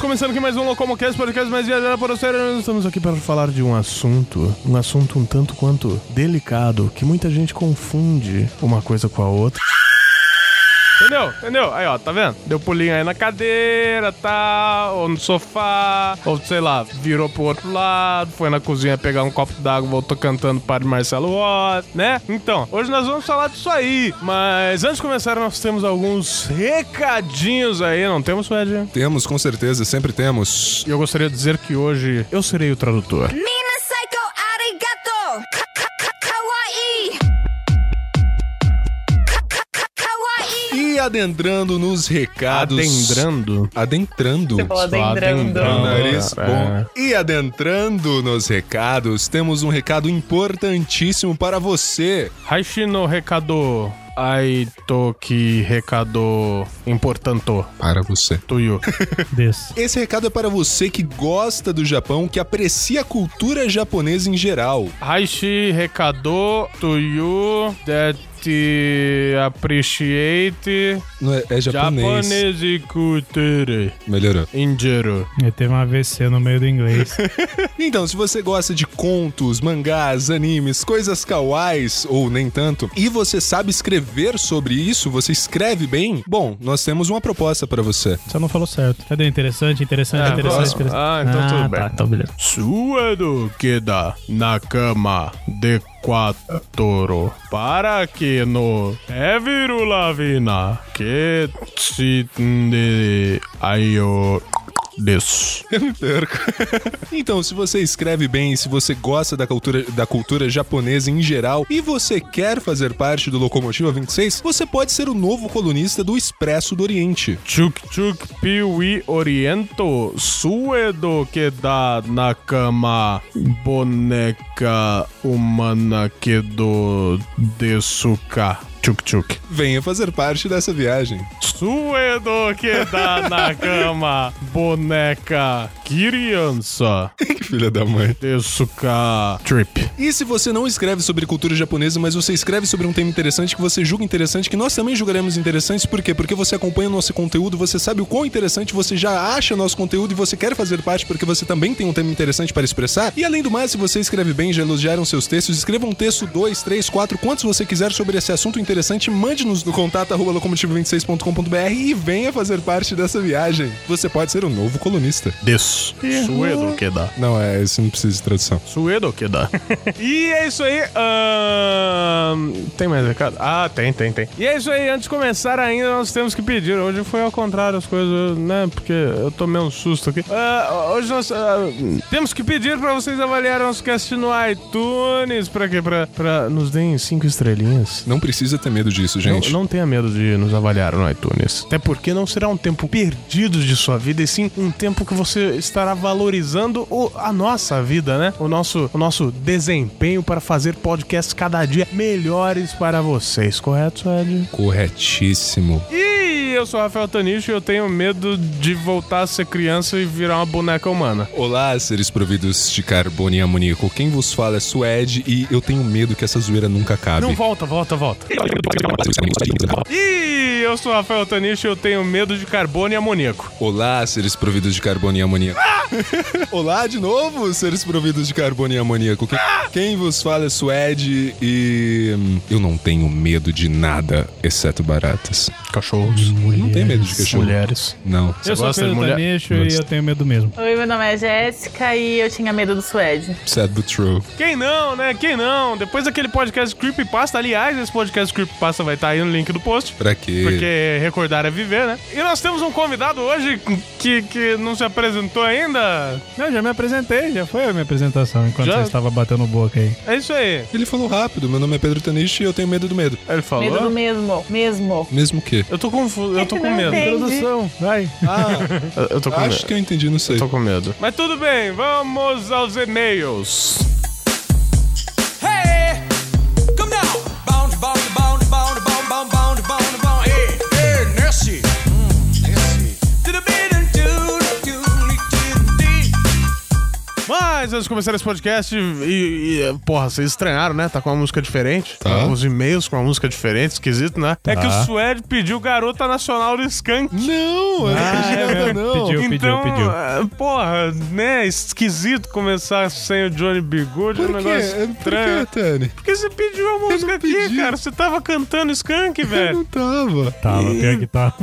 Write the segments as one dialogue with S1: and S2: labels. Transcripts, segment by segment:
S1: começando aqui mais um Locomocast, podcast mais viajado para o sério. Estamos aqui para falar de um assunto, um assunto um tanto quanto delicado, que muita gente confunde uma coisa com a outra. Entendeu? Entendeu? Aí, ó, tá vendo? Deu pulinho aí na cadeira, tá? Ou no sofá, ou sei lá, virou pro outro lado, foi na cozinha pegar um copo d'água, voltou cantando Padre Marcelo Watt, né? Então, hoje nós vamos falar disso aí. Mas antes de começar, nós temos alguns recadinhos aí, não temos, Fred?
S2: Temos, com certeza, sempre temos.
S1: E eu gostaria de dizer que hoje eu serei o tradutor.
S3: みんな最高ありがとうか、か、か、かわいいか、か、か、かわいい
S2: E adentrando nos recados.
S1: Adendrando.
S2: Adentrando. é.
S4: Adendrando.
S2: Um nariz
S1: Cara.
S2: bom. E adentrando nos recados, temos um recado importantíssimo para você.
S1: Haishino recado. Ai, to que recado importante.
S2: Para você.
S1: Tuyo.
S5: Desse.
S2: Esse recado é para você que gosta do Japão, que aprecia a cultura japonesa em geral.
S1: Haishi recado. Tuyo. That eh, appreciate eh,
S2: Não é, é japonês.
S1: Japanese culture
S2: Melhorou.
S1: in Jiro.
S5: Eu teve um AVC no meio do inglês.
S2: Então, se você gosta de contos, mangás, animes, coisas kawais ou nem tanto, e você sabe escrever sobre isso, você escreve bem, bom, nós temos uma proposta pra você.
S5: Só não falou certo. Cadê? Interessante, interessante,
S1: Ah,
S5: interessante,
S1: próximo.
S5: interessante.
S1: Ah, então tudo bem.
S5: Tá, então beleza.
S1: Suedo queda na cama de quatro para que no é virulavina que se de aio des.
S2: Eu me perco. então, se você escreve bem, se você gosta da cultura, da cultura japonesa em geral e você quer fazer parte do Locomotiva 26, você pode ser o novo colunista do Expresso do Oriente.
S1: Chuk chuk piwi oriento suedo queda na cama boneca humana que do desuka chuk chuk.
S2: Venha fazer parte dessa viagem.
S1: Suedo que dá na cama, boneca, criança,
S2: Filha da mãe.
S1: Tesuka Trip.
S2: E se você não escreve sobre cultura japonesa, mas você escreve sobre um tema interessante que você julga interessante, que nós também julgaremos interessante, por quê? Porque você acompanha o nosso conteúdo, você sabe o quão interessante você já acha nosso conteúdo e você quer fazer parte porque você também tem um tema interessante para expressar. E além do mais, se você escreve bem, já elogiaram seus textos, escreva um texto 2, 3, 4, quantos você quiser sobre esse assunto interessante, mande-nos no contato arroba locomotivo26.com.br e venha fazer parte dessa viagem. Você pode ser um novo colunista.
S1: Des. Suedo que dá.
S2: Não, é, isso não precisa de tradução.
S1: Suedo que dá. e é isso aí. ahn, Tem mais recado? Ah, tem, tem, tem. E é isso aí. Antes de começar ainda, nós temos que pedir. Hoje foi ao contrário as coisas, né? Porque eu tomei um susto aqui. Ah, hoje nós ah, temos que pedir pra vocês avaliarem nosso cast no iTunes. Pra quê? Pra, pra nos deem cinco estrelinhas.
S2: Não precisa ter medo disso, gente.
S1: Não, não tenha medo de nos avaliar no iTunes. Até porque não será um tempo perdido de sua vida, e sim um tempo que você estará valorizando o- a nossa vida, né? O nosso, o nosso desempenho para fazer podcasts cada dia melhores para vocês, correto, Ed?
S2: Corretíssimo.
S1: E eu sou o Rafael Tanicho e eu tenho medo de voltar a ser criança e virar uma boneca humana.
S2: Olá, seres providos de carbono e amoníaco. Quem vos fala é Suede e eu tenho medo que essa zoeira nunca acabe.
S1: Não, volta, volta, volta. E eu sou o Rafael Tanicho e eu tenho medo de carbono e amoníaco.
S2: Olá, seres providos de carbono e amoníaco. Ah! Olá de novo, seres providos de carbono e amoníaco. Quem, quem vos fala é Suede e hum, eu não tenho medo de nada, exceto baratas.
S1: Cachorros.
S2: Não tem medo de cachorro.
S1: Mulheres.
S2: Não.
S5: Eu sou
S1: gosta de
S5: Pedro
S1: mulher?
S5: Tanicho e eu tenho medo mesmo.
S4: Oi, meu nome é Jéssica e eu tinha medo do suede.
S2: Sad but true.
S1: Quem não, né? Quem não? Depois daquele podcast Creepypasta, aliás, esse podcast Creepypasta vai estar aí no link do post.
S2: Pra quê?
S1: Porque recordar é viver, né? E nós temos um convidado hoje que, que não se apresentou ainda.
S5: Eu já me apresentei, já foi a minha apresentação, enquanto
S1: Já?
S5: você estava batendo boca aí.
S1: É isso aí.
S2: Ele falou rápido. Meu nome é Pedro Tanish e eu tenho medo do medo.
S1: Ele falou.
S4: Medo do mesmo, mesmo.
S2: Mesmo que.
S1: Eu tô confuso, eu tô com medo.
S4: Entendi.
S5: Produção, vai.
S2: Ah,
S1: Eu- Eu tô com
S2: acho
S1: medo.
S2: que eu entendi, não sei.
S1: Tô com medo. Mas tudo bem, vamos aos e-mails.
S6: Hey, come now. Bound, bound, bound, bound, bound, bound, bound, bound, bound. Hey, hey, Nessie. Hmm, Mm, Nessie. To the beat and do, do, do, do, do.
S1: Mas antes de começar esse podcast, e, e, porra, vocês estranharam, né? Tá com uma música diferente.
S2: Tá.
S1: Os e-mails com uma música diferente, esquisito, né? É que o Suede pediu Garota Nacional do Skank.
S2: Não, eu
S1: Ah,
S2: não
S1: é
S2: pedi nada, não.
S5: Pediu, pediu,
S1: então,
S5: pediu.
S1: eh, porra, né? Esquisito começar sem o Johnny Bigood. é um
S2: Por quê?
S1: negócio estranho.
S2: Por quê, Tani?
S1: Porque você pediu a música aqui,
S2: pedi.
S1: cara. Você tava cantando Skank,
S2: Eu
S1: velho.
S2: não tava.
S5: Tava, pior que tava.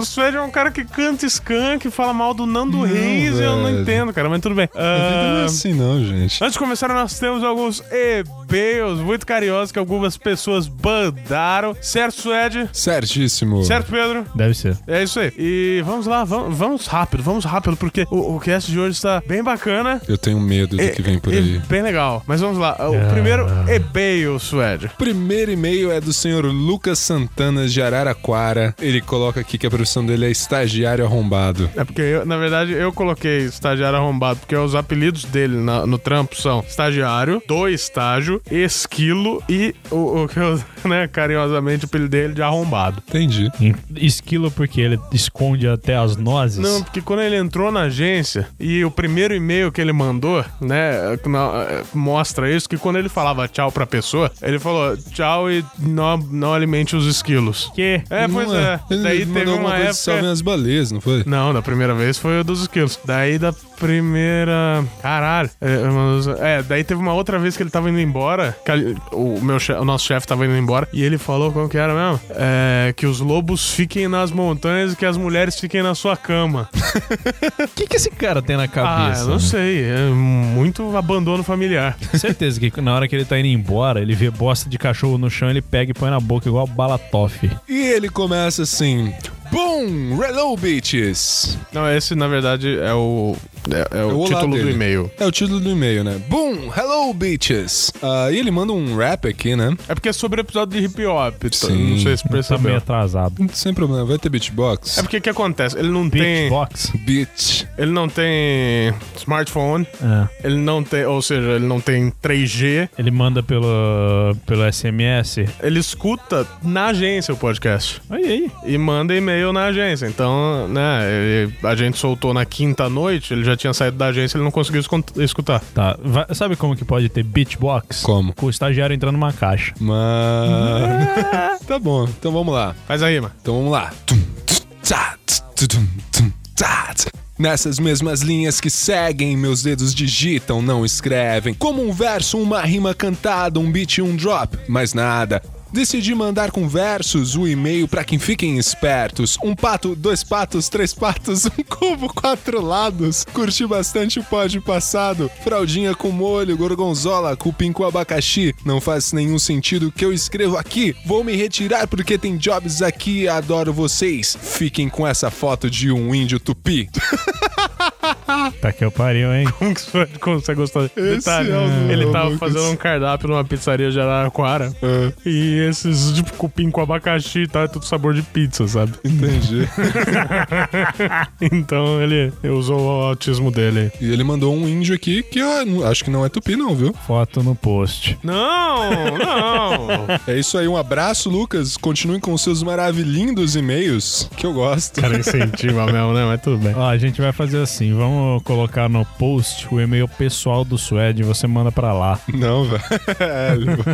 S1: O Suede é um cara que canta Skank, fala mal do Nando Reis. Eu não
S2: velho.
S1: entendo, cara, mas tudo bem.
S2: A vida não é
S1: Ah,
S2: assim, não, gente.
S1: Antes de começar, nós temos alguns e-mails muito carinhosos que algumas pessoas bandaram. Certo, Suede?
S2: Certíssimo.
S1: Certo, Pedro?
S5: Deve ser.
S1: É isso aí. E vamos lá, vamos, vamos rápido, vamos rápido, porque o, o cast de hoje está bem bacana.
S2: Eu tenho medo do que vem por
S1: e
S2: aí.
S1: É, Bem legal. Mas vamos lá. O
S5: Ah.
S1: primeiro e-mail, Suede.
S2: Primeiro e-mail é do senhor Lucas Santana de Araraquara. Ele coloca aqui que a profissão dele é estagiário arrombado.
S1: É porque, eu, na verdade, eu coloquei estagiário arrombado, porque os apelidos dele na- no trampo são estagiário, do estágio, esquilo e o, o que eu, né, carinhosamente, o apelido dele de arrombado.
S2: Entendi.
S5: Esquilo porque ele esconde até as nozes.
S1: Não, porque quando ele entrou na agência e o primeiro e-mail que ele mandou, né, na- mostra isso, que quando ele falava tchau pra pessoa, ele falou tchau e não, não alimente os esquilos.
S5: Que?
S1: É, pois
S2: Não
S1: é.
S2: Ele
S1: Daí
S2: mandou
S1: teve
S2: alguma
S1: uma
S2: coisa de Salvem
S1: época...
S2: as baleias, não foi?
S1: Não, da primeira vez foi o dos esquilos. Daí da primeira. Caralho. É, eu mando- É, daí teve uma outra vez que ele tava indo embora. que ali- o, meu che- o nosso chefe tava indo embora. E ele falou como que era mesmo? É, que os lobos fiquem nas montanhas e que as mulheres fiquem na sua cama.
S5: O que, que esse cara tem na
S1: Ah,
S5: cabeça?
S1: eu não sei. É muito abandono familiar.
S5: Certeza que na hora que ele tá indo embora, ele vê bosta de cachorro no chão, ele pega e põe na boca igual bala toff.
S2: E ele começa assim. Boom! Hello, bitches!
S1: Não, esse na verdade é o, é, é o
S2: olá
S1: título do
S2: dele.
S1: e-mail.
S2: É o título do e-mail, né? Boom! Hello, bitches! Ah, e ele manda um rap aqui, né?
S1: É porque é sobre o episódio de hip hop. então
S2: Sim.
S1: Não sei se
S5: Tá meio
S1: percebeu.
S5: atrasado.
S2: Sem problema, vai ter beatbox?
S1: É porque o que acontece? Ele não tem.
S5: Beatbox?
S2: Beat.
S1: Ele não tem smartphone,
S5: É.
S1: ele não tem. Ou seja, ele não tem 3G.
S5: Ele manda pelo, pelo SMS.
S1: Ele escuta na agência o podcast.
S5: Aí, aí.
S1: E manda e-mail na agência. Então, né, ele- a gente soltou na quinta noite, ele já tinha saído da agência, ele não conseguiu escont- escutar.
S5: Tá. Vai- sabe como que pode ter beatbox?
S2: Como?
S5: Com o estagiário entrando numa caixa.
S2: Mano. tá bom, então vamos lá.
S1: Faz a rima.
S2: Então vamos lá. Tum, tum, tá, tss, tu, tum, tum, tá, tss. Nessas mesmas linhas que seguem, meus dedos digitam, não escrevem. Como um verso, uma rima cantada, um beat e um drop, mas nada. Decidi mandar com versos o e-mail pra quem fiquem espertos. Um pato, dois patos, três patos, um cubo, quatro lados. Curti bastante o pódio passado. Fraldinha com molho, gorgonzola, cupim com abacaxi. Não faz nenhum sentido o que eu escrevo aqui. Vou me retirar porque tem jobs aqui. Adoro vocês. Fiquem com essa foto de um índio tupi.
S5: Tá que eu pariu, hein?
S1: Como que você consegue gostar? Detalhe,
S2: é o- é
S1: ele
S2: o
S1: tava
S2: Lucas.
S1: fazendo um cardápio numa pizzaria de Araraquara.
S2: É,
S1: E esses, tipo, cupim com abacaxi e tal, é tudo sabor de pizza, sabe?
S2: Entendi.
S1: Então ele usou o autismo dele.
S2: e ele mandou um índio aqui que eu não- acho que não é tupi, não, viu?
S5: Foto no post.
S1: Não, não.
S2: É isso aí. Um abraço, Lucas. Continuem com seus maravilhindos e-mails que eu gosto.
S1: Cara, incentiva mesmo, né? Mas tudo bem.
S5: Ó, a gente vai fazer assim. Vamos colocar no post o e-mail pessoal do Suede. Você manda pra lá.
S2: Não, velho.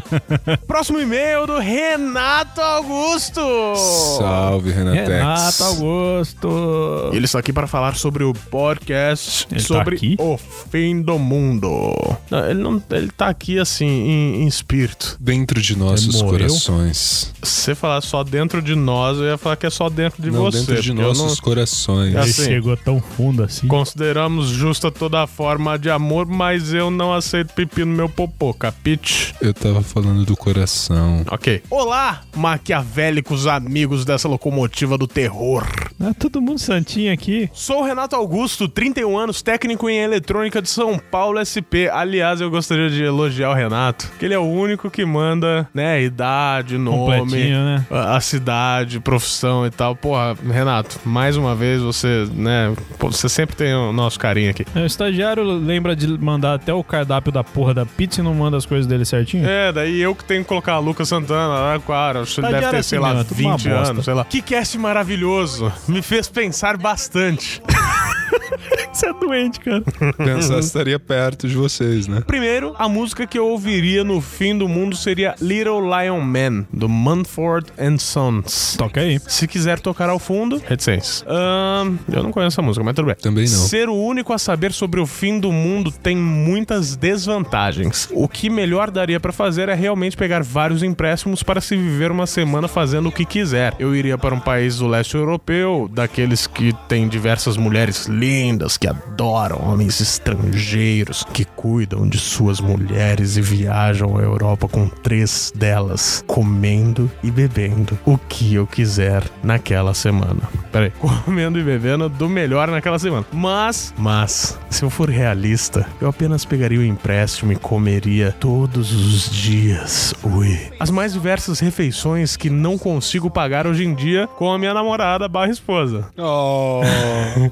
S1: Próximo e-mail do Renato Augusto.
S2: Salve, Renatex.
S5: Renato Augusto.
S1: Ele está aqui para falar sobre o podcast
S5: Ele tá
S1: sobre
S5: aqui?
S1: o fim do mundo. Não, ele não, ele tá aqui assim em, em espírito.
S2: Dentro de nossos
S5: Morreu?
S2: corações.
S1: Se você falar só dentro de nós, eu ia falar que é só dentro de
S2: não,
S1: você.
S2: dentro de
S1: porque eu não-
S2: nossos corações.
S1: É
S5: Ele
S1: assim.
S5: chegou tão fundo assim.
S1: Consideramos justa toda forma de amor, mas eu não aceito pipi no meu popô, capite?
S2: Eu tava falando do coração.
S1: Ok. Olá, maquiavélicos amigos dessa locomotiva do terror.
S5: Ah, todo mundo santinho aqui.
S1: Sou o Renato Augusto, 31 anos, técnico em eletrônica de São Paulo SP. Aliás, eu gostaria de elogiar o Renato, que ele é o único que manda, né, idade, nome,
S5: Completinho, né?
S1: a a cidade, profissão e tal. Porra, Renato, mais uma vez você, né, pô, você sempre tem o nosso carinho aqui.
S5: É, O estagiário lembra de mandar até o cardápio da porra da pizza e não manda as coisas dele certinho?
S1: É, daí eu que tenho que colocar a Lucas Santana, Araraquara, acho que ele
S5: Tá de
S1: deve ter,
S5: área
S1: sei
S5: assim
S1: lá,
S5: mesmo, é tudo uma
S1: 20
S5: bosta.
S1: anos, sei lá. Que cast maravilhoso, me fez pensar bastante.
S5: Você é doente, cara.
S2: Pensar se estaria perto de vocês, né?
S1: Primeiro, a música que eu ouviria no fim do mundo seria Little Lion Man, do Manford and Sons.
S5: Toca aí.
S1: Se quiser tocar ao fundo, reticência. Ahn, eu não conheço a música, mas tudo bem.
S2: Também não.
S1: Ser o único a saber sobre o fim do mundo tem muitas desvantagens. O que melhor daria pra fazer é realmente pegar vários empréstimos para se viver uma semana fazendo o que quiser. Eu iria para um país do leste europeu, daqueles que tem diversas mulheres lindas que adoram homens estrangeiros que cuidam de suas mulheres e viajam à Europa com três delas, comendo e bebendo o que eu quiser naquela semana. Peraí, comendo e bebendo do melhor naquela semana. Mas, mas, se eu for realista, eu apenas pegaria o empréstimo e comeria todos os dias. Ui. As mais diversas refeições que não consigo pagar hoje em dia com a minha namorada barra esposa.
S2: Oh.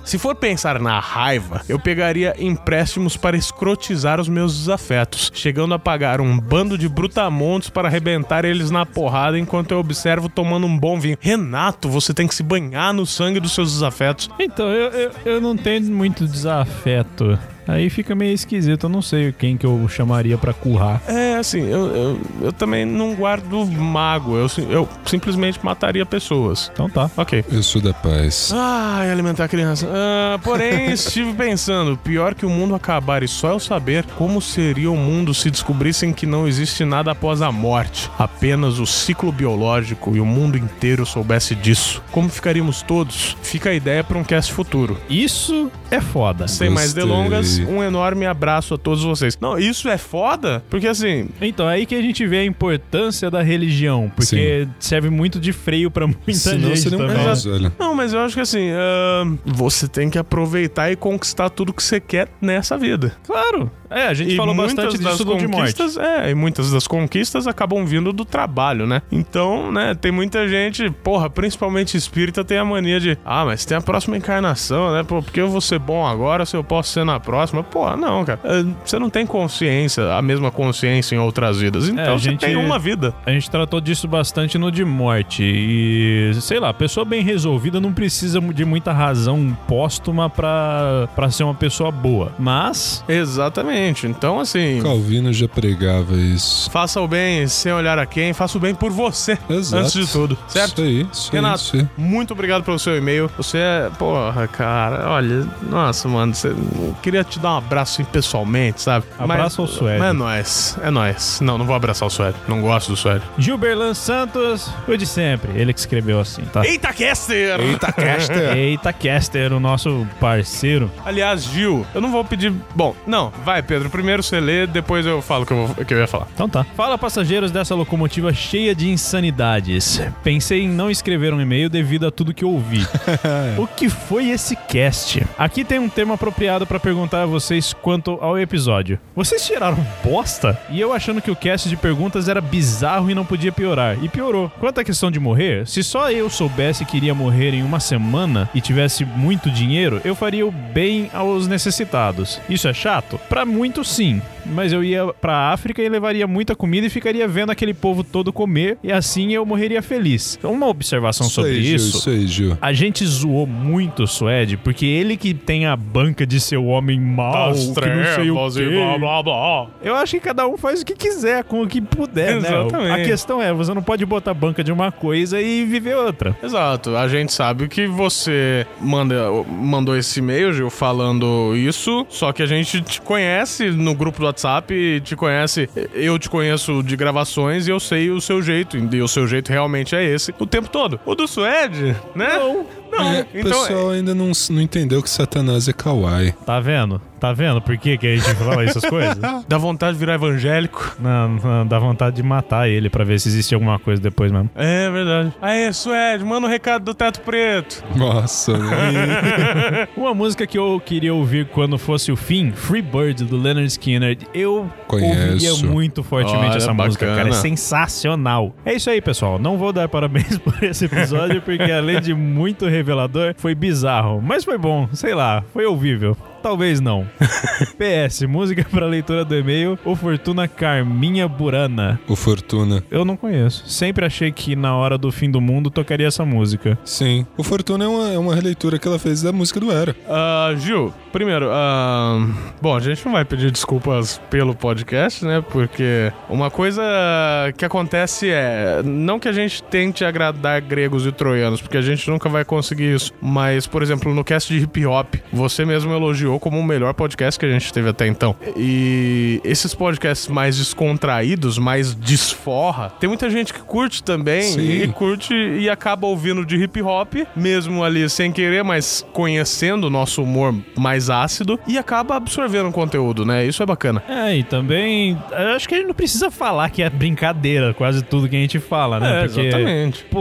S1: Se for pensar na raiva, eu pegaria empréstimos para escrotizar os meus desafetos, chegando a pagar um bando de brutamontes para arrebentar eles na porrada enquanto eu observo tomando um bom vinho. Renato, você tem que se banhar no sangue dos seus desafetos.
S5: Então, eu, eu, eu não tenho muito desafeto. Aí fica meio esquisito, eu não sei quem que eu chamaria pra currar.
S1: É, assim, eu, eu, eu também não guardo mago, eu, sim- eu simplesmente mataria pessoas.
S5: Então tá.
S1: Ok.
S2: Eu sou da
S1: Ah,
S2: paz.
S1: Ai, alimentar a criança. Ah, porém, estive pensando, pior que o mundo acabar e só eu saber como seria o mundo se descobrissem que não existe nada após a morte, apenas o ciclo biológico e o mundo inteiro soubesse disso. Como ficaríamos todos? Fica a ideia para um cast futuro.
S5: Isso é foda.
S1: Sem mais
S2: Gostei.
S1: delongas, um enorme abraço a todos vocês. Não, isso é foda? Porque assim,
S5: Então, é aí que a gente vê a importância da religião, porque serve muito de freio pra muita
S2: Senão
S5: gente
S2: seria um
S5: também.
S2: caos, olha.
S1: Não, mas eu acho que assim, ahn, você tem que aproveitar e conquistar tudo que você quer nessa vida.
S5: Claro. É, a gente
S1: E
S5: falou
S1: muitas
S5: bastante
S1: das
S5: disso do de morte.
S1: conquistas, é, e muitas das conquistas acabam vindo do trabalho, né? Então, né, tem muita gente, porra, principalmente espírita, tem a mania de, ah, mas tem a próxima encarnação, né? Pô, porque eu vou ser bom agora se eu posso ser na próxima? Porra, não, cara. Ah, Você não tem consciência, a mesma consciência em outras vidas. Então,
S5: É, a
S1: você
S5: gente-
S1: tem uma vida.
S5: A gente tratou disso bastante no de morte. E, sei lá, pessoa bem resolvida não precisa de muita razão póstuma pra, pra ser uma pessoa boa. Mas,
S1: Exatamente. Então, assim,
S2: Calvino já pregava isso.
S1: Faça o bem sem olhar a quem, faça o bem por você.
S2: Exato.
S1: Antes de tudo,
S2: Isso
S1: certo?
S2: aí, isso aí,
S1: Renato,
S2: isso aí.
S1: muito obrigado pelo seu e-mail. Você é. Porra, cara, olha. Nossa, mano, você, eu queria te dar um abraço assim, pessoalmente, sabe?
S5: Abraço ao Sueli.
S1: Mas é nóis, é nóis. Não, não vou abraçar o Sueli. Não gosto do Sueli.
S5: Gilberlan Santos, o de sempre. Ele que escreveu assim, tá?
S1: Eita, Kester!
S2: Eita, Caster!
S5: Eita, Caster, o nosso parceiro.
S1: Aliás, Gil, eu não vou pedir. Bom, não, vai, Pedro. Primeiro você lê, depois eu falo o que eu, vou- o que eu ia falar.
S5: Então tá. Fala passageiros dessa locomotiva cheia de insanidades. Pensei em não escrever um e-mail devido a tudo que ouvi. o que foi esse cast? Aqui tem um tema apropriado pra perguntar a vocês quanto ao episódio. Vocês tiraram bosta? E eu achando que o cast de perguntas era bizarro e não podia piorar. E piorou. Quanto à questão de morrer, se só eu soubesse que iria morrer em uma semana e tivesse muito dinheiro, eu faria o bem aos necessitados. Isso é chato? Pra muitos sim, mas eu ia pra África e levaria muita comida e ficaria vendo aquele povo todo comer e assim eu morreria feliz. Então, Uma observação sobre
S2: aí, Gil,
S5: isso.
S2: isso aí, Gil.
S5: A gente zoou muito o Suede, porque ele que tem a banca de ser o homem mau, que não sei o quê.
S1: blá blá.
S5: Eu acho que cada um faz o que quiser, com o que puder, né?
S1: Exatamente.
S5: A questão é, você não pode botar a banca de uma coisa e viver outra.
S1: Exato, a gente sabe que você manda, mandou esse e-mail, Gil, falando isso, só que a gente te conhece no grupo do WhatsApp, te conhece, eu te conheço de gravações e eu sei o seu jeito, e o seu jeito realmente é esse o tempo todo. O do Suede, né? Não, não.
S2: É, o
S1: então,
S2: pessoal ainda não, s- não entendeu que Satanás é kawaii.
S5: Tá vendo? Tá vendo por que, que a gente fala essas coisas?
S1: é, dá vontade de virar evangélico.
S5: Não, não, dá vontade de matar ele pra ver se existe alguma coisa depois mesmo.
S1: É verdade. Aê, Suede, manda o recado do Teto Preto.
S2: Nossa, né?
S5: Uma música que eu queria ouvir quando fosse o fim, Free Bird, do Leonard Skinner. Eu
S2: Conheço.
S5: ouvia muito fortemente
S1: Olha,
S5: essa música,
S1: bacana.
S5: cara. É sensacional. É isso aí, pessoal. Não vou dar parabéns por esse episódio, porque além de muito revelador, foi bizarro. Mas foi bom, sei lá, foi ouvível. Talvez não. PS, música pra leitura do e-mail, o Fortuna Carminha Burana.
S2: O Fortuna.
S5: Eu não conheço. Sempre achei que na hora do fim do mundo tocaria essa música.
S2: Sim. O Fortuna é uma, é uma releitura que ela fez da música do Era.
S1: Ah, Gil, primeiro, ah, bom, a gente não vai pedir desculpas pelo podcast, né? Porque uma coisa que acontece é, não que a gente tente agradar gregos e troianos, porque a gente nunca vai conseguir isso, mas, por exemplo, no cast de hip hop, você mesmo elogiou como o melhor podcast que a gente teve até então. E esses podcasts mais descontraídos, mais desforra, tem muita gente que curte também
S2: Sim.
S1: e curte e acaba ouvindo de hip hop, mesmo ali sem querer, mas conhecendo o nosso humor mais ácido e acaba absorvendo o conteúdo, né? Isso é bacana.
S5: É, e também. eu Acho que a gente não precisa falar que é brincadeira quase tudo que a gente
S1: É,
S5: fala,
S2: É,
S5: né? Porque,
S1: exatamente.
S5: Pô,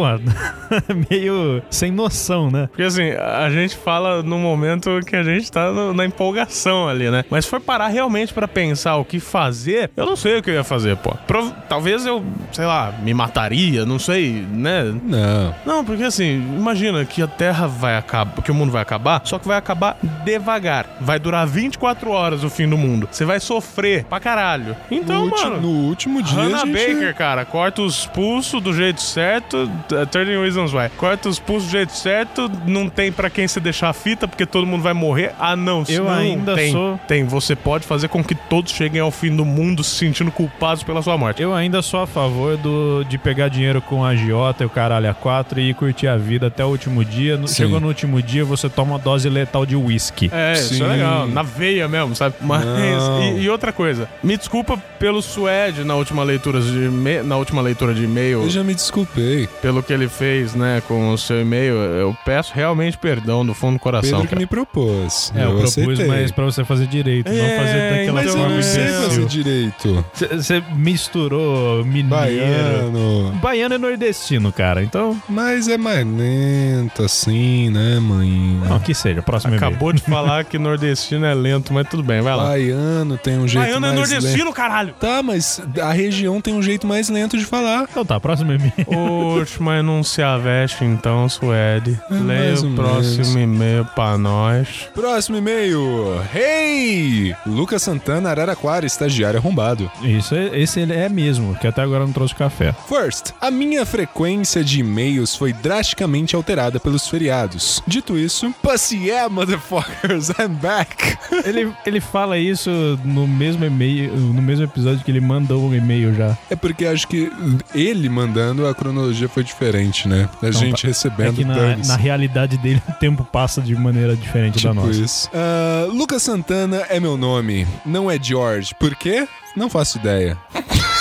S5: meio sem noção, né?
S1: Porque assim, a gente fala no momento que a gente tá no- na empolgação ali, né? Mas se for parar realmente pra pensar o que fazer, eu não sei o que eu ia fazer, pô. Prov- Talvez eu, sei lá, me mataria, não sei, né?
S2: Não.
S1: Não, porque assim, imagina que a Terra vai acabar, que o mundo vai acabar, só que vai acabar devagar. Vai durar 24 horas o fim do mundo. Você vai sofrer pra caralho. Então,
S2: no, ulti-
S1: mano.
S2: no último dia.
S1: Hannah
S2: a gente...
S1: Baker, cara, corta os pulsos do jeito certo. uh, 30 Reasons Why. Corta os pulsos do jeito certo. Não tem pra quem se deixar a fita, porque todo mundo vai morrer. Ah, não. se
S5: Eu
S1: não
S5: ainda
S1: tem,
S5: sou-
S1: Tem. Você pode fazer com que todos cheguem ao fim do mundo se sentindo culpados pela sua morte.
S5: Eu ainda sou a favor do, de pegar dinheiro com a agiota e o caralho a quatro e curtir a vida até o último dia. No-
S2: Sim.
S5: Chegou no último dia, você toma uma dose letal de uísque.
S1: É, isso
S2: Sim.
S1: é legal. Na veia mesmo, sabe? Mas.
S2: Não.
S1: E, e outra coisa, me desculpa pelo Suede na última leitura de e-mail, na última leitura de e-mail,
S2: Eu já me desculpei.
S1: pelo que ele fez, né, com o seu e-mail. Eu peço realmente perdão do fundo do coração.
S2: Pedro que
S1: Cara.
S2: me propôs.
S5: É, eu, propus,
S2: aceitei.
S5: mas pra você fazer direito, não
S1: É,
S5: fazer daquela
S2: Mas
S1: então
S2: eu
S5: forma
S2: não sei fazer
S5: um imbecil.
S2: direito.
S5: Você misturou mineiro. Baiano.
S2: Baiano.
S5: Baiano é nordestino, cara. Então,
S2: Mas é mais lento assim, né, mãe?
S5: não, que seja. Próximo e-mail.
S1: Acabou de falar que nordestino é lento, mas tudo bem, vai lá.
S2: Baiano tem um jeito
S1: Baiano é
S2: mais
S1: nordestino,
S2: lento.
S1: caralho!
S2: Tá, mas a região tem um jeito mais lento de falar.
S5: Então tá, próximo e-mail.
S1: Oxe, mas não se aveste então, Suede.
S2: É,
S1: Leia
S2: mais
S1: o
S2: ou menos.
S1: próximo e-mail pra nós.
S2: Próximo e-mail. Hey! Lucas Santana, Araraquara, estagiário arrombado.
S5: Isso, é- esse ele é mesmo, que até agora não trouxe café.
S2: First, a minha frequência de e-mails foi drasticamente alterada pelos feriados. Dito isso, pussy yeah, motherfuckers, I'm back.
S5: Ele, ele fala isso no mesmo e-mail, no mesmo episódio que ele mandou o e-mail já.
S2: É porque acho que ele mandando a cronologia foi diferente, né? A gente
S5: É
S2: recebendo
S5: que na,
S2: dane-se.
S5: na realidade dele o tempo passa de maneira diferente da
S2: Tipo
S5: nossa.
S2: isso. Ah, Lucas Santana é meu nome, não é George. Por quê? Não faço ideia.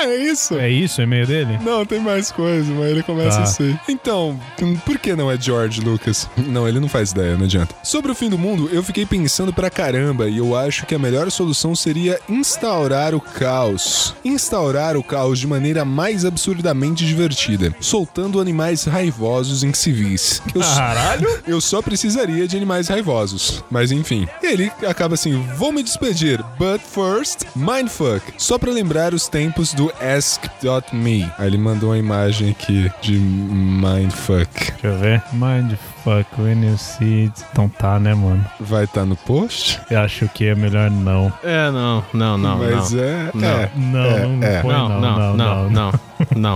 S2: é isso?
S5: É isso o e-mail dele?
S2: Não, tem mais coisa, mas ele começa
S5: Tá.
S2: assim. Então, por que não é George Lucas? Não, ele não faz ideia, não adianta. Sobre o fim do mundo, eu fiquei pensando pra caramba e eu acho que a melhor solução seria instaurar o caos. Instaurar o caos de maneira mais absurdamente divertida, soltando animais raivosos em civis. Eu sou-
S5: Caralho!
S2: eu só precisaria de animais raivosos. Mas enfim. E ele acaba assim: vou me despedir, but first, mindfuck. Só pra lembrar os tempos do ask.me. Aí ele mandou uma imagem aqui de mindfuck.
S5: Deixa eu ver. Mindfuck, when you see it. Então tá, né, mano?
S2: Vai estar no post?
S5: Eu acho que é melhor não.
S1: É, não, não, não.
S2: Mas
S1: não.
S2: é.
S1: Não.
S2: é.
S5: Não,
S2: É,
S5: não
S2: é.
S5: foi,
S1: não, não, não, não, não.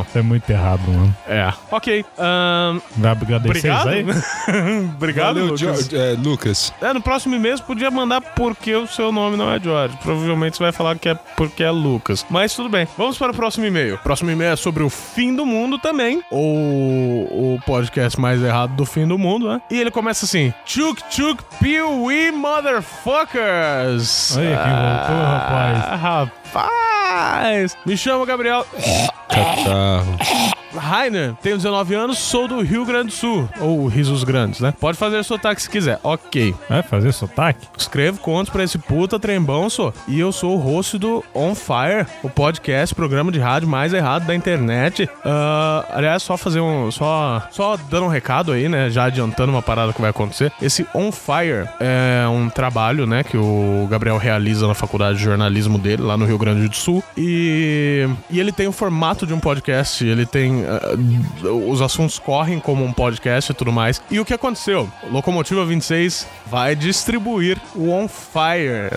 S5: Isso é muito errado, mano.
S1: É. Ok. ahn,
S5: Vai agradecer
S1: obrigado.
S5: isso aí?
S1: obrigado,
S2: Valeu,
S1: Lucas.
S2: George, é, Lucas.
S1: É, no próximo mês podia mandar porque o seu nome não é George. Provavelmente você vai falar que é porque é Lucas. Mas tudo bem. Vamos para o próximo e-mail. O próximo e-mail é sobre o fim do mundo também. Ou o podcast mais errado do fim do mundo, né? E ele começa assim: Tchuk Tchuk Piuí Motherfuckers. Ah,
S5: Olha quem voltou, rapaz.
S1: Rapaz! Me chamo Gabriel
S2: Catarro.
S1: Rainer, tenho 19 anos, sou do Rio Grande do Sul. Ou Risos Grandes, né? Pode fazer sotaque se quiser. Ok.
S5: Vai fazer sotaque?
S1: Escrevo contos pra esse puta trembão, só. E eu sou o host do On Fire, o podcast, programa de rádio mais errado da internet. Ah, aliás, só fazer um. Só, só dando um recado aí, né? Já adiantando uma parada que vai acontecer. Esse On Fire é um trabalho, né? Que o Gabriel realiza na faculdade de jornalismo dele, lá no Rio Grande do Sul. E, e ele tem o formato de um podcast. Ele tem assim, ah, os assuntos correm como um podcast e tudo mais. E o que aconteceu? Locomotiva 26 vai distribuir o On Fire,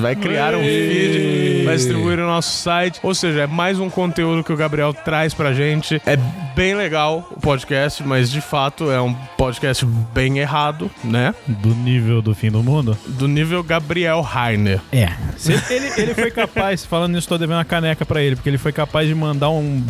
S1: vai criar um feed, vai distribuir no nosso site. Ou seja, é mais um conteúdo que o Gabriel traz pra gente. É bem legal o podcast, mas de fato é um podcast bem errado, né?
S5: Do nível do fim do mundo?
S1: Do nível Gabriel Rainer.
S5: É. ele, ele foi capaz, falando nisso, tô devendo uma caneca pra ele, porque ele foi capaz de mandar um,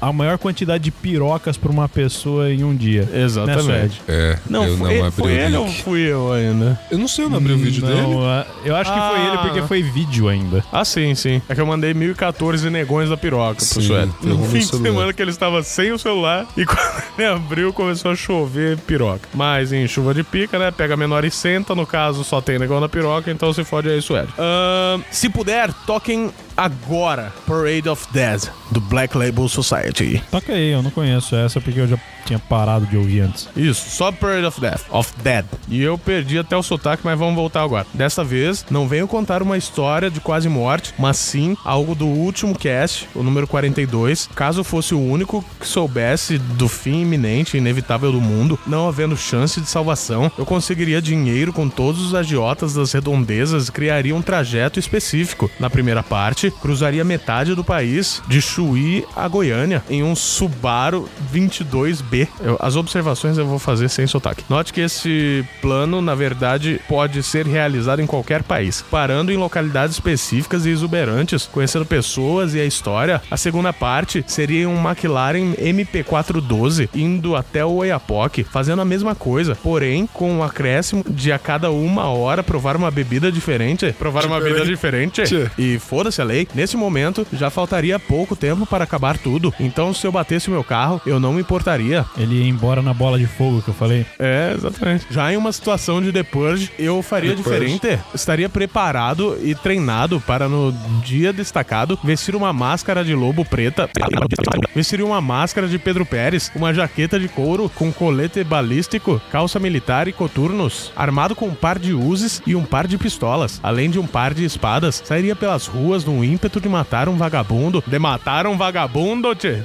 S5: a maior quantidade de pirocas pra uma pessoa em um dia.
S1: Exatamente.
S5: Né, Suede?
S2: É,
S1: Não,
S2: eu
S1: foi,
S2: não abri
S1: foi
S2: o
S1: ele ou
S2: link.
S1: fui eu ainda?
S7: Eu não sei, eu não abri o vídeo dele.
S5: Não, ah, eu acho que foi
S1: Ah.
S5: ele porque foi vídeo ainda.
S1: Ah, sim, sim. É que eu mandei 1014 negões da piroca pro
S2: Sim,
S1: Sueli.
S2: eu
S1: No
S2: arrumei
S1: fim
S2: o
S1: de
S2: celular.
S1: semana que ele estava sem o celular e quando ele abriu começou a chover piroca. Mas em chuva de pica, né? Pega a menor e senta. No caso, só tem negão na piroca, então se fode aí, Sueli. Ahn, se puder, toquem agora Parade of Death do Black Label Society.
S5: Toca aí, eu não conheço essa porque eu já tinha parado de ouvir antes.
S1: Isso, só Parade of Death. Of Dead. E eu perdi até o sotaque, mas vamos voltar agora. Dessa vez, não venho contar uma história de quase morte, mas sim algo do último cast, o número 42. Caso fosse o único que soubesse do fim iminente e inevitável do mundo, não havendo chance de salvação, eu conseguiria dinheiro com todos os agiotas das redondezas e criaria um trajeto específico. Na primeira parte, cruzaria metade do país, de Chuí a Goiânia, em um Subaru 22B. Eu- as observações eu vou fazer sem sotaque. Note que esse plano, na verdade, pode ser realizado em qualquer país, parando em localidades específicas e exuberantes, conhecendo pessoas e a história. A segunda parte seria um McLaren MP412 indo até o Oiapoque, fazendo a mesma coisa, porém com um acréscimo de a cada uma hora provar uma bebida diferente. Provar uma bebida diferente.
S7: Tchê.
S1: E foda-se a lei, nesse momento já faltaria pouco tempo para acabar tudo. Então, se eu batesse o meu carro, eu não me importaria.
S5: Ele ia embora na bola de fogo que eu falei.
S1: É, exatamente. Já em uma situação de The Purge, eu faria
S2: The Purge.
S1: diferente. Estaria preparado e treinado para, no dia destacado, vestir uma máscara de lobo preta. Vestiria uma máscara de Pedro Pérez, uma jaqueta de couro com colete balístico, calça militar e coturnos. Armado com um par de uzis e um par de pistolas, além de um par de espadas, sairia pelas ruas num ímpeto de matar um vagabundo. De matar um vagabundo, tchê!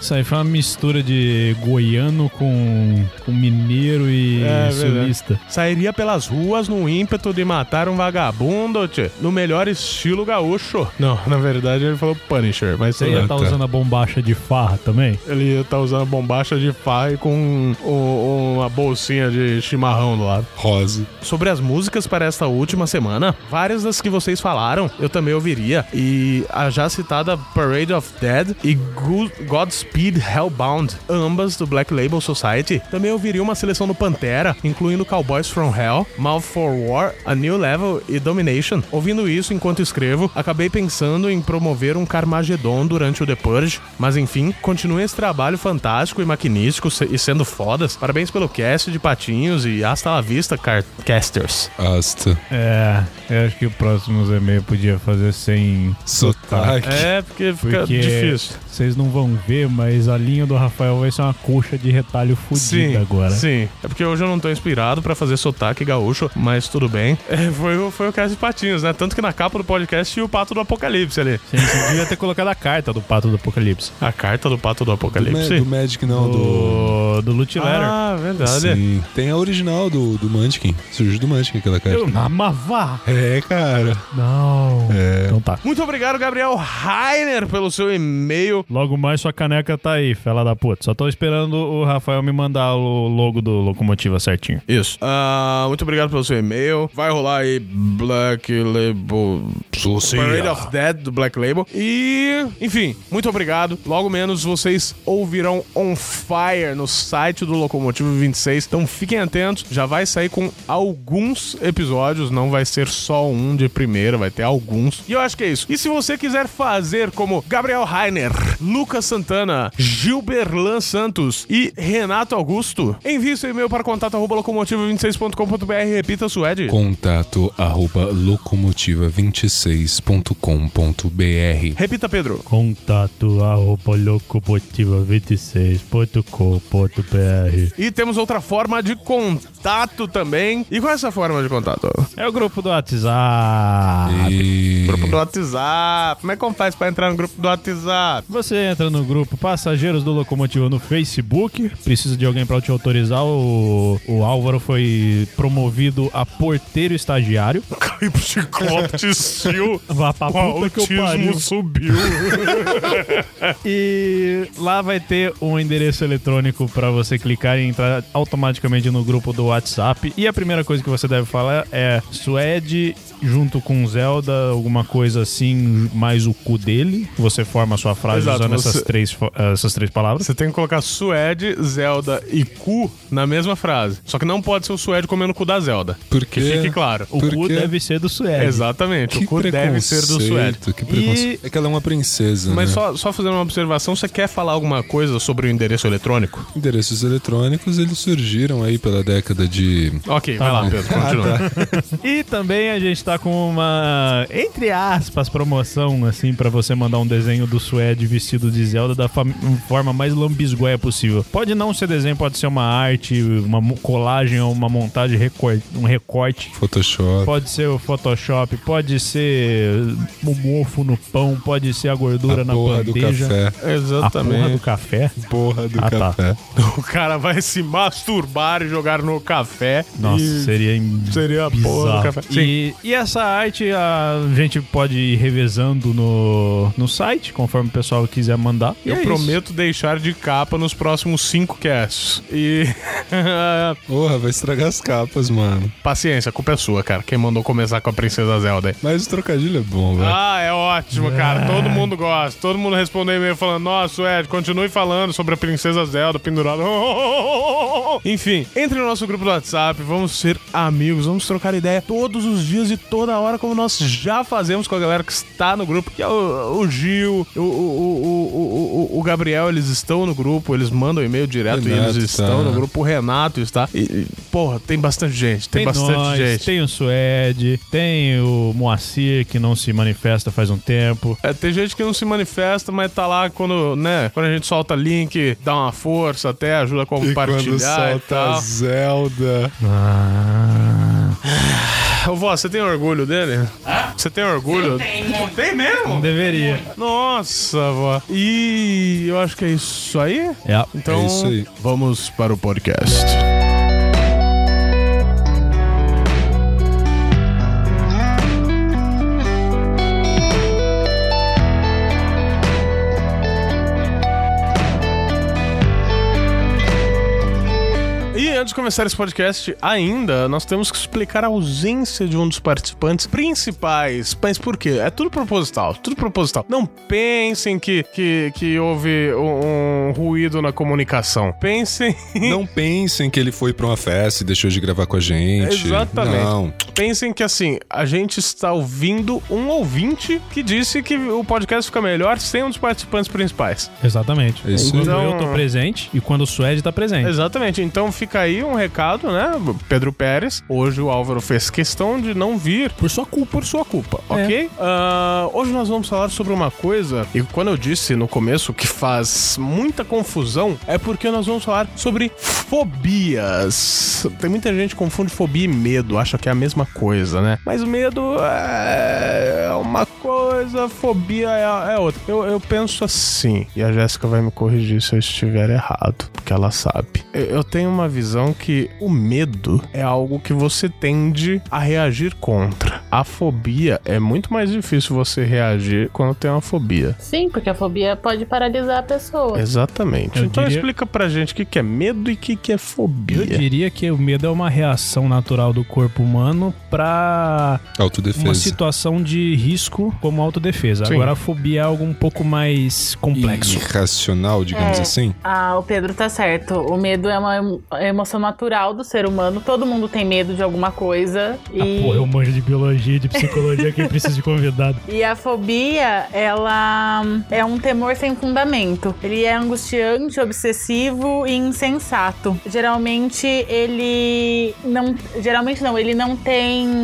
S5: Isso aí foi uma mistura de goiano com, com mineiro e
S1: É,
S5: sulista.
S1: Sairia pelas ruas num ímpeto de matar um vagabundo, tchê. No melhor estilo gaúcho. tá- Não, na verdade ele falou Punisher, mas
S5: Você
S1: sei
S5: ia
S7: Ah,
S1: lá.
S7: tá.
S5: estar usando a bombacha de farra também?
S1: Ele ia tá usando bombacha de farra e com um- um- uma bolsinha de chimarrão do lado.
S7: Rose.
S1: Sobre as músicas para esta última semana, várias das que vocês falaram eu também ouviria. E a já citada Parade of Dead e Go- Godspeed Hellbound, ambas do Black Label Society. Também ouviria uma seleção do Pantera, incluindo Cowboys from Hell, Mouth for War, A New Level e Domination. Ouvindo isso enquanto escrevo, acabei pensando em promover um Carmageddon durante o The Purge. Mas enfim, continue esse trabalho fantástico e maquinístico se- e sendo fodas. Parabéns pelo cast de patinhos e hasta la vista, car- casters.
S2: Asta.
S5: É, eu acho que o próximo e-mail podia fazer sem.
S2: Sotaque.
S1: É, porque fica
S5: Porque é
S1: difícil.
S5: vocês não vão ver, mas a linha do Rafael vai ser uma coxa de retalho fodida agora.
S1: sim. É porque hoje eu não tô inspirado pra fazer sotaque gaúcho, mas tudo bem. É, foi, o- foi o cast de patinhos, né? Tanto que na capa do podcast tinha o pato do apocalipse ali.
S5: Sim, você devia ter colocado a carta do Pato do Apocalipse.
S1: A carta do pato
S7: Do,
S1: do
S7: Ma-
S1: apocalipse.
S7: do Magic, não, do.
S5: Do, do Loot Letter.
S1: Ah, verdade.
S7: Sim. Tem a original do, do Munchkin. Surgiu do Munchkin aquela carta.
S5: Amavá!
S7: É, cara.
S5: Não.
S7: É.
S5: Então tá.
S1: Muito obrigado, Gabriel Rainer, pelo seu e-mail.
S5: Logo mais sua caneca tá aí, fela da puta. Só tô esperando o Rafael me mandar o logo do Locomotiva certinho.
S1: Isso. Ah, muito obrigado pelo seu e-mail. Vai rolar aí Black Label. Parade of Dead do Black Label. E, enfim, muito obrigado. Logo menos vocês ouvirão On Fire no site do Locomotivo 26. Então fiquem atentos, já vai sair com alguns episódios, não vai ser só um de primeira, vai ter alguns. E eu acho que é isso. E se você quiser fazer como Gabriel Rainer, Lucas Santana, Gilberlan Santos e Renato Augusto, envie seu e-mail para contato@locomotivo26.com.br. Repita, Suede.
S2: Contato arroba locomotiva26.com.br
S1: Repita, Pedro.
S5: Contato arroba locomotiva26.com.br
S1: E temos outra forma de contato também. E qual é essa forma de contato?
S5: É o grupo do WhatsApp.
S2: E...
S1: do WhatsApp. Como é que faz pra entrar no grupo do WhatsApp?
S5: Você entra no grupo Passageiros do Locomotivo no Facebook. Precisa de alguém pra te autorizar. O, o Álvaro foi promovido a porteiro estagiário.
S1: Ciclope Sil.
S5: Vá pra puta que eu pariu.
S1: subiu.
S5: E lá vai ter um endereço eletrônico pra você clicar e entrar automaticamente no grupo do WhatsApp. E a primeira coisa que você deve falar é Suede junto com Zelda, alguma coisa assim, mais o cu dele. Você forma a sua frase
S1: Exato,
S5: usando essas,
S1: você-
S5: três, fo- essas três palavras.
S1: Você tem que colocar Suede, Zelda e cu na mesma frase. Só que não pode ser o Suede comendo o cu da Zelda.
S2: Por quê?
S1: Que fique claro.
S5: O
S2: Por
S5: cu
S2: quê?
S5: deve ser do Suede.
S1: Exatamente.
S2: Que
S1: o cu deve ser do Suede.
S2: preconceito, Que preconceito. É que ela é uma princesa,
S1: Mas
S2: né?
S1: só, só fazendo uma observação, você quer falar alguma coisa sobre o endereço eletrônico?
S2: Endereços eletrônicos, eles surgiram aí pela década de...
S1: Ok, vai lá, Pedro, continua.
S5: E também a gente tá com uma, entre aspas, promoção, assim, pra você mandar um desenho do Suede vestido de Zelda da fam- forma mais lambisgoia possível. Pode não ser desenho, pode ser uma arte, uma mo- colagem ou uma montagem, recorte, um recorte.
S2: Photoshop.
S5: Pode ser o Photoshop, pode ser o mofo no pão, pode ser a gordura
S2: a
S5: na
S2: porra
S5: bandeja.
S2: do café.
S5: A porra do
S1: Exatamente.
S5: café?
S2: Porra do
S5: Ah, tá.
S2: café.
S1: O cara vai se masturbar e jogar no café.
S5: Nossa,
S1: E
S5: seria im-
S1: seria a porra
S5: bizarro.
S1: do café.
S5: E, e essa arte a gente pode ir revezando no, no site, conforme o pessoal quiser mandar. E
S1: Eu
S5: é isso.
S1: prometo deixar de capa nos próximos cinco casts. E.
S2: Porra, vai estragar as capas, mano.
S1: Paciência, a culpa é sua, cara. Quem mandou começar com a Princesa Zelda aí.
S2: Mas o trocadilho é bom, velho.
S1: Ah, é ótimo, cara. Todo mundo gosta. Todo mundo respondeu e-mail falando: Nossa, Ed, continue falando sobre a Princesa Zelda pendurada. Enfim, entre no nosso grupo do WhatsApp, vamos ser amigos, vamos trocar ideia todos os dias e toda hora, como nós já fazemos com a galera que está no grupo, que é o, o Gil, o, o, o, o, o- o Gabriel, eles estão no grupo, eles mandam e-mail direto e eles
S2: Renato
S1: estão
S2: tá.
S1: no grupo. O Renato está. E, e, porra, tem bastante gente, tem,
S5: Tem
S1: bastante
S5: nós,
S1: gente.
S5: tem o Suede, tem o Moacir, que não se manifesta faz um tempo.
S1: É, tem gente que não se manifesta, mas tá lá quando, né, quando a gente solta link, dá uma força até, ajuda a
S2: E quando
S1: compartilhar e,
S2: solta
S1: tal.
S2: Zelda.
S1: Ô, vó, você tem orgulho dele? Você tem orgulho? Tem. Tem mesmo?
S5: Deveria.
S1: Nossa, vó. E eu acho que é isso aí.
S5: É.
S1: Então,
S2: É isso aí.
S1: vamos para o podcast. E antes de começar esse podcast, ainda nós temos que explicar a ausência de um dos participantes principais. Mas por quê? É tudo proposital, tudo proposital. Não pensem que, que, que houve um, um ruído na comunicação. Pensem,
S2: Não pensem que ele foi pra uma festa e deixou de gravar com a gente.
S1: Exatamente.
S2: Não.
S1: pensem que assim, a gente está ouvindo um ouvinte que disse que o podcast fica melhor sem um dos participantes principais.
S5: Exatamente.
S2: É isso aí.
S5: Quando
S1: Então-
S5: eu tô presente e quando o Suede tá presente.
S1: Exatamente, então fica aí um recado, né? Pedro Pérez, hoje o Álvaro fez questão de não vir
S5: Por sua culpa.
S1: por sua culpa, ok? Ah, hoje nós vamos falar sobre uma coisa, e quando eu disse no começo que faz muita confusão, é porque nós vamos falar sobre fobias. Tem muita gente que confunde fobia e medo, acha que é a mesma coisa, né? Mas o medo é uma coisa, fobia é, é outra. Eu, eu penso assim, e a Jéssica vai me corrigir se eu estiver errado, porque ela sabe. Eu, eu tenho uma visão que o medo é algo que você tende a reagir contra. A fobia é muito mais difícil você reagir quando tem uma fobia.
S4: Sim, porque a fobia pode paralisar a pessoa.
S1: Exatamente.
S5: Eu
S1: então
S5: diria-
S1: explica pra gente o que, que é medo e o que, que é
S5: Eu
S1: fobia.
S5: diria que o medo é uma reação natural do corpo humano pra uma
S2: Autodefesa.
S5: situação de risco como autodefesa.
S1: Sim.
S5: Agora a fobia é algo um pouco mais complexo.
S2: Irracional, digamos
S4: É.
S2: assim.
S4: Ah, o Pedro tá certo. O medo é uma emo- emoção natural do ser humano. Todo mundo tem medo de alguma coisa. E,
S5: Ah, Porra, eu manjo de biologia, de psicologia, quem precisa de convidado.
S4: e a fobia, ela hum, é um temor sem fundamento. Ele é angustiante, obsessivo e insensato. Geralmente ele não. Geralmente não, ele não tem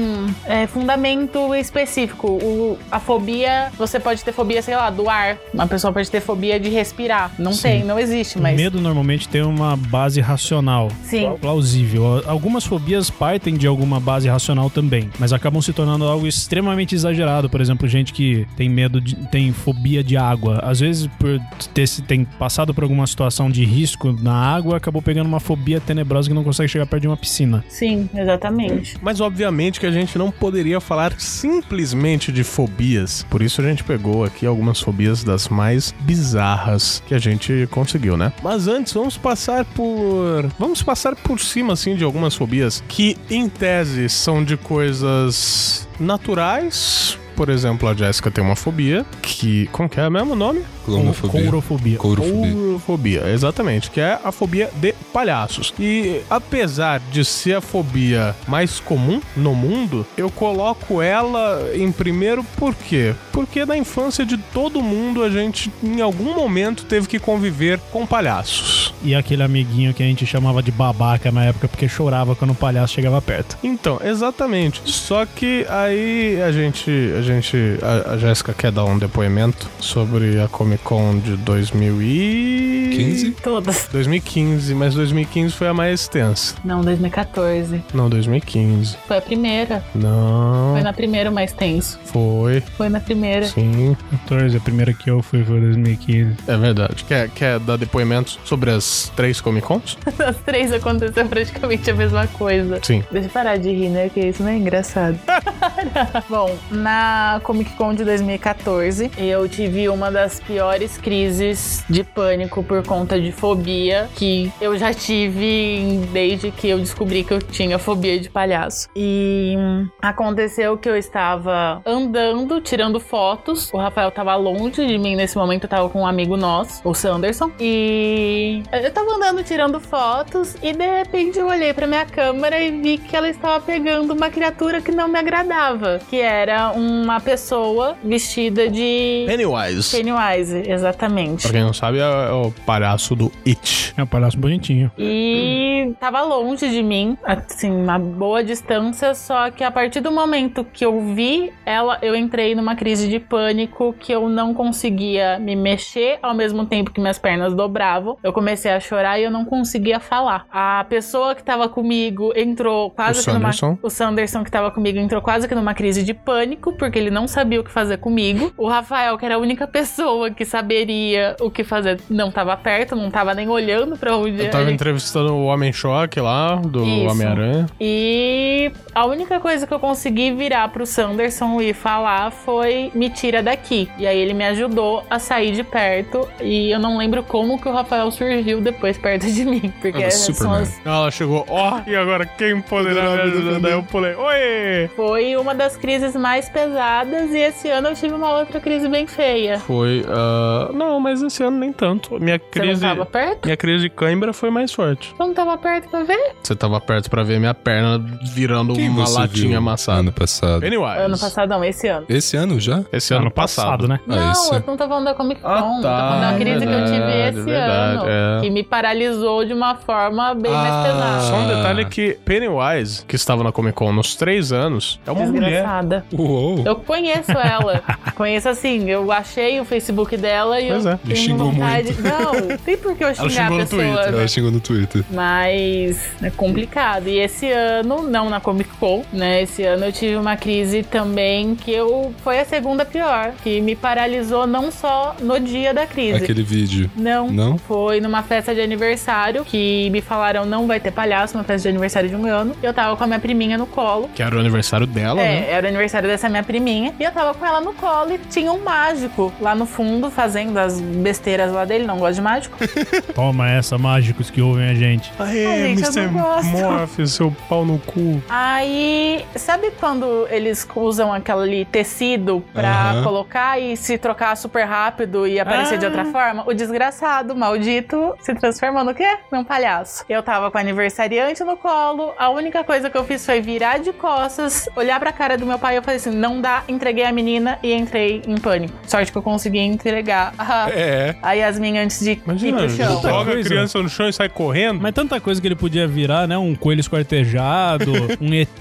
S4: é, fundamento específico. O, a fobia, você pode ter fobia, sei lá, do ar. Uma pessoa pode ter fobia de respirar. Não tem, não existe, mas.
S5: Medo normalmente tem uma base racional.
S4: Sim.
S5: Plausível. Algumas fobias partem de alguma base racional também, mas acabam se tornando algo extremamente exagerado. Por exemplo, gente que tem medo, de, tem fobia de água. Às vezes, por ter se tem passado por alguma situação de risco na água, acabou pegando uma fobia tenebrosa que não consegue chegar perto de uma piscina.
S4: Sim, exatamente.
S1: Mas obviamente que a gente não poderia falar simplesmente de fobias. Por isso a gente pegou aqui algumas fobias das mais bizarras que a gente conseguiu, né? Mas antes vamos passar por vamos passar por cima assim de algumas fobias que em tese são de coisas naturais. Por exemplo, a Jéssica tem uma fobia que. Como que é mesmo o nome?
S2: Clonofobia.
S5: Courofobia.
S2: Courofobia.
S1: Ourofobia, exatamente, que é a fobia de palhaços. E apesar de ser a fobia mais comum no mundo, eu coloco ela em primeiro por quê? Porque na infância de todo mundo a gente em algum momento teve que conviver com palhaços.
S5: E aquele amiguinho que a gente chamava de babaca na época porque chorava quando o palhaço chegava perto.
S1: Então, exatamente. Só que aí a gente, a gente, a, a Jéssica quer dar um depoimento sobre a Comic Con de 2000 e
S2: 15?
S4: Todas.
S1: 2015, mas 2015 foi a mais tensa.
S4: Não, 2014.
S1: Não, 2015.
S4: Foi a primeira. Foi
S1: Não.
S4: na primeira o mais tenso.
S1: Foi.
S4: Foi na primeira.
S1: Sim.
S5: 14, a primeira que eu fui foi em 2015.
S1: É verdade. Quer, quer dar depoimentos sobre as três Comic Cons?
S4: Nas três aconteceu praticamente a mesma coisa.
S1: Sim.
S4: Deixa eu parar de rir, né? Que isso não é engraçado. Bom, na Comic Con de 2014, eu tive uma das piores crises de pânico por conta de fobia que eu já tive desde que eu descobri que eu tinha fobia de palhaço. E hum, aconteceu que eu estava andando, tirando fotos. O Rafael tava longe de mim nesse momento, eu tava com um amigo nosso, o Sanderson. E eu tava andando, tirando fotos, e de repente eu olhei pra minha câmera e vi que ela estava pegando uma criatura que não me agradava, que era uma pessoa vestida de
S1: Pennywise.
S4: Pennywise, exatamente.
S1: Pra quem não sabe, é, é o palhaço do It.
S5: É um palhaço bonitinho.
S4: E tava longe de mim, assim, uma boa distância, só que a partir do momento que eu vi ela, eu entrei numa crise de pânico que eu não conseguia me mexer ao mesmo tempo que minhas pernas dobravam. Eu comecei a chorar e eu não conseguia falar. A pessoa que tava comigo entrou quase
S1: O
S4: que numa
S1: Sanderson?
S4: o Sanderson que tava comigo entrou quase que numa crise de pânico, porque ele não sabia o que fazer comigo. O Rafael, que era a única pessoa que saberia o que fazer, não tava perto, não tava nem olhando pra onde
S1: Eu tava
S4: ele
S1: entrevistando o Homem-Choque lá, do
S4: Isso.
S1: Homem-Aranha.
S4: e a única coisa que eu consegui virar pro Sanderson e falar foi: me tira daqui. E aí ele me ajudou a sair de perto. E eu não lembro como que o Rafael surgiu depois perto de mim. Porque
S2: Ah,
S4: são
S2: Superman.
S4: as-
S1: Ela chegou, ó, e agora quem poderá me ajudar? Daí eu pulei, oi!
S4: foi uma das crises mais pesadas. E esse ano eu tive uma outra crise bem feia.
S1: Foi, ah, não, mas esse ano nem tanto. Minha
S4: Você
S1: crise...
S4: não tava perto?
S1: Minha crise de cãibra foi mais forte.
S4: Você não tava perto pra ver?
S1: Você tava perto pra ver minha perna virando
S2: Quem
S1: uma
S2: você
S1: latinha
S2: viu
S1: amassada.
S2: Ano passado.
S1: Pennywise.
S4: Ano passado, não, esse ano.
S2: Esse ano já?
S1: Esse ano, passado, né?
S5: né?
S2: Ah,
S4: não,
S2: esse-
S4: eu não tô falando da Comic Con.
S1: Ah,
S4: eu tô
S1: tá,
S4: falando da crise que eu tive
S1: verdade,
S4: esse
S1: verdade,
S4: ano.
S1: é.
S4: Que me paralisou de uma forma bem
S2: Ah,
S4: mais pesada.
S1: Só um
S2: Ah.
S1: detalhe que Pennywise, que estava na Comic Con nos três anos, é uma mulher.
S4: Desgraçada.
S2: Uou.
S4: Eu conheço ela. conheço assim, eu achei o Facebook dela e
S1: Pois
S4: eu
S1: é.
S2: Me xingou muito.
S4: Não, tem por que eu xingar a
S1: xingou no
S4: pessoa.
S1: Twitter,
S4: né?
S2: Ela chegou no Twitter.
S4: Mas é complicado. E esse ano, não na Comic Con, né? Esse ano eu tive uma crise também que eu foi a segunda pior, que me paralisou não só no dia da crise.
S2: Aquele vídeo.
S4: Não.
S2: Não?
S4: Foi numa festa de aniversário que me falaram não vai ter palhaço, uma festa de aniversário de um ano. Eu tava com a minha priminha no colo.
S1: Que era o aniversário dela,
S4: é,
S1: né?
S4: era o aniversário dessa minha priminha. E eu tava com ela no colo e tinha um mágico lá no fundo fazendo as besteiras lá dele. Não gosto de mágico.
S5: Toma essa, mágicos que ouvem a gente.
S1: Aê,
S4: Ai, Ah, gente, eu
S1: Mr.
S4: não gosto.
S1: Morph, seu pau no cu.
S4: Aí, sabe quando eles usam aquele tecido pra
S2: Aham.
S4: colocar e se trocar super rápido e aparecer de
S2: Ah.
S4: outra forma? O desgraçado, maldito, se transformou no quê? Num palhaço. Eu tava com o aniversariante no colo, a única coisa que eu fiz foi virar de costas, olhar pra cara do meu pai e eu falei assim: não dá, entreguei a menina e entrei em pânico. Sorte que eu consegui entregar a,
S2: É.
S4: a Yasmin antes de de ir pro chão.
S5: puta
S1: joga a
S5: coisa.
S1: criança no chão e sai correndo.
S5: Mas tanta coisa que ele podia virar, né? Um coelho esquartejado, um ET,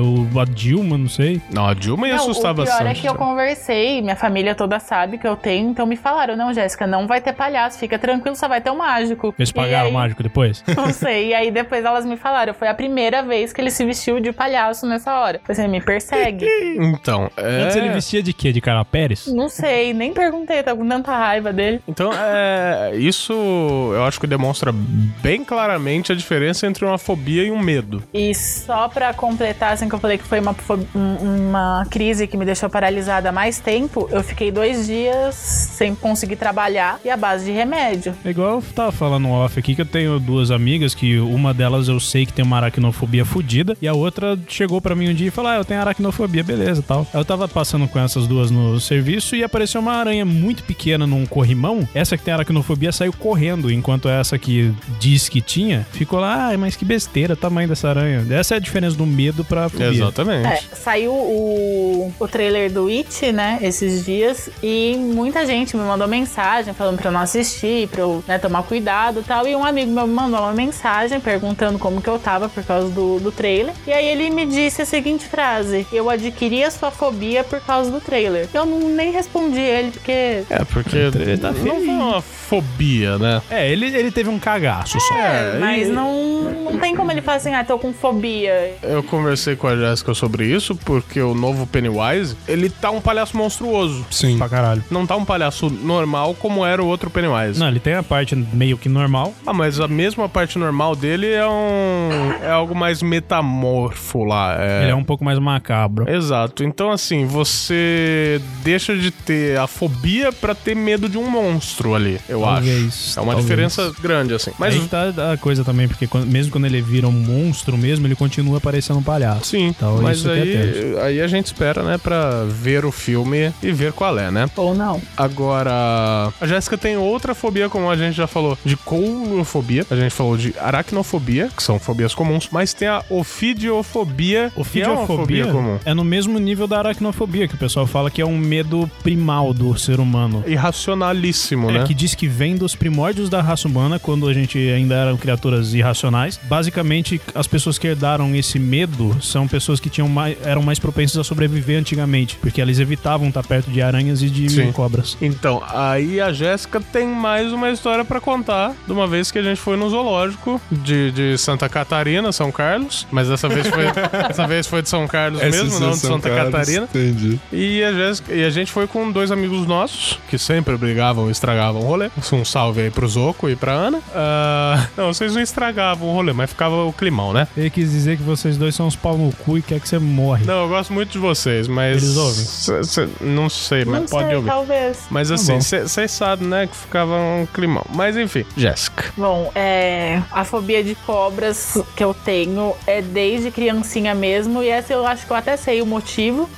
S5: o- a Dilma, não sei.
S1: Não, a Dilma ia
S4: Não,
S1: assustar
S4: o pior é
S1: bastante.
S4: que eu conversei, minha família toda sabe que eu tenho, então me falaram, não, Jéssica, não vai ter palhaço, fica tranquilo, só vai ter o mágico.
S5: Eles
S4: E
S5: pagaram
S4: aí-
S5: o mágico depois.
S4: Não sei, e aí depois elas me falaram, foi a primeira vez que ele se vestiu de palhaço nessa hora. Você me persegue?
S1: Então, é...
S5: Antes ele vestia de quê? De Carla Pérez?
S4: não sei, nem perguntei, tá com tanta raiva dele.
S1: Então, é, isso eu acho que demonstra bem claramente a diferença entre uma fobia e um medo.
S4: E só pra completar, assim que eu falei que foi uma, fo- um- uma crise que me deixou paralisada há mais tempo, eu fiquei dois dias sem conseguir trabalhar e à base de remédio.
S5: É igual eu tava falando off aqui que eu tenho duas amigas que uma delas eu sei que tem uma aracnofobia fodida e a outra chegou pra mim um dia e falou: "Ah, eu tenho aracnofobia, beleza, tal". Eu tava passando com essas duas no serviço e apareceu uma aranha muito pequena num corrimão. Essa que tem aracnofobia saiu correndo, enquanto essa que diz que tinha ficou lá: "Ai, mas que besteira, o tamanho dessa aranha". Essa é a diferença do medo pra fobia.
S1: Exatamente.
S4: É, saiu o, o trailer do It, né, esses dias, e muita gente me mandou mensagem falando pra eu não assistir, pra eu né, tomar cuidado e tal. E um amigo meu me mandou uma mensagem perguntando como que eu tava por causa do, do trailer. E aí ele me disse a seguinte frase: Eu adquiri a sua fobia por causa do trailer. Eu não, nem respondi ele, porque.
S1: É, porque não foi uma fobia, né?
S5: É, ele, ele teve um cagaço só.
S1: É,
S4: Mas
S1: e-
S4: não, não tem como ele falar assim, ah, tô com fobia.
S1: Eu conversei com a Jéssica sobre isso, porque o novo Pennywise, ele tá um palhaço monstruoso.
S2: Sim.
S5: Pra caralho.
S1: Não tá um palhaço normal como era o outro Pennywise.
S5: Não, ele tem a parte meio que normal,
S1: Ah, mas a mesma parte normal dele é um. é algo mais metamorfo lá. É...
S5: ele é um pouco mais macabro.
S1: Exato. Então, assim, você deixa de ter a fobia pra ter medo de um monstro ali, eu
S5: Talvez,
S1: acho. É uma
S5: talvez.
S1: diferença grande, assim. Mas,
S5: Aí tá a coisa também, porque quando- mesmo quando ele vira um monstro mesmo, ele continua parecendo um palhaço.
S1: sim,
S5: Então,
S1: mas
S5: isso que é
S1: aí, aí a gente espera, né, pra ver o filme e ver qual é, né?
S4: Ou não.
S1: Agora, a Jéssica tem outra fobia, como a gente já falou, de coulofobia, a gente falou de aracnofobia, que são fobias comuns, mas tem a ofidiofobia,
S5: O
S1: que é uma
S5: fidiofobia
S1: fobia comum.
S5: é no mesmo nível da aracnofobia, que o pessoal fala que é um medo primal do ser humano.
S1: Irracionalíssimo, É né?
S5: É, que diz que vem dos primórdios da raça humana, quando a gente ainda eram criaturas irracionais. Basicamente, as pessoas que herdaram esse medo são pessoas que tinham mais, eram mais propensas a sobreviver antigamente, porque elas evitavam estar perto de aranhas e de
S1: Sim.
S5: cobras.
S1: Então, aí a Jéssica tem mais uma história pra contar, de uma vez que a gente foi no zoológico de, de Santa Catarina, São Carlos, mas dessa vez foi, dessa vez foi de São Carlos mesmo,
S5: é
S1: não de Santa
S2: tá
S1: Catarina.
S2: Entendi.
S1: E a, Jéssica- e a gente foi com dois amigos nossos, que sempre brigavam e estragavam o rolê. Um salve aí pro Zoco e pra Ana. Ah, não, vocês não estragavam o rolê, mas ficava o climão, né?
S5: Ele quis dizer que vocês dois são uns pau no cu e quer que você morre.
S1: Não, eu gosto muito de vocês, mas.
S5: Eles ouvem?
S1: Cê- cê- não sei, mas
S4: não
S1: pode
S4: sei, tá
S1: ouvir.
S4: talvez.
S1: Mas assim, vocês sabem, né, que ficava um climão. Mas enfim, Jéssica.
S4: Bom, é, a fobia de cobras que eu tenho é desde criancinha mesmo, e essa eu acho que eu até sei o motivo,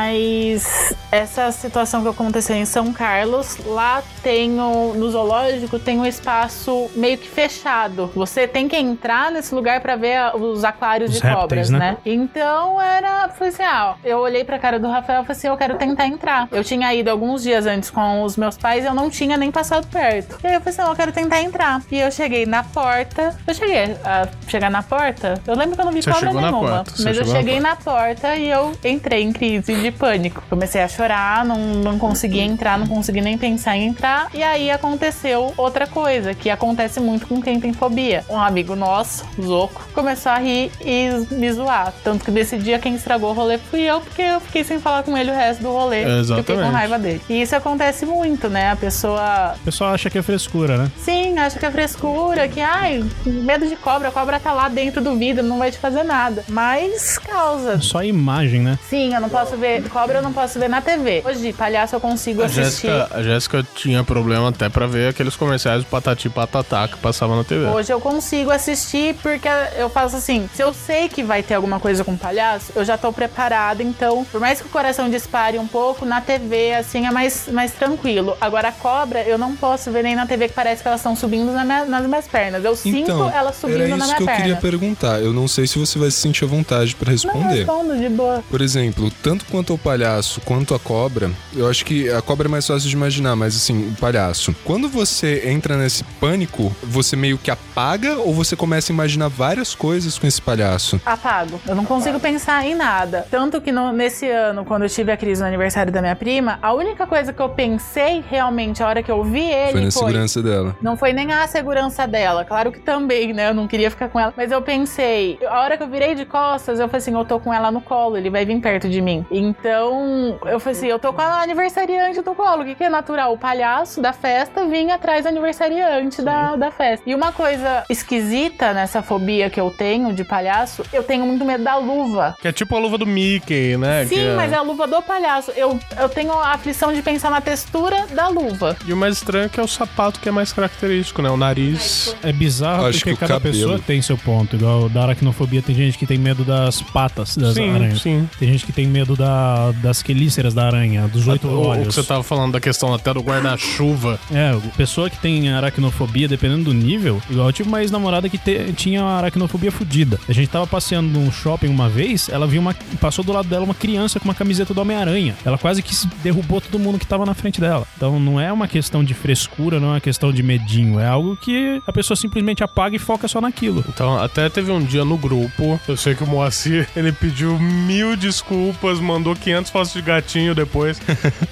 S4: mas essa situação que aconteceu em São Carlos, lá tem o- no zoológico tem um espaço meio que fechado. Você tem que entrar nesse lugar pra ver a- os aquários
S5: Os
S4: de
S5: répteis,
S4: cobras,
S5: né?
S4: né? Então era. Falei assim: ah, eu olhei pra cara do Rafael e falei assim: eu quero tentar entrar. Eu tinha ido alguns dias antes com os meus pais e eu não tinha nem passado perto. E aí eu falei assim: não, eu quero tentar entrar. E eu cheguei na porta. Eu cheguei a chegar na porta. Eu lembro que eu não vi
S1: Você
S4: cobra
S1: chegou na
S4: nenhuma.
S1: porta, você
S4: mas eu
S1: chegou na
S4: cheguei na porta e eu entrei em crise de pânico. Comecei a chorar, não, não consegui entrar, não consegui nem pensar em entrar. E aí aconteceu outra coisa que acontece muito com quem tem fobia. Um amigo nosso, Zoco, começou a rir e me zoar. Tanto que desse dia quem estragou o rolê fui eu, porque eu fiquei sem falar com ele o resto do rolê. Eu Fiquei com
S1: Exatamente.
S4: raiva dele. E isso acontece muito, né? A pessoa
S5: O pessoal acha que é frescura, né?
S4: Sim, acha que é frescura, que ai, medo de cobra, a cobra tá lá dentro do vidro, não vai te fazer nada. Mas causa.
S5: Só a imagem, né?
S4: Sim, eu não posso ver. Cobra eu não posso ver na TV. Hoje, palhaço, eu consigo
S1: A
S4: assistir.
S1: Jéssica, a Jéssica tinha problema até pra ver aqueles comerciais do Patati e Patatá que passavam na TV.
S4: Hoje eu consigo assistir porque eu faço assim: se eu sei que vai ter alguma coisa com palhaço, eu já tô preparada. Então, por mais que o coração dispare um pouco, na TV, assim, é mais, mais tranquilo. Agora, a cobra, eu não posso ver nem na TV que parece que elas estão subindo na minha- nas minhas pernas. Eu
S2: Então,
S4: sinto elas subindo
S2: era
S4: na
S2: isso
S4: minha
S2: que eu
S4: perna.
S2: queria perguntar. Eu não sei se você vai se sentir à vontade pra
S4: não
S2: responder.
S4: respondo de boa.
S2: Por exemplo, tanto quanto ao palhaço quanto à cobra, eu acho que a cobra é mais fácil de imaginar, mas assim, o palhaço. processo. Quando você entra nesse pânico, você meio que apaga ou você começa a imaginar várias coisas com esse palhaço?
S4: Apago. Eu não consigo pensar em nada. Tanto que no- nesse ano, quando eu tive a crise no aniversário da minha prima, a única coisa que eu pensei realmente, a hora que eu vi ele,
S2: Foi na segurança dela.
S4: Não foi nem a segurança dela, claro que também, né? Eu não queria ficar com ela. Mas eu pensei, a hora que eu virei de costas, eu falei assim: eu tô com ela no colo, ele vai vir perto de mim. Então, eu falei assim: eu tô com a aniversariante do colo. O que, que é natural? O palhaço da festa vinha atrás do aniversariante da, da festa. E uma coisa esquisita nessa fobia que eu tenho de palhaço, eu tenho muito medo da luva.
S1: Que é tipo a luva do Mickey, né? que
S4: Sim,
S1: é-
S4: mas é a luva do palhaço. Eu, eu tenho a aflição de pensar na textura da luva.
S1: E o mais estranho é que é o sapato que é mais característico, né? O nariz.
S5: É bizarro
S2: Acho
S5: porque
S2: que o
S5: cada
S2: cabelo.
S5: pessoa tem seu ponto. Igual da aracnofobia tem gente que tem medo das patas das
S1: sim,
S5: aranhas.
S1: sim.
S5: Tem gente que tem medo da, das quelíceras da aranha, dos oito
S1: Ah, O, o
S5: olhos.
S1: que você tá tava falando da questão até do guarda-chuva.
S5: É, pessoa que tem aracnofobia, dependendo do nível, igual eu tive uma ex-namorada que te- tinha uma aracnofobia fudida. A gente tava passeando num shopping uma vez, ela viu uma. Passou do lado dela uma criança com uma camiseta do Homem-Aranha. Ela quase que se derrubou todo mundo que tava na frente dela. Então não é uma questão de frescura, não é uma questão de medinho. É algo que a pessoa simplesmente apaga e foca só naquilo.
S1: Então, até teve um dia no grupo, eu sei que o Moacir, ele pediu mil desculpas, mandou 500 fotos de gatinho depois,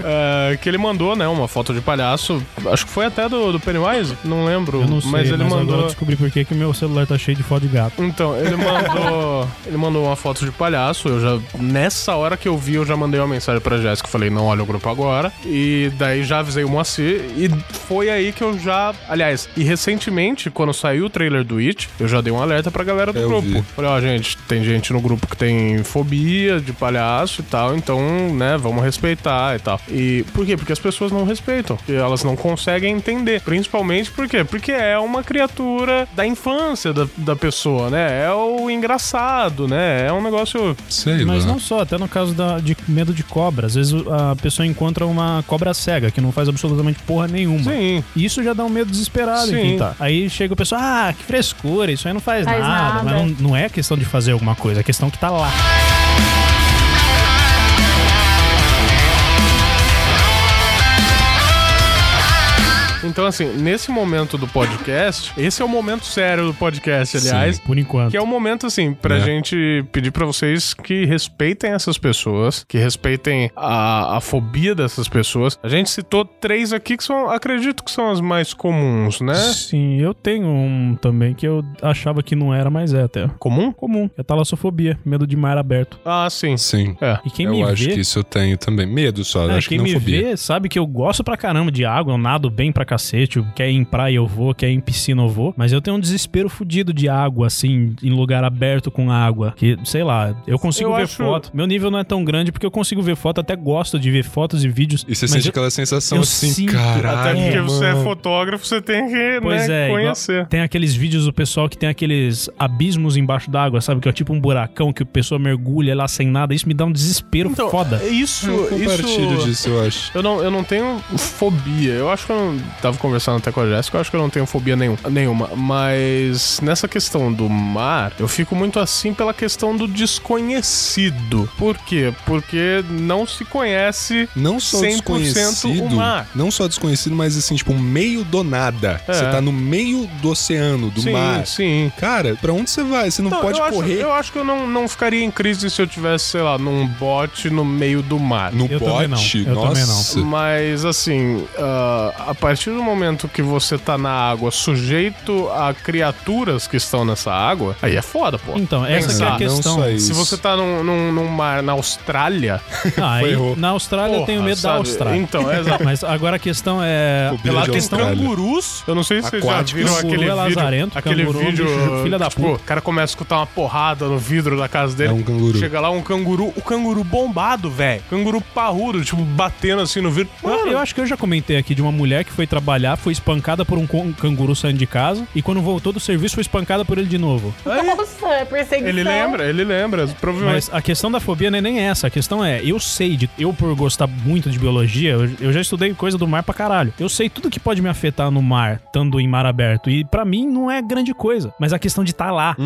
S1: eh, que ele mandou, né, uma foto de palhaço, acho que foi até do, do Pennywise, não lembro,
S5: Eu não sei,
S1: mas ele mandou...
S5: agora eu descobri por que que o meu celular tá cheio de foto de gato.
S1: Então, ele mandou. ele mandou uma foto de palhaço. Eu já. Nessa hora que eu vi, eu já mandei uma mensagem pra Jéssica. Falei, não olha o grupo agora. E daí já avisei o Moacir. E foi aí que eu já. Aliás, e recentemente, quando saiu o trailer do It, eu já dei um alerta pra galera do
S2: Eu
S1: grupo.
S2: vi.
S1: Falei, ó, gente, tem gente no grupo que tem fobia de palhaço e tal, então, né, vamos respeitar e tal. E por quê? Porque as pessoas não respeitam. E elas não conseguem entender. Principalmente por quê? Porque é uma criatura da infância da, da pessoa, né? É o engraçado, né? É um negócio.
S2: Sei
S5: Mas
S2: lá.
S5: não só, até no caso da, de medo de cobra. Às vezes o- a pessoa encontra uma cobra cega que não faz absolutamente porra nenhuma.
S1: Sim.
S5: E isso já dá um medo desesperado
S1: Sim.
S5: em quem tá. Aí chega o pessoal, ah, que frescura, isso aí não faz,
S4: Faz
S5: nada.
S4: nada.
S5: Mas não, não é questão de fazer alguma coisa, é questão que tá lá.
S1: Então, assim, nesse momento do podcast, esse é o momento sério do podcast, aliás.
S5: Por enquanto.
S1: Que é o momento, assim, pra
S2: É.
S1: gente pedir pra vocês que respeitem essas pessoas, que respeitem a, a fobia dessas pessoas. A gente citou três aqui que são, acredito que são as mais comuns, né?
S5: Sim, eu tenho um também que eu achava que não era, mas é até.
S1: Comum?
S5: Comum, é talassofobia, medo de mar aberto.
S1: Ah, sim.
S2: Sim.
S1: É.
S5: E quem
S2: eu
S5: me
S2: acho
S5: vê
S2: que isso eu tenho também. Medo só, eu
S5: É,
S2: acho que
S5: quem
S2: não
S5: me
S2: fobia.
S5: vê sabe que eu gosto pra caramba de água, eu nado bem pra cacete, eu- quer ir em praia eu vou, quer ir em piscina eu vou, mas eu tenho um desespero fudido de água, assim, em lugar aberto com água, que, sei lá, eu consigo
S1: Eu
S5: ver
S1: acho-
S5: foto, meu nível não é tão grande porque eu consigo ver foto, até gosto de ver fotos e vídeos,
S2: E você
S5: mas
S2: sente
S5: eu-
S2: aquela sensação
S5: eu
S2: assim,
S5: sinto-
S1: Até
S2: caralho.
S1: porque
S5: é,
S1: você é
S2: mano.
S1: fotógrafo, você tem que
S5: Pois
S1: né,
S5: é, igual-
S1: conhecer.
S5: tem aqueles vídeos do pessoal que tem aqueles abismos embaixo d'água, sabe? Que é tipo um buracão que o pessoal mergulha lá sem nada. Isso me dá um desespero
S1: Então,
S5: foda.
S1: Isso,
S2: Eu compartilho
S1: isso...
S2: disso, eu acho.
S1: Eu não, eu não tenho fobia. Eu acho que eu não. Tava conversando até com a Jéssica, eu acho que eu não tenho fobia nenhum, nenhuma. Mas nessa questão do mar, eu fico muito assim pela questão do desconhecido. Por quê? Porque não se conhece.
S2: Não só
S1: 100%
S2: desconhecido,
S1: o mar.
S2: não só desconhecido, mas assim, tipo, meio do nada.
S1: É.
S2: Você tá no meio do oceano, do
S1: sim,
S2: mar.
S1: sim.
S2: Cara, pra onde você vai? Você não,
S1: Não,
S2: pode
S1: eu
S2: correr
S1: Acho, eu acho que eu não, não ficaria em crise se eu tivesse, sei lá, num bote no meio do mar.
S2: no
S5: Eu também não,
S2: bote.
S5: eu também
S2: Nossa.
S1: Mas assim, ah, a partir do momento que você tá na água sujeito a criaturas que estão nessa água, aí é foda, pô.
S5: Então, essa que é
S1: Pensar,
S5: a
S1: não
S5: questão.
S2: só isso.
S1: Se você tá num, num, num mar na Austrália.
S5: Ah, aí,
S2: Ferrou.
S5: na Austrália eu tenho
S1: porra,
S5: medo
S1: sabe?
S5: da Austrália.
S1: Então, é exato.
S5: Mas agora a questão é.
S2: Fobia de
S1: tem
S2: Austrália.
S1: cangurus. Eu não sei se vocês já
S2: Aquáticos.
S1: viram
S5: Canguru
S1: aquele
S5: é
S1: vídeo.
S5: lazarento,
S1: aquele
S5: canguru é um
S1: vídeo.
S5: bicho de filha da
S1: tipo,
S5: puta.
S1: O cara começa a escutar uma porrada no vidro da casa dele.
S2: É um canguru.
S1: Chega lá um canguru. O canguru bombado, velho. Canguru parrudo, tipo, batendo assim no vidro.
S5: Eu, eu acho que eu já comentei aqui de uma mulher que foi trabalhar, foi espancada por um con- canguru saindo de casa e quando voltou do serviço foi espancada por ele de novo.
S4: Nossa, é perseguição.
S1: Ele lembra, ele lembra, provavelmente.
S5: Mas a questão da fobia não é nem essa. A questão é, eu sei, de, eu por gostar muito de biologia, eu, eu já estudei coisa do mar pra caralho. Eu sei tudo que pode me afetar no mar, estando em mar aberto. E pra mim não é grande coisa. Mas a questão de estar lá,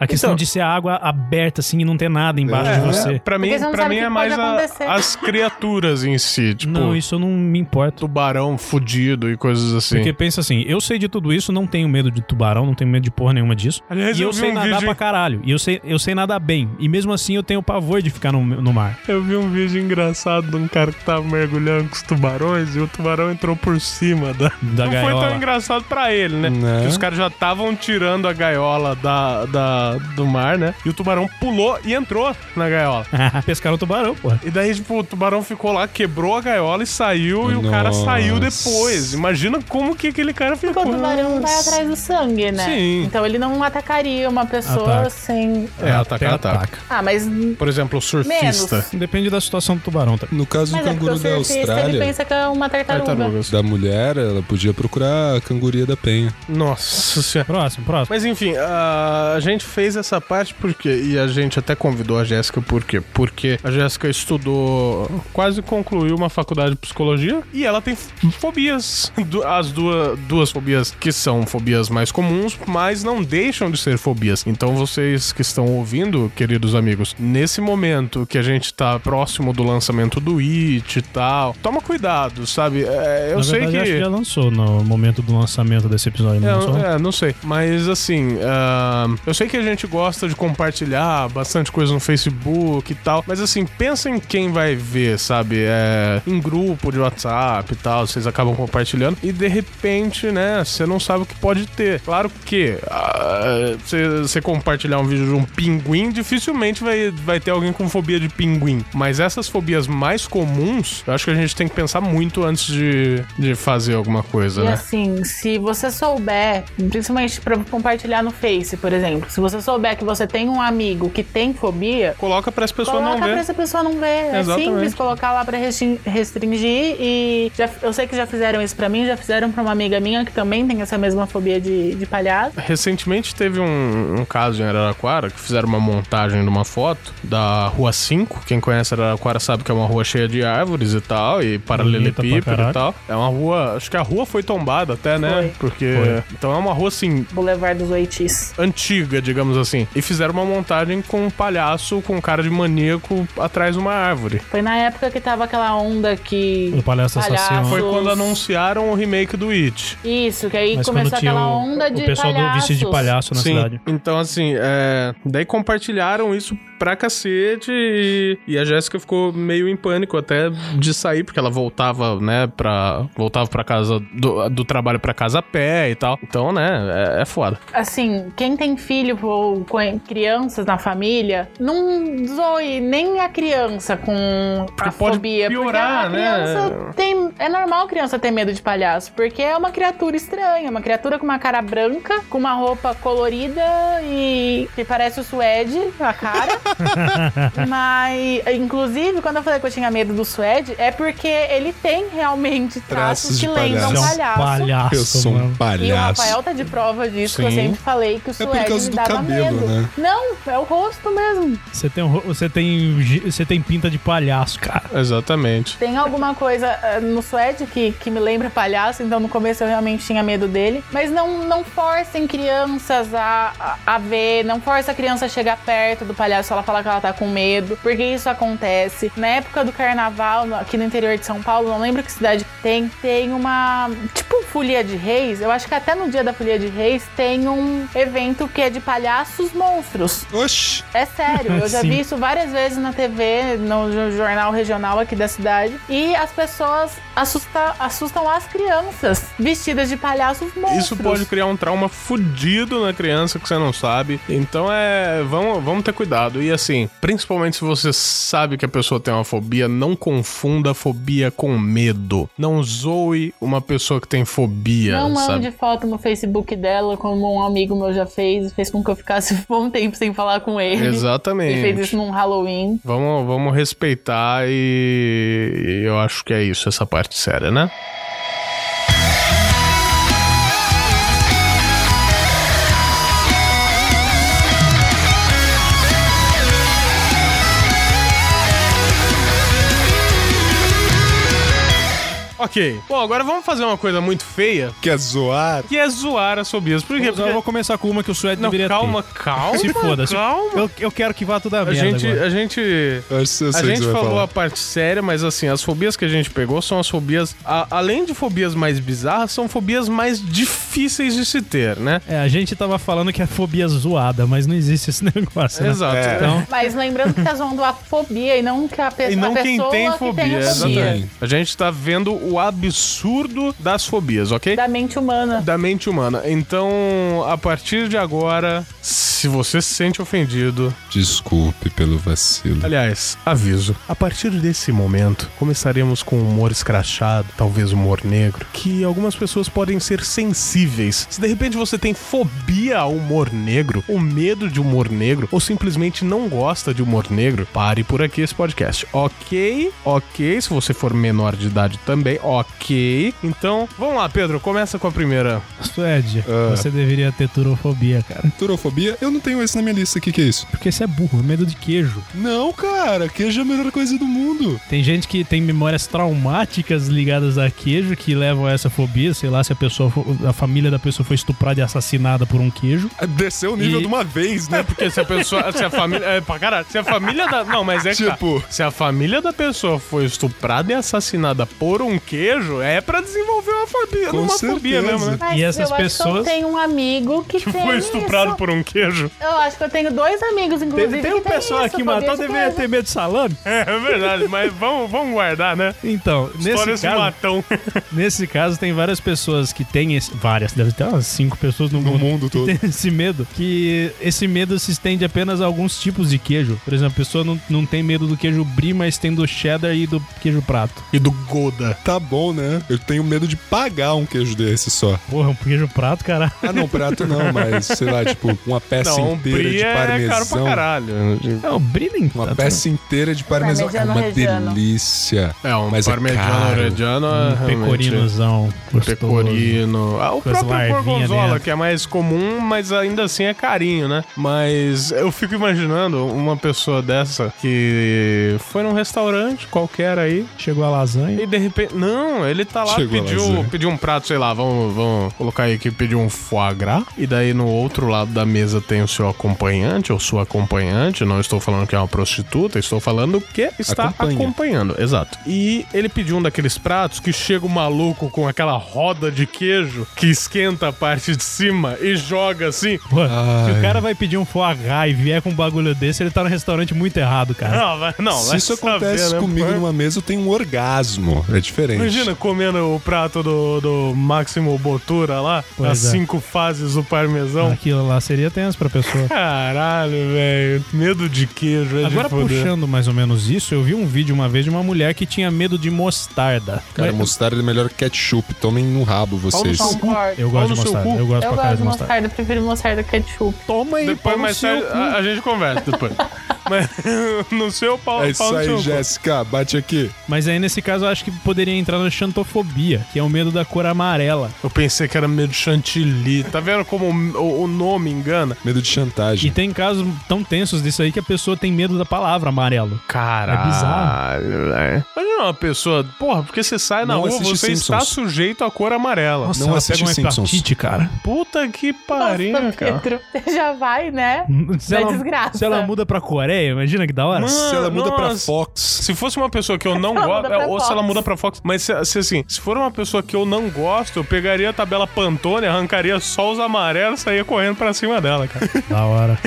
S5: a questão de ser água aberta assim e não ter nada embaixo
S1: É,
S5: de você.
S1: Pra mim,
S4: Porque você não
S1: pra
S4: sabe
S1: mim
S4: o que
S1: é mais
S4: pode
S1: a-
S4: acontecer.
S1: as criaturas em si, tipo,
S5: não, isso eu não me importo.
S1: tubarão fudido e coisas assim.
S8: Porque pensa assim, eu sei de tudo isso, não tenho medo de tubarão, não tenho medo de porra nenhuma disso.
S1: Aliás,
S8: e
S1: eu
S8: eu,
S1: vi
S8: sei
S1: um
S8: nadar
S1: vídeo-
S8: pra caralho. E eu sei, eu sei nadar bem. E mesmo assim eu tenho pavor de ficar no, no mar.
S1: Eu vi um vídeo engraçado de um cara que tava mergulhando com os tubarões e o tubarão entrou por cima da.
S8: Da
S1: Não
S8: gaiola.
S1: foi tão engraçado pra ele, né?
S2: Né?
S1: Porque os caras já estavam tirando a gaiola da, da, do mar, né? E o tubarão pulou e entrou na gaiola.
S8: Pescaram o tubarão, porra.
S1: E daí, tipo, o tubarão ficou lá, quebrou a gaiola e saiu, e o cara
S2: Nossa.
S1: saiu depois. Imagina como que aquele cara ficou.
S4: Porque o tubarão vai atrás do sangue, né?
S1: Sim.
S4: Então ele não atacaria uma pessoa
S8: Ataca.
S4: sem.
S1: É, atacar,
S8: Até
S1: ataca.
S4: Ah, mas.
S1: Por exemplo, o surfista.
S4: Menos.
S8: Depende da situação do tubarão. Tá?
S2: No caso do
S4: Mas é porque o
S2: canguru da
S4: surfista ele
S2: Austrália,
S4: pensa que é uma tartaruga.
S1: Tartarugas.
S2: da mulher, ela podia procurar a canguria da penha.
S1: Nossa senhora.
S8: Próximo, próximo.
S1: Mas enfim, a a gente fez essa parte porque. E a gente até convidou a Jéssica por quê? Porque a Jéssica estudou. Quase concluiu uma faculdade de psicologia e ela tem f- fobias. Du- As duas, duas fobias que são fobias mais comuns, mas não deixam de ser fobias. Então vocês que estão ouvindo, queridos amigos, nesse momento que a gente tá próximo do lançamento do It e tal, toma cuidado, sabe? É, eu
S5: Na
S1: sei
S5: verdade,
S1: que.
S5: acho que já lançou no momento do lançamento desse episódio. Não
S1: É,
S5: lançou?
S1: é, não sei. Mas assim, ah, eu sei que a gente gosta de compartilhar bastante coisa no Facebook e tal. Mas assim, pensa em quem vai ver, sabe? É, em grupo de WhatsApp e tal, vocês acabam compartilhando. E de repente, né, você não sabe o que pode ter. Claro que ah, você você compartilhar um vídeo de um pinguim, dificilmente vai, vai ter alguém com fobia de pinguim. Mas essas fobias mais comuns, eu acho que a gente tem que pensar muito antes de, de fazer alguma coisa,
S4: E
S1: né?
S4: assim, se você souber, principalmente pra compartilhar no Face, por exemplo, se você souber que você tem um amigo que tem fobia,
S1: Coloca para as pessoas
S4: coloca
S1: não
S4: pra
S1: ver.
S4: essa pessoa não ver. É
S1: Exatamente.
S4: simples colocar lá pra restrin- restringir e já- eu sei que já fizeram isso pra mim, já fizeram pra uma amiga minha que também tem essa mesma fobia de, de palhaço.
S1: Recentemente teve um, um caso em Araraquara que fizeram uma montagem de uma foto da Rua 5. Quem conhece Araraquara sabe que é uma rua cheia de árvores e tal, e
S5: pra
S1: paralelepípedo
S5: caralho.
S1: e tal. É uma rua. Acho que a rua foi tombada até, né? Porque. Então é uma rua assim.
S4: Boulevard dos Oitis.
S1: Antiga, digamos assim. E fizeram uma montagem com um palhaço com cara de maníaco atrás de uma árvore.
S4: Foi na época que tava aquela onda que.
S5: O palhaço assassino.
S4: Palhaço.
S1: Foi
S4: Nossa.
S1: quando anunciaram o remake do It.
S4: Isso, que aí
S5: Mas quando
S4: começou
S5: tinha
S4: aquela
S5: o,
S4: onda de.
S5: o pessoal do vestido de
S4: palhaços.
S5: palhaço na cidade.
S1: Então, assim, é... daí compartilharam isso pra cacete e, e a Jéssica ficou meio em pânico até de sair, porque ela voltava, né, pra. Voltava pra casa do, do trabalho pra casa a pé e tal. Então, né, é, é foda.
S4: assim, quem tem filho ou co- crianças na família, não zoe nem a criança com a
S1: pode
S4: fobia.
S1: piorar,
S4: porque a criança
S1: né?
S4: tem, é normal a criança ter medo de palhaço, porque é uma criatura estranha, uma criatura com uma cara branca, com uma roupa colorida e que parece o suede, a cara. Mas, inclusive, quando eu falei que eu tinha medo do suede, é porque ele tem realmente traços,
S2: Traços
S4: que
S2: de
S5: Você
S4: lembram
S5: é um
S4: palhaço.
S5: palhaço,
S2: Eu sou
S5: mano.
S2: um
S4: E o
S2: palhaço. É
S4: Rafael tá de prova disso, que eu
S1: Sim.
S4: sempre falei que o
S2: por
S4: Suede
S2: causa
S4: me
S2: do
S4: dava
S2: cabelo,
S4: medo.
S2: né?
S4: Não, é o rosto mesmo.
S5: Você tem, um ro- você, tem, gi- você tem pinta de palhaço, cara.
S1: Exatamente.
S4: Tem alguma coisa eh, no Suede que, que me lembra palhaço, então no começo eu realmente tinha medo dele. Mas não, não forcem crianças a, a, a ver, não força a criança a chegar perto do palhaço, ela fala que ela tá com medo, porque isso acontece. Na época do carnaval, no- aqui no interior de São Paulo, não lembro que cidade que tem, tem uma. Tipo, Folia de Reis. Eu acho que até no dia da Folia de Reis tem um evento que é de palhaços monstros.
S2: Oxi!
S4: É sério, eu já
S5: Sim.
S4: vi isso várias vezes na TV, no jo- jornal regional aqui da cidade. E as pessoas assusta- assustam as crianças vestidas de palhaços monstros.
S1: Isso pode criar um trauma fudido na criança que você não sabe. Então é. Vamos, vamos ter cuidado. E assim, principalmente se você sabe que a pessoa tem uma fobia, não confunda fobia com medo. Não zoe uma pessoa que tem fobia,
S4: Não
S1: sabe?
S4: mande foto no Facebook dela, como um amigo meu já fez, e fez com que eu ficasse um bom tempo sem falar com ele. Ele fez
S1: Exatamente.
S4: isso num Halloween.
S1: Vamos, vamos respeitar e e eu acho que é isso, essa parte séria, né? Ok. Bom, agora vamos fazer uma coisa muito feia,
S2: Quer zoar?
S1: que é zoar as fobias. Por quê?
S5: Eu
S1: Porque...
S5: vou começar com uma que o Suede
S1: Não,
S5: deveria
S1: calma,
S5: ter.
S1: calma.
S5: Se foda, se-
S1: Calma.
S5: Eu, eu quero que vá toda a
S1: A
S5: merda
S1: gente,
S5: agora.
S1: a gente
S2: Eu acho que eu sei o
S1: A
S2: que
S1: gente
S2: você vai
S1: falou a
S2: falar.
S1: parte séria, mas assim, as fobias que a gente pegou são as fobias. a- além de fobias mais bizarras, são fobias mais difíceis de se ter, né?
S5: É, a gente tava falando que é fobia zoada, mas não existe esse negócio, né?
S1: Exato.
S2: É.
S1: Então,
S4: Mas lembrando que tá zoando a fobia e não que a, pe
S1: e não
S4: a
S1: quem
S4: pessoa
S1: tem
S4: que
S1: fobia.
S4: tem a fobia.
S1: Exatamente. A gente tá vendo o absurdo das fobias, ok?
S4: Da mente humana.
S1: da mente humana. Então, a partir de agora, se você se sente ofendido,
S2: Desculpe pelo vacilo.
S1: aliás, aviso. A partir desse momento, começaremos com humor escrachado, talvez humor negro, que algumas pessoas podem ser sensíveis. Se de repente você tem fobia ao humor negro, ou medo de humor negro, ou simplesmente não gosta de humor negro, pare por aqui esse podcast. Ok? Ok, se você for menor de idade também, ok. Então, vamos lá, Pedro, começa com a primeira.
S5: Suede, você deveria ter turofobia, cara.
S2: Turofobia? Eu não tenho esse na minha lista. O que, que é isso?
S5: Porque você é burro, é medo de queijo.
S2: Não, cara. Queijo é a melhor coisa do mundo.
S5: Tem gente que tem memórias traumáticas ligadas a queijo que levam a essa fobia, sei lá, se a pessoa for- a família da pessoa foi estuprada e assassinada por um queijo.
S2: Desceu o nível
S5: E-
S2: de uma vez,
S1: É
S2: né?
S1: porque se a pessoa. Se a família. É pra caralho. Se a família da. Não, mas é que.
S2: Tipo-
S1: Se a família da pessoa foi estuprada e assassinada por um queijo, é pra desenvolver uma fobia.
S2: Com
S1: uma fobia
S2: certeza.
S1: mesmo, né?
S4: Mas
S5: E essas
S4: eu Acho
S5: pessoas-
S4: que eu tenho um amigo que, tem
S1: Foi estuprado
S4: isso.
S1: por um queijo?
S4: Eu acho que eu tenho dois amigos, inclusive.
S5: Teve
S4: que
S5: um
S4: tem
S5: pessoal
S4: isso,
S5: aqui
S4: Tipo, fobia
S5: matou,
S4: de
S5: deveria
S4: queijo.
S5: ter medo de salame.
S1: É, é verdade, mas vamos, vamos guardar, né?
S5: Então,
S1: Olha
S5: nesse
S1: esse
S5: caso,
S1: matão.
S5: nesse caso, tem várias pessoas que têm esse. Várias, deve ter umas cinco pessoas no,
S2: No
S5: mundo.
S2: mundo todo.
S5: Tem esse medo, que esse medo se estende apenas a alguns tipos de queijo. Por exemplo, a pessoa não, não tem medo do queijo brie, mas tem do cheddar e do queijo prato.
S1: E do Goda.
S2: Tá bom, né? Eu tenho medo de pagar um queijo desse só.
S5: Porra, um queijo prato, caralho.
S2: Ah, não, prato não, mas sei lá, tipo, uma peça
S1: Não, um
S2: inteira
S1: brie
S2: de
S1: é caro pra
S2: parmesão.
S1: caralho.
S5: Não, brie nem
S2: uma
S5: tanto.
S2: peça inteira de parmesão. É
S4: Parmegiano
S2: uma
S4: reggiano.
S2: delícia.
S1: É, um
S2: Mas é
S1: parmegiano
S2: caro.
S1: orediano é realmente-
S5: Pecorinozão. Ah, Um gostoso.
S1: Pecorino. Ah, o
S5: Com as
S1: próprio
S5: larvinhas
S1: gorgonzola,
S5: dentro.
S1: que é mais comum, mas ainda assim é carinho, né? Mas eu fico imaginando uma pessoa dessa que foi num restaurante qualquer aí
S5: Chegou a lasanha.
S1: e de repente. Não, ele tá lá,
S2: Chegou a
S1: pediu,
S2: lasanha.
S1: pediu um prato, sei lá, vamos, vamos colocar aí que pediu um foie gras. E daí no outro lado da mesa tem o seu acompanhante ou sua acompanhante. Não estou falando que é uma prostituta, estou falando que está
S2: Acompanha.
S1: acompanhando. Exato. E ele pediu um daqueles pratos que chega o maluco com aquela roda de queijo que esquenta a parte de cima e joga assim.
S5: Pô, se
S2: Ai.
S5: o cara vai pedir um foie gras e vier com um bagulho desse, ele tá no restaurante muito errado, cara.
S1: Não, vai- não,
S2: Se
S1: vai
S2: isso
S1: saber,
S2: acontece
S1: né?
S2: comigo numa mesa, eu tenho um orgasmo. É diferente.
S1: Imagina comendo o prato do, do Máximo Botura lá,
S5: Pois
S1: as
S5: é.
S1: cinco fases do parmesão.
S5: Aquilo lá seria tenso pra pessoa.
S1: Caralho, velho. Medo de queijo, é
S5: Agora,
S1: de foder.
S5: puxando mais ou menos isso, eu vi um vídeo uma vez de uma mulher que tinha medo de mostarda.
S2: Cara,
S5: Mas-
S2: mostarda é melhor que ketchup. Tomem no rabo vocês.
S4: Não concordo.
S5: Eu gosto de
S1: Pau no seu
S5: mostarda.
S1: cu.
S5: Eu gosto pra
S4: Eu gosto
S5: caralho
S4: de
S5: de mostarda.
S4: mostarda, eu prefiro mostarda que ketchup.
S5: Toma aí,
S1: Depois, mais tarde, a, a gente conversa depois. Mas no seu pau,
S2: É isso
S1: pau no seu
S2: aí,
S1: cu.
S2: Jéssica. Bate aqui.
S5: Mas aí, nesse caso, eu acho que poderia entrar na xantofobia, que é o medo da cor amarela.
S1: Eu pensei que era medo de chantilly. Tá vendo como o, o- o nome engana?
S2: Medo de
S5: E
S2: chantagem.
S5: tem casos tão tensos disso aí que a pessoa tem medo da palavra amarelo.
S1: Caralho.
S5: É bizarro.
S1: velho. Imagina uma pessoa, porra, porque você sai na
S2: Não
S1: rua,
S2: assiste
S1: você está
S2: Simpsons.
S1: sujeito à cor amarela.
S5: Nossa,
S2: Não
S5: ela
S2: assiste
S5: pega uma
S2: Simpsons.
S5: hepatite, cara.
S1: Puta que pariu,
S4: Nossa,
S1: cara.
S4: Pedro, você já vai, né?
S5: Se
S4: É
S5: ela,
S4: desgraça.
S5: se ela muda pra Coreia, imagina que da hora.
S1: Mano.
S2: Se ela muda pra
S1: Nossa.
S2: Fox,
S1: Se fosse uma pessoa que eu não
S4: Ela
S1: gosto,
S4: muda pra
S1: ou se ela
S4: Fox.
S1: muda pra Fox, mas se, se, assim, se for uma pessoa que eu não gosto, eu pegaria a tabela Pantone, arrancaria só os amarelos e saía correndo pra cima dela, cara.
S5: Da hora.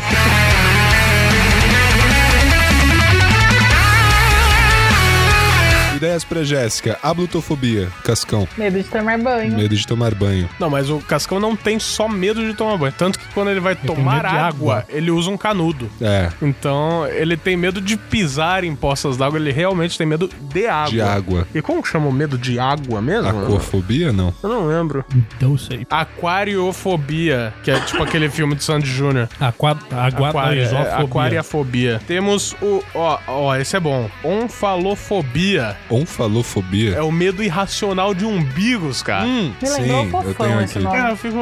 S2: Ideias pra Jéssica. Ablutofobia. Cascão.
S4: Medo de tomar banho.
S2: Medo de tomar banho.
S1: não, mas o Cascão não tem só medo de tomar banho. Tanto que quando ele vai tomar
S5: medo de
S1: água,
S5: água.
S1: ele usa um canudo.
S2: É.
S1: Então, ele tem medo de pisar em poças d'água, ele realmente tem medo de água. Uhum.
S2: De água.
S1: E como que chama o medo de água mesmo?
S2: Aquofobia, não.
S1: Eu não lembro.
S5: Então sei.
S1: Aquariofobia, que é tipo aquele filme de Sandy Júnior.
S5: Aqua, agua,
S1: Aquaria, é,
S5: aquariofobia.
S1: aquariafobia. Temos o. Ó, ó, esse é bom. Onfalofobia,
S2: Onfalofobia.
S1: É o medo irracional de umbigos, cara.
S2: Hum,
S4: Me lembrou
S2: sim,
S4: o
S2: eu
S4: fofão
S2: tenho
S4: esse
S2: aqui.
S4: nome.
S1: É, eu fico.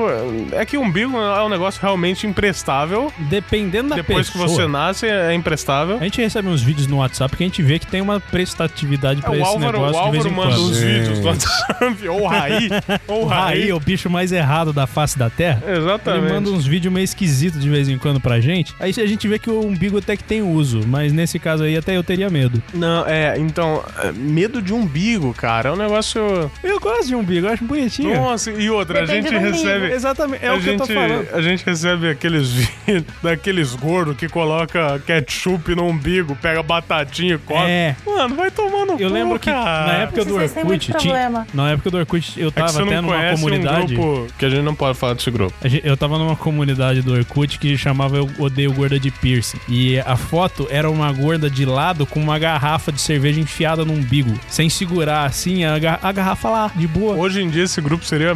S1: É que umbigo é um negócio realmente imprestável.
S5: Dependendo da
S1: Depois que
S5: pessoa.
S1: você nasce, é imprestável.
S5: A gente recebe uns vídeos no WhatsApp que a gente vê que tem uma prestatividade pra
S1: É, o
S5: esse
S1: Álvaro,
S5: negócio
S1: o
S5: de vez
S1: Álvaro
S5: em
S1: manda um
S5: quando.
S1: os
S2: Gente.
S1: vídeos do WhatsApp. Ou o Raí. Ou o
S5: O Raí
S1: Raí.
S5: é o bicho mais errado da face da Terra. Ele manda
S1: Exatamente.
S5: uns vídeos meio esquisitos de vez em quando pra gente. Aí a gente vê que o umbigo até que tem uso, mas nesse caso aí até eu teria medo.
S1: Não, é, então, é, medo de umbigo, cara, é um negócio.
S5: Eu gosto de umbigo, eu acho bonitinho.
S1: Nossa, e outra,
S4: Depende
S1: a gente
S4: do
S1: recebe.
S5: Exatamente, é
S1: a
S5: o que
S1: gente,
S5: eu tô falando.
S1: A gente recebe aqueles vídeos daqueles gordos que coloca ketchup no umbigo, pega batatinha, corta.
S5: É.
S1: Mano, vai tomando
S5: Eu lembro que na época do
S4: Vocês têm
S5: Orkut,
S4: muito
S5: tinha,
S4: problema.
S5: na época do Orkut eu
S1: é que
S5: tava
S1: você
S5: até
S1: não
S5: numa
S1: conhece
S5: comunidade,
S1: um grupo que a gente não pode falar desse grupo.
S5: a gente- eu tava numa comunidade do Orkut que chamava eu odeio gorda de piercing. E a foto era uma gorda de lado com uma garrafa de cerveja enfiada no umbigo, sem segurar assim a, ga- a garrafa lá de boa.
S1: Hoje em dia esse grupo seria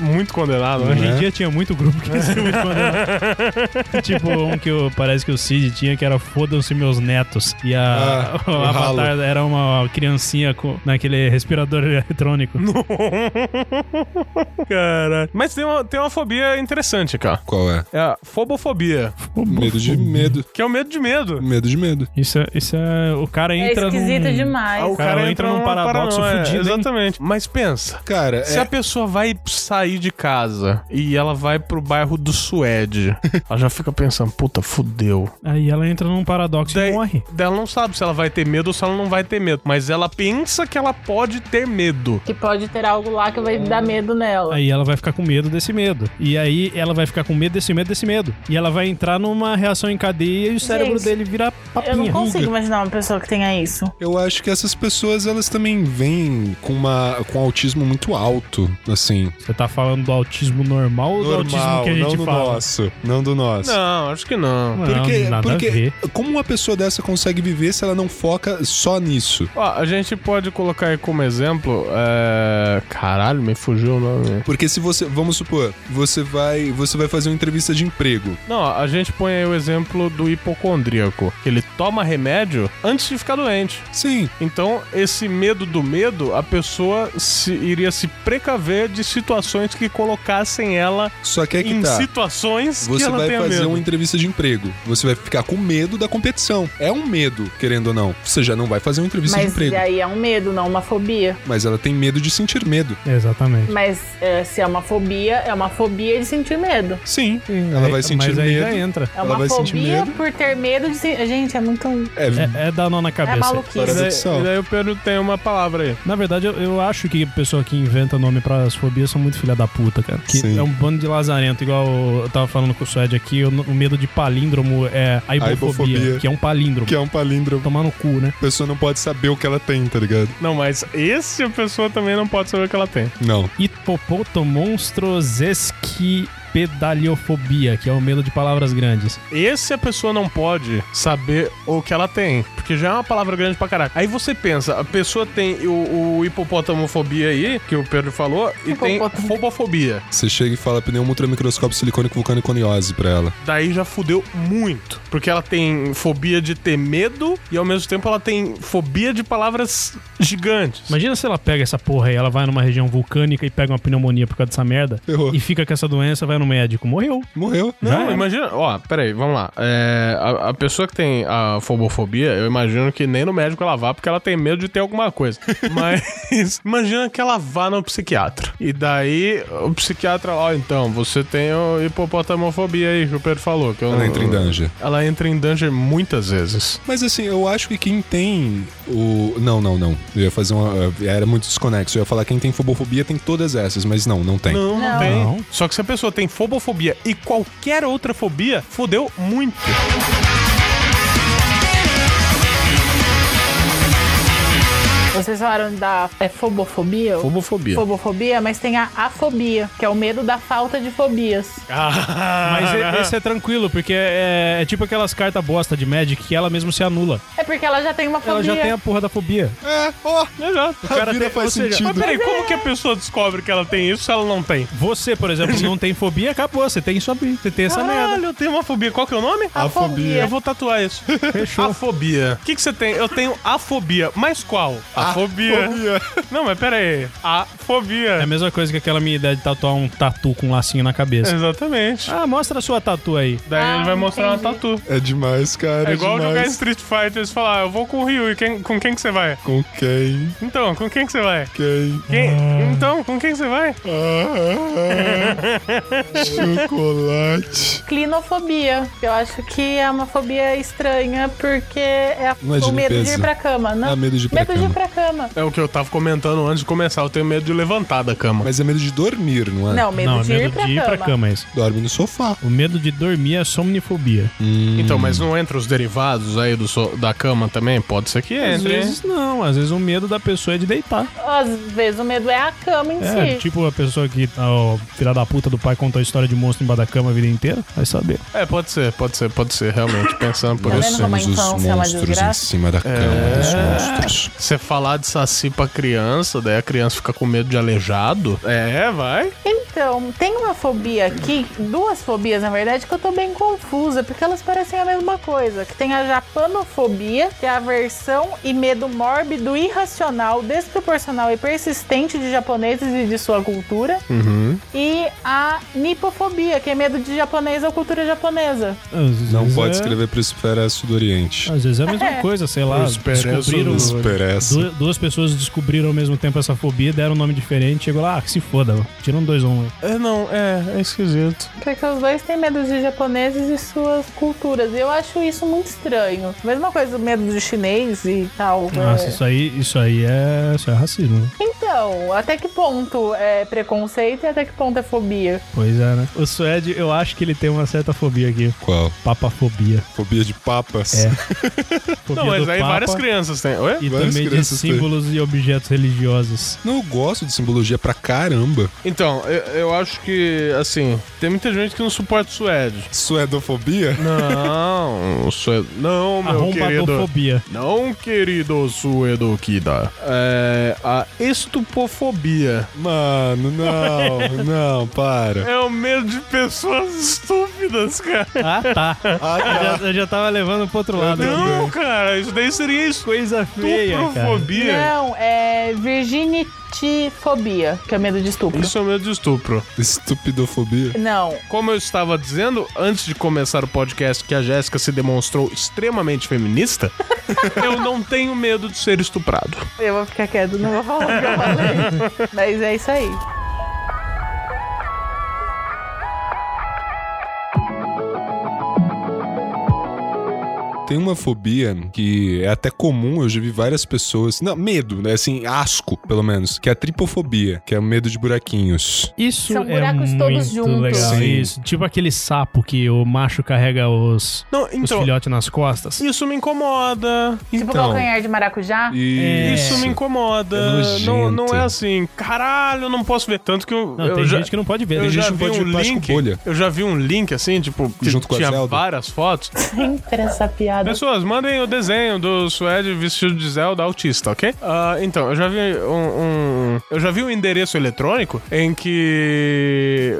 S1: muito condenado, né?
S5: Hoje em dia tinha muito grupo que se mandava. Tipo, um que eu- parece que o Cid tinha, que era Fodam-se Meus Netos. E a,
S2: Ah,
S5: o
S2: o
S5: avatar era uma criancinha com, naquele respirador eletrônico.
S1: Cara. Mas tem uma, tem uma fobia interessante, cara.
S2: Qual é?
S1: É a fobofobia,
S2: Medo de medo.
S1: que é o medo de medo.
S2: Medo de medo.
S5: Isso, é- isso é. O cara
S4: É
S5: entra
S4: esquisito
S5: num-
S4: demais.
S1: o
S5: cara entra num
S1: numa
S5: paradoxo
S1: paranoia,
S5: fudido, hein?
S1: Exatamente. Mas pensa,
S2: Cara,
S1: Se a
S2: é,
S1: pessoa vai sair de casa e ela vai pro bairro do Suede, ela já fica pensando, puta, fudeu.
S5: Aí ela entra num paradoxo
S1: Daí,
S5: e morre.
S1: daí ela não sabe se ela vai ter medo ou se ela não vai ter medo. Mas ela pensa que ela pode ter medo.
S4: Que pode ter algo lá que vai dar medo nela.
S5: Aí ela vai ficar com medo desse medo. E aí ela vai ficar com medo desse medo desse medo. E ela vai entrar numa reação em cadeia e o cérebro
S4: Gente,
S5: dele vira
S4: Eu não
S5: papinha.
S4: consigo imaginar uma pessoa que tenha isso.
S2: eu acho que essas pessoas, elas também vêm com, uma, com autismo muito alto, assim.
S5: Você tá falando do autismo normal ou do autismo que a gente
S2: não do
S5: fala?
S2: nosso. Não do nosso.
S1: Não, acho que não.
S5: Não,
S2: Porque,
S5: nada a
S2: porque
S5: ver.
S2: como uma pessoa dessa consegue viver se ela não foca só nisso?
S1: Ó, a gente pode colocar aí como exemplo. É... Caralho, me fugiu o nome.
S2: Porque se você, vamos supor, você vai, você vai fazer uma entrevista de emprego.
S1: Não, a gente põe aí o exemplo do hipocondríaco. que Ele toma remédio antes de ficar doente.
S2: Sim,
S1: Então, esse medo do medo, a pessoa se- iria se precaver de situações que colocassem ela
S2: só que é que
S1: em
S2: tá.
S1: situações que
S2: Você
S1: ela
S2: vai
S1: tenha
S2: fazer um
S1: medo.
S2: uma entrevista de emprego. Você vai ficar com medo da competição. É um medo, querendo ou não. Você já não vai fazer uma entrevista de
S4: Mas
S2: emprego.
S4: aí é um medo, não uma fobia.
S2: Mas ela tem medo de sentir medo.
S5: Exatamente.
S4: Mas é, se é uma fobia, é uma fobia de sentir medo.
S2: Sim, ela vai sentir
S5: É, mas Aí
S2: medo.
S5: já entra.
S4: É
S2: Ela
S4: uma
S2: vai sentir
S4: fobia
S2: medo.
S4: por ter medo de sentir. Gente, é muito.
S2: É,
S5: É, é dar nó na
S4: É
S5: cabeça.
S2: Parece-
S4: maluquice.
S1: E daí,
S2: Excepção.
S1: e daí o Pedro tem uma palavra aí.
S5: na verdade, eu, eu acho que a pessoa que inventa nome pras fobias são muito filha da puta, cara. Que
S2: Sim.
S5: é um bando de lazarento, igual eu tava falando com o Suede aqui. O, o medo de palíndromo é a
S2: Aibofobia.
S5: hipofobia, que é um palíndromo.
S2: que é um palíndromo.
S5: Tomar no cu, né?
S2: A pessoa não pode saber o que ela tem, tá ligado?
S1: Não, mas esse a pessoa também não pode saber o que ela tem.
S2: Não.
S5: Hipopotomonstrosesquipedaliofobia, que é o medo de palavras grandes.
S1: Esse a pessoa não pode saber o que ela tem. Porque já é uma palavra grande pra caraca. Aí você pensa, a pessoa tem o, o hipopótamofobia aí, que o Pedro falou, e tem
S4: Hipopótamo.
S1: fobofobia.
S2: Você chega e fala pneumo ultramicroscópio silicônico vulcânico oniose pra ela.
S1: Daí já fudeu muito. Porque ela tem fobia de ter medo e ao mesmo tempo ela tem fobia de palavras gigantes.
S5: Imagina se ela pega essa porra aí, ela vai numa região vulcânica e pega uma pneumonia por causa dessa merda.
S2: Ferrou.
S5: E fica com essa doença, vai no médico. Morreu.
S2: Morreu.
S5: Já
S1: Não,
S5: era.
S1: imagina. Ó, peraí, vamos lá. É, a, a pessoa que tem a fobofobia, eu imagino que nem no médico ela vá, porque ela tem medo de ter alguma coisa. Mas imagina que ela vá no psiquiatra. E daí o psiquiatra, ó, então, você tem o hipopotamofobia aí que o Pedro falou. Que eu
S2: Ela
S1: não-
S2: entra em danger.
S1: Ela entra em danger muitas vezes.
S2: Mas assim, eu acho que quem tem o. Não, não, não. Eu ia fazer uma. Era muito desconexo. Eu ia falar quem tem fobofobia tem todas essas, mas não, não tem.
S1: Não, não,
S4: Não.
S1: tem.
S5: Não.
S1: Só que se a pessoa tem fobofobia e qualquer outra fobia, fodeu muito.
S4: Vocês falaram da é fobofobia?
S1: Fobofobia.
S4: Fobofobia, mas tem a afobia, que é o medo da falta de fobias.
S1: Ah,
S5: Mas e- esse é tranquilo, porque é, é tipo aquelas cartas bosta de Magic que ela mesmo se anula.
S4: É porque ela já tem uma
S5: Ela
S4: fobia.
S5: já tem a porra da fobia.
S2: É, ó,
S1: Exato.
S2: a vida
S5: ou
S2: faz
S5: seja,
S1: Mas é.
S2: sentido.
S1: peraí, como que a pessoa descobre que ela tem isso se ela não tem?
S5: Você, por exemplo, não tem fobia, acabou. Você tem sua Você tem essa merda.
S1: Caralho, eu tenho uma fobia. Qual que é o nome?
S4: Afobia.
S1: Eu vou tatuar isso.
S5: Fechou.
S1: Afobia. O que, que você tem? Eu tenho afobia. Mas qual?
S2: A
S8: A fobia. Não, mas pera aí. A fobia.
S5: É a mesma coisa que aquela minha ideia de tatuar um tatu com um lacinho na
S2: É.
S5: cabeça.
S8: Exatamente.
S5: Ah, mostra a sua tatu aí.
S1: Daí
S4: Ah,
S1: ele vai mostrar
S4: entendi.
S1: uma tatu.
S2: É demais, cara.
S1: É igual jogar
S2: demais.
S1: Street Fighter e falar, "Ah, eu vou com o Ryu, e quem- com quem que você vai?
S2: Com quem?
S1: Então, com quem que você vai?
S2: Quem?
S1: Quem? Então, com quem que você vai?
S2: Ah, Chocolate.
S4: Clinofobia. Eu acho que é uma fobia estranha, porque é a-
S2: Não é de
S4: o medo de
S2: limpeza.
S4: ir pra cama. Não.
S2: Ah, medo de ir pra
S4: medo de
S2: cama.
S4: ir pra cama.
S1: É o que eu tava comentando antes de começar, eu tenho medo de levantar da cama.
S2: Mas é medo de dormir, não é?
S4: Não, medo
S5: Não, é
S4: de ir,
S5: medo
S4: pra,
S5: de ir
S4: cama.
S5: pra cama, é isso.
S2: Dorme no sofá. Hum,
S5: O medo de dormir é somnifobia.
S1: Então, mas não entra os derivados aí do so- da cama também? Pode ser que
S2: É, né?
S5: Às
S1: entre, hein?
S5: vezes não, às vezes o medo da pessoa é de deitar.
S4: Às vezes o medo é a cama em
S5: É,
S4: si.
S5: tipo a pessoa que ó, o filha da puta do pai contou a história de monstro embaixo da cama a vida inteira, vai saber.
S1: É, pode ser, pode ser, pode ser, realmente, pensando por
S4: Tá
S1: isso.
S4: vendo como a infância é uma
S2: monstros em
S4: desgraça?
S2: cima da cama dos monstros.
S1: Você falar de saci pra criança, daí a criança fica com medo de aleijado. É, vai.
S4: Então, tem uma fobia aqui, duas fobias na verdade, que eu tô bem confusa, porque elas parecem a mesma coisa. Que tem a japanofobia, que é a aversão e medo mórbido, irracional, desproporcional e persistente de japoneses e de sua cultura.
S5: Uhum.
S4: E a nipofobia, que é medo de japonês ou cultura japonesa.
S2: Não
S5: É.
S2: pode escrever pro Espereço do Oriente.
S5: Às vezes é a mesma coisa, sei lá.
S1: Os pereços
S5: Descobriram.
S1: dos-
S2: Espereço.
S5: du- Duas pessoas descobriram ao mesmo tempo essa fobia, deram um nome diferente, chegou lá, ah, que se foda, mano. tiram dois um. aí.
S1: É, não, é, é esquisito.
S4: Porque os dois têm medo de japoneses e suas culturas. E eu acho isso muito estranho. Mesma coisa, o medo de chinês e tal.
S5: Nossa,
S4: é.
S5: isso aí, isso aí é, isso é racismo. né?
S4: Então, até que ponto é preconceito e até que ponto é fobia?
S5: Pois é, né? O Suede, eu acho que ele tem uma certa fobia aqui.
S2: Qual?
S5: Papafobia.
S2: Fobia de papas.
S5: É. Fobia
S1: Não, mas
S5: do
S1: aí
S5: Papa
S1: várias crianças têm. Oi?
S5: E
S2: várias
S5: também de
S2: crianças têm.
S5: símbolos e objetos religiosos.
S2: Não, eu gosto de simbologia pra caramba.
S1: Então, eu, eu acho que, assim, tem muita gente que não suporta o suede.
S2: Suedofobia?
S1: Não, o suede. Não, meu querido.
S5: Arrombadofobia.
S1: Não, querido suedo Kida. É. A estupofobia.
S2: Mano, não, não, para.
S1: É o medo de pessoas estúpidas, cara.
S5: Ah, tá.
S2: Ah,
S5: Eu
S2: tá.
S5: já, eu já tava levando pro outro lado.
S1: Não, cara, isso daí seria
S5: Ah, Coisa feia, cara.
S1: estuprofobia.
S4: Não, é virginitifobia, que é medo de estupro.
S1: Isso é o medo de estupro.
S2: Estupidofobia?
S4: Não,
S1: Como eu estava dizendo antes de começar o podcast que a Jéssica se demonstrou extremamente feminista, eu não tenho medo de ser estuprado.
S4: eu vou ficar quieto, não vou falar o que eu falei. Mas é isso aí.
S2: Tem uma fobia que é até comum, eu já vi várias pessoas. Não, medo, né? Assim, asco, pelo menos. Que é a tripofobia, que é o medo de buraquinhos.
S1: um.
S5: Isso
S4: São
S5: é
S4: buracos
S5: muito
S4: todos juntos.
S5: legal.
S2: Sim.
S5: Isso. Tipo aquele sapo que o macho carrega os,
S1: Não,
S5: os
S1: então,
S5: filhotes nas costas.
S1: isso me incomoda. Então,
S4: Tipo calcanhar de maracujá.
S1: É. Isso me incomoda.
S2: É nojento.
S1: não, não é assim, caralho, eu não posso ver. Tanto que eu,
S5: Não,
S1: eu
S5: tem
S1: já,
S5: gente que não pode ver.
S1: eu
S5: Tem
S1: já
S5: gente que
S1: vi
S5: não pode
S1: um
S2: plástico
S1: link.
S2: bolha.
S1: Eu já vi um link assim, tipo, que
S2: Junto com a
S1: tinha
S2: Zelda.
S1: várias fotos.
S4: Sempre essa piada.
S1: Pessoas, mandem o desenho do Suede vestido de Zelda autista, ok? Ah, então, eu já vi um, um- Eu já vi um endereço eletrônico em que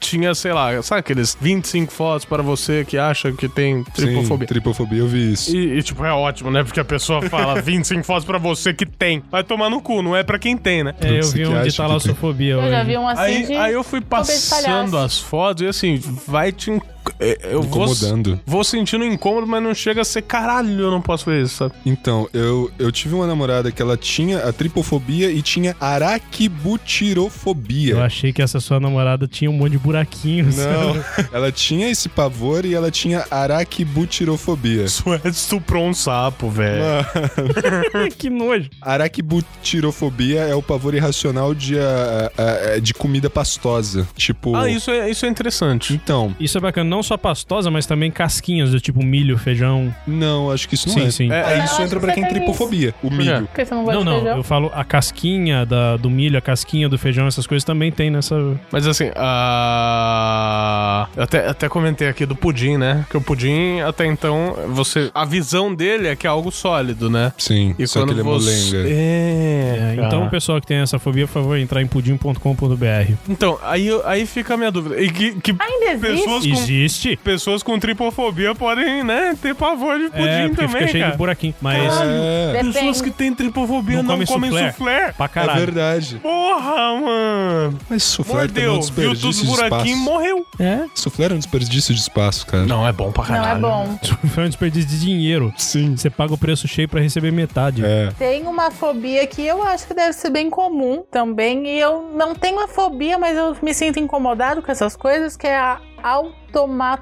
S1: tinha, sei lá, sabe aqueles 25 fotos para você que acha que tem tripofobia.
S2: Sim, tripofobia, eu vi isso.
S1: E, e, tipo, é ótimo, né? Porque a pessoa fala 25 fotos pra você que tem. Vai tomar no cu, não é pra quem tem, né?
S5: É, eu vi
S2: Psiquiatra
S5: um de
S2: que
S5: talassofobia
S4: Eu
S5: hoje.
S4: já vi um assim
S1: Aí,
S4: de...
S1: aí eu fui passando
S4: palhaço.
S1: as fotos e assim, vai te. inc- é, Eu vou,
S2: Incomodando.
S1: vou sentindo um incômodo, mas não chega a ser caralho, eu não posso fazer isso, sabe?
S2: Então, eu, eu tive uma namorada que ela tinha a tripofobia e tinha araquibutirofobia.
S5: Eu achei que essa sua namorada tinha um monte de buraquinhos.
S2: Não, ela tinha esse pavor e ela tinha araquibutirofobia.
S1: Suede estuprou um sapo, velho.
S2: Ah,
S5: que nojo.
S2: Araquibutirofobia é o pavor irracional de, ah, ah, ah, de comida pastosa. Tipo.
S1: Ah, isso é, isso é interessante.
S2: Então,
S5: Isso é bacana, não só pastosa, mas também casquinhas do tipo milho, feijão.
S2: não, acho que isso não
S5: sim,
S2: é.
S5: sim.
S1: É,
S2: Aí
S1: é-
S4: Eu
S2: isso
S4: acho
S2: entra
S4: que
S2: pra
S4: você
S2: quem
S4: tem
S2: tripofobia, o milho.
S4: Porque você não gosta
S5: Não,
S4: de
S5: não,
S4: feijão?
S5: eu falo a casquinha da, do milho, a casquinha do feijão, essas coisas também tem nessa.
S1: Mas assim, a. Eu até, até comentei aqui do pudim, né? Que o pudim, até então, você. A visão dele é que é algo sólido, né?
S2: Sim,
S1: E
S2: só que
S1: quando
S2: ele é
S1: você...
S2: molenga.
S1: É,
S5: É, então,
S1: cara.
S5: pessoal que tem essa fobia, por favor, entrar em pudim.com.br.
S1: Então, aí, eu- aí fica a minha dúvida. E que, que
S4: Ainda existe?
S5: um
S1: pessoas com,
S5: existe.
S1: Pessoas com tripofobia podem, né, ter pavor de pudim
S5: é, porque
S1: também,
S5: fica cheio
S1: cara.
S5: de buraquinho. Mas
S2: É,
S4: Depende.
S1: Pessoas que têm tripofobia não,
S5: Não comem
S1: comem
S5: soufflé.
S1: soufflé.
S5: pra
S2: é
S5: caralho.
S2: verdade.
S1: Porra, mano.
S2: Mas soufflé também é um
S1: Mordeu, viu
S2: desperdício
S1: todos os
S2: de espaço.
S1: buraquinhos, morreu.
S5: É,
S2: Soufflé era um desperdício de espaço, cara.
S1: Não, é bom pra
S4: Não é bom.
S5: foi um desperdício de dinheiro.
S2: Sim.
S5: Você paga o preço cheio pra receber metade.
S2: É.
S4: Tem uma fobia que eu acho que deve ser bem comum também. E eu não tenho a fobia, mas eu me sinto incomodado com essas coisas, que é a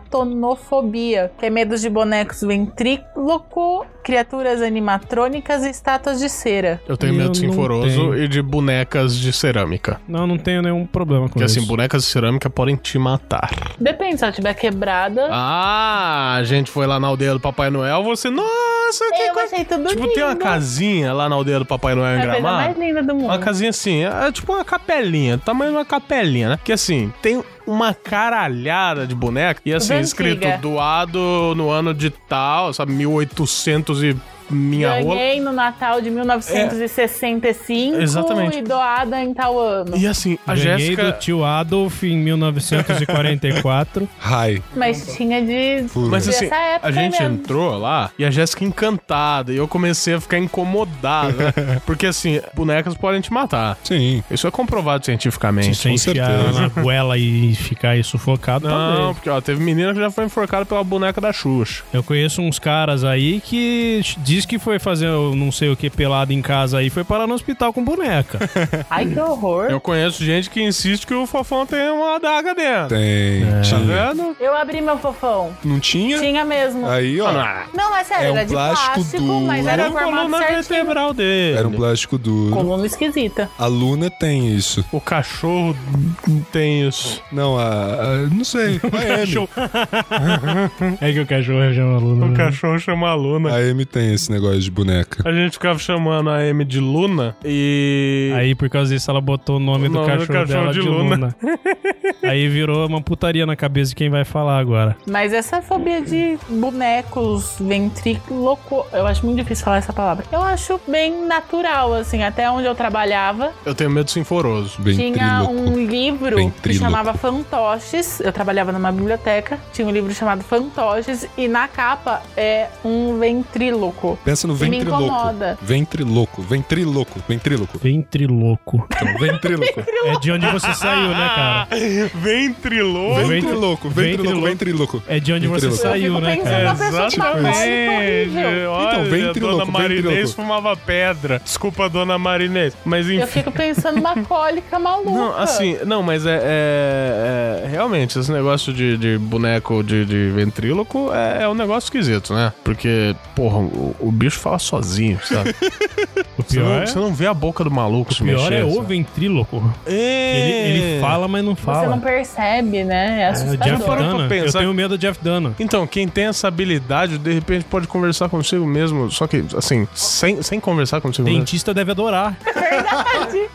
S4: automatonofobia, que é medo de bonecos ventríloco, criaturas animatrônicas e estátuas de cera.
S1: Eu tenho
S5: Eu
S1: medo de
S5: não
S1: sinforoso
S5: tenho.
S1: e de bonecas de cerâmica.
S5: Não, não tenho nenhum problema com
S1: Porque
S5: isso.
S1: assim, bonecas de cerâmica podem te matar.
S4: Depende se ela tiver quebrada.
S1: Ah, a gente foi lá na aldeia do Papai Noel, você. Nossa, que
S4: eu
S1: coisa.
S4: achei tudo
S1: Tipo,
S4: É, lindo.
S1: tem uma casinha lá na aldeia do Papai Noel
S4: É
S1: em
S4: a coisa mais
S1: Gramado.
S4: linda do mundo.
S1: Uma casinha assim, é tipo uma capelinha, do tamanho de uma capelinha, né? Que assim, tem uma caralhada de boneca e assim,
S4: antiga.
S1: escrito doado no ano de tal, sabe, 1800 e minha rola.
S4: Ganhei no Natal de 1965
S1: É, exatamente.
S4: e doada em tal ano.
S1: E assim, a
S5: Ganhei do
S1: Jéssica.
S5: tio Adolf em 1944.
S2: Hi.
S4: Mas tinha de.
S2: Puro.
S1: Mas assim,
S4: Dessa época é
S1: a gente
S4: mesmo.
S1: entrou lá e a Jéssica encantada e eu comecei a ficar incomodada. porque assim, bonecas podem te matar.
S2: Sim.
S1: Isso é comprovado cientificamente.
S5: Se você enfiar
S2: certeza.
S5: na goela e ficar aí sufocado,
S1: Não,
S5: talvez.
S1: porque ó, teve menina que já foi enforcada pela boneca da Xuxa.
S5: Eu conheço uns caras aí que diz que foi fazer eu não sei o que pelado em casa aí, foi parar no hospital com boneca.
S4: Ai, que horror.
S1: Eu conheço gente que insiste que o fofão tem uma adaga dentro.
S2: Tem.
S1: Tá
S2: Tinha.
S1: vendo?
S4: Eu abri meu fofão.
S2: Não tinha?
S4: Tinha mesmo.
S5: Ah.
S2: Aí,
S1: Ah,
S2: ó.
S4: Não, mas sério,
S2: É um
S4: era de
S2: plástico
S4: plástico,
S2: duro.
S4: mas
S1: Era
S4: era
S1: a
S4: formado
S1: coluna
S4: certinho.
S1: vertebral dele.
S2: Era um plástico duro.
S4: Coluna esquisita.
S2: A Luna tem isso.
S1: O cachorro tem isso.
S2: Não, a. a- não sei. A M.
S5: é que o cachorro chama aluno.
S1: O
S5: né?
S1: cachorro chama a Luna.
S2: A M tem esse negócio de boneca.
S1: A gente ficava chamando a M de Luna e.
S5: Aí, por causa disso, ela botou o nome,
S1: O
S5: do,
S1: nome
S5: cachorro
S1: do cachorro
S5: dela de
S1: de Luna.
S5: Luna. aí virou uma putaria na cabeça de quem vai falar agora.
S4: Mas essa fobia de bonecos, ventríloco, eu acho muito difícil falar essa palavra. Eu acho bem natural, assim, até onde eu trabalhava,
S1: Eu tenho medo sinforoso.
S2: Bem
S4: Tinha um
S2: tríloco.
S4: livro que
S2: Ventríloco.
S4: chamava Fantoches. Eu trabalhava numa biblioteca. Tinha um livro chamado Fantoches. E na capa é um ventríloco.
S2: Pensa no
S4: E me
S2: ventriloco.
S4: incomoda.
S2: Ventriloco. Ventriloco. Ventriloco.
S5: Ventriloco.
S2: Então, ventriloco.
S5: É de onde você saiu, né,
S1: Ah,
S5: cara?
S1: Ventrilou.
S2: Ventriloco. Ventriloco.
S5: Ventriloco.
S2: Ventriloco.
S5: É de onde você
S2: Ventriloco.
S5: saiu,
S4: eu fico
S5: né,
S4: pensando
S5: cara?
S4: na pessoa que tá horrível.
S5: Então,
S1: Olha,
S2: ventríloco,
S1: Dona Marinês
S2: ventríloco.
S1: fumava pedra. Desculpa, Dona Marinês. Mas enfim.
S4: Eu fico pensando numa cólica maluca.
S1: Não, assim, não, mas é, é- é- realmente, esse negócio de, de boneco de, de ventríloco é, é um negócio esquisito, né? Porque, porra, o, o bicho fala sozinho, sabe?
S5: O
S1: Você não,
S5: pior,
S1: você não vê a boca do maluco se
S5: é, pior
S1: mexer.
S5: é o
S1: sabe?
S5: ventríloco. Ele,
S1: É.
S5: ele fala, mas não fala.
S4: Você não percebe, né? É
S5: É, o Jeff
S4: assustador.
S1: parou pra
S5: Dana. Eu
S1: pensar.
S5: tenho medo do Jeff Dana.
S1: Então, quem tem essa habilidade, de repente pode conversar consigo mesmo, só que, assim, sem, sem conversar consigo mesmo.
S5: Dentista deve adorar.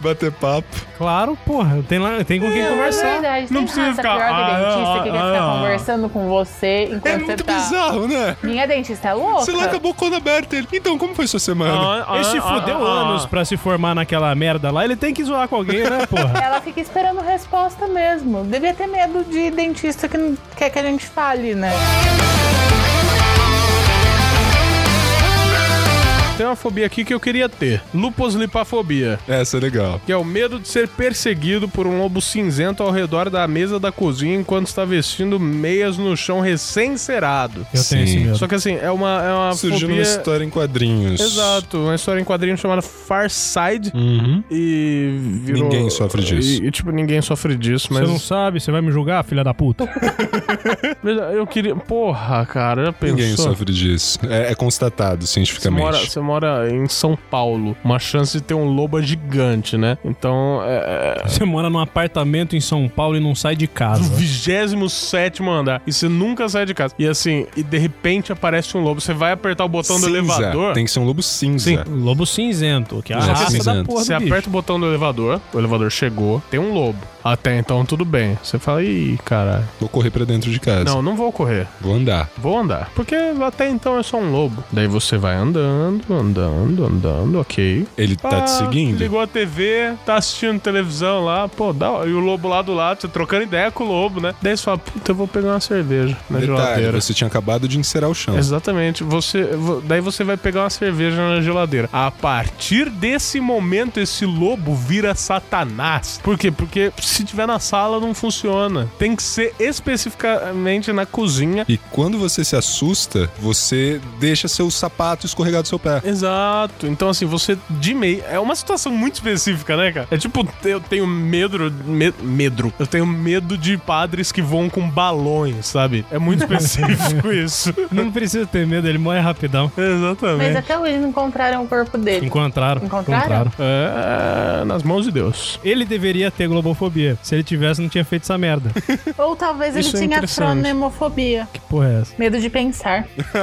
S2: Bater papo.
S5: Claro, porra. Tem, lá, tem com quem
S4: É
S5: conversar.
S4: verdade,
S1: Não
S4: tem
S1: precisa
S4: raça
S1: ficar,
S4: pior que
S1: ah,
S4: dentista que
S1: ah,
S4: quer ficar
S1: ah.
S4: conversando com você enquanto
S2: É
S4: você
S2: muito
S4: tá...
S2: bizarro, né?
S4: Minha dentista é louca?
S2: Você larga a bocona aberta. ele, Então, como foi sua
S1: Ah.
S2: semana?
S5: Ele se fudeu anos pra se formar naquela merda lá, ele tem que zoar com alguém, né, porra?
S4: Ela fica esperando resposta mesmo. Devia ter medo de dentista que não quer que a gente fale, né?
S1: Tem uma fobia aqui que eu queria ter. Lupus lipafobia.
S2: Essa é legal.
S1: que é o medo de ser perseguido por um lobo cinzento ao redor da mesa da cozinha enquanto está vestindo meias no chão recém-cerado.
S5: Eu tenho esse
S2: Sim.
S5: medo.
S1: Só que assim, é uma, é uma
S2: Surgiu
S1: fobia...
S2: numa história em quadrinhos.
S1: Exato, uma história em quadrinho chamada Far Side
S2: Uhum.
S1: e virou...
S2: Ninguém sofre disso.
S1: E, e, tipo, ninguém sofre disso,
S5: Você não
S1: mas
S5: sabe, você vai me julgar, filha da puta?
S1: eu queria... Porra, cara, já pensou?
S2: Ninguém sofre disso. É, é constatado
S1: Você mora,
S2: cientificamente.
S1: você mora em São Paulo, uma chance de ter um lobo é gigante, né? Então, é,
S5: Você mora num apartamento em São Paulo e não sai de
S1: do
S5: casa.
S1: 27 andar. E você nunca sai de casa. E assim, e de repente aparece um lobo. Você vai apertar o botão do
S2: Cinza.
S1: elevador.
S2: Tem que ser um lobo cinza.
S5: Lobo cinzento, que é a
S2: Lobo
S5: raça da
S2: cinzento.
S5: porra
S1: Você
S5: do bicho.
S1: aperta o botão do elevador, o elevador chegou, tem um lobo. Até então tudo bem. Você fala, ih, caralho.
S2: Vou correr pra dentro de casa.
S1: Não, não vou correr,
S2: Vou andar.
S1: vou andar. Porque até então é só um lobo. Daí você vai andando, andando, andando, ok.
S2: Ele tá te
S1: Ah,
S2: seguindo?
S1: Ligou a TV, tá assistindo televisão lá, pô, dá, e o lobo lá do lado, você trocando ideia com o lobo, né? Daí você fala, puta, eu vou pegar uma cerveja na
S2: Detalhe,
S1: geladeira.
S2: você tinha acabado de encerar o chão.
S1: Exatamente. Você, vo- daí você vai pegar uma cerveja na geladeira. A partir desse momento, esse lobo vira satanás. Por quê? Porque se tiver na sala, não funciona. Tem que ser especificamente na cozinha.
S2: E quando você se assusta, você deixa seu sapato escorregar do seu pé.
S1: Exato. Então, assim, você de meio. É uma situação muito específica, né, cara? É tipo, eu tenho medo. me- medo. Eu tenho medo de padres que voam com balões, sabe? É muito específico isso.
S5: Não precisa ter medo, ele morre rapidão.
S4: Mas
S1: Exatamente.
S4: até hoje não encontraram o corpo dele.
S5: Encontraram.
S4: Encontraram?
S1: É, nas mãos de Deus.
S5: Ele deveria ter globofobia. Se ele tivesse, não tinha feito essa merda.
S4: Ou talvez ele
S1: Isso é
S4: tinha
S1: interessante.
S4: fronemofobia.
S5: que porra é essa?
S4: Medo de pensar.
S1: isso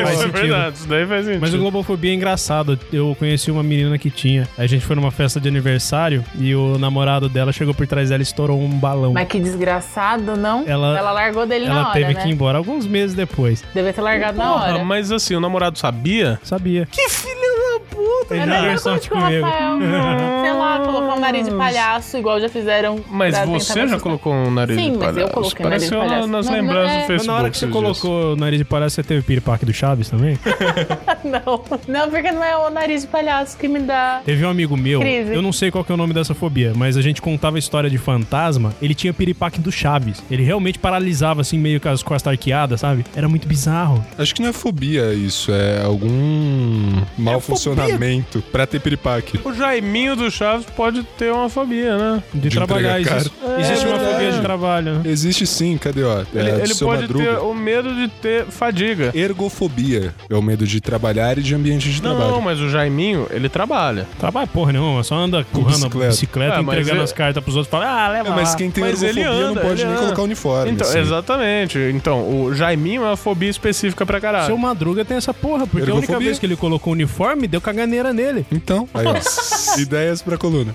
S1: é
S5: sentido.
S1: verdade, isso daí faz sentido.
S5: Mas o globofobia é engraçado. Eu conheci uma menina que tinha. A gente foi numa festa de aniversário e o namorado dela chegou por trás dela e estourou um balão.
S4: Mas que desgraçado, não?
S5: Ela-
S4: largou dele na
S5: Ela
S4: hora,
S5: teve
S4: né?
S5: que ir embora alguns meses depois.
S4: Deve ter largado na
S1: Porra,
S4: hora.
S1: mas assim, o namorado sabia?
S5: Sabia.
S1: Que filha da puta!
S5: Ele
S4: É a
S5: deu
S4: mesma
S5: sorte
S4: coisa que o Rafael. Sei lá, colocou o nariz de palhaço, igual já fizeram.
S1: Mas
S4: pra
S1: você
S4: tentar
S1: já
S4: assustar.
S1: colocou o nariz
S4: Sim,
S1: de
S4: mas
S1: palhaço.
S4: eu coloquei o nariz de
S1: Apareceu
S4: palhaço.
S1: nas
S4: Não, não
S1: lembranças
S4: é.
S1: do Facebook.
S5: Mas na hora que você
S1: esses
S5: colocou o nariz de palhaço, você teve o piripaque do Chaves também?
S4: Não, não, porque não é o nariz de palhaço que me dá.
S5: Teve um amigo meu,
S4: Crise.
S5: eu não sei qual que é o nome dessa fobia, mas a gente contava a história de fantasma, ele tinha piripaque do Chaves. Ele realmente paralisava, assim, meio com as costas arqueadas, sabe? Era muito bizarro.
S2: Acho que não é fobia isso, é algum
S1: É
S2: mau funcionamento pra ter piripaque.
S1: dias. O Jaiminho do Chaves pode ter uma fobia, né?
S5: De,
S2: De
S5: trabalhar.
S2: entregar
S5: Existe, existe uma
S2: verdade.
S5: fobia de trabalho, né?
S2: Existe sim, cadê, ó? É,
S1: Ele,
S2: do
S1: ele
S2: seu
S1: pode
S2: madruga.
S1: ter o medo de ter fadiga.
S2: Ergofobia é o medo de trabalhar e de ambiente de
S1: Não,
S2: trabalho.
S1: mas o Jaiminho, ele trabalha.
S5: Trabalho porra nenhuma, só anda empurrando a
S2: bicicleta.
S5: bicicleta,
S1: Ah, mas
S5: entregando
S1: é-
S5: as cartas pros outros, fala, ah, leva
S2: É, mas
S5: lá.
S2: quem tem
S1: Mas ele
S2: ergofobia
S1: anda,
S2: não pode
S1: ele
S2: nem
S1: anda.
S2: colocar uniforme.
S1: Então,
S2: assim.
S1: exatamente. Então, o Jaiminho é uma fobia específica pra caralho.
S2: é
S5: Seu Madruga tem essa porra, porque a única
S2: Ergofobia.
S5: vez que ele colocou o uniforme, deu caganeira nele.
S2: Então, aí, ó. ideias pra coluna.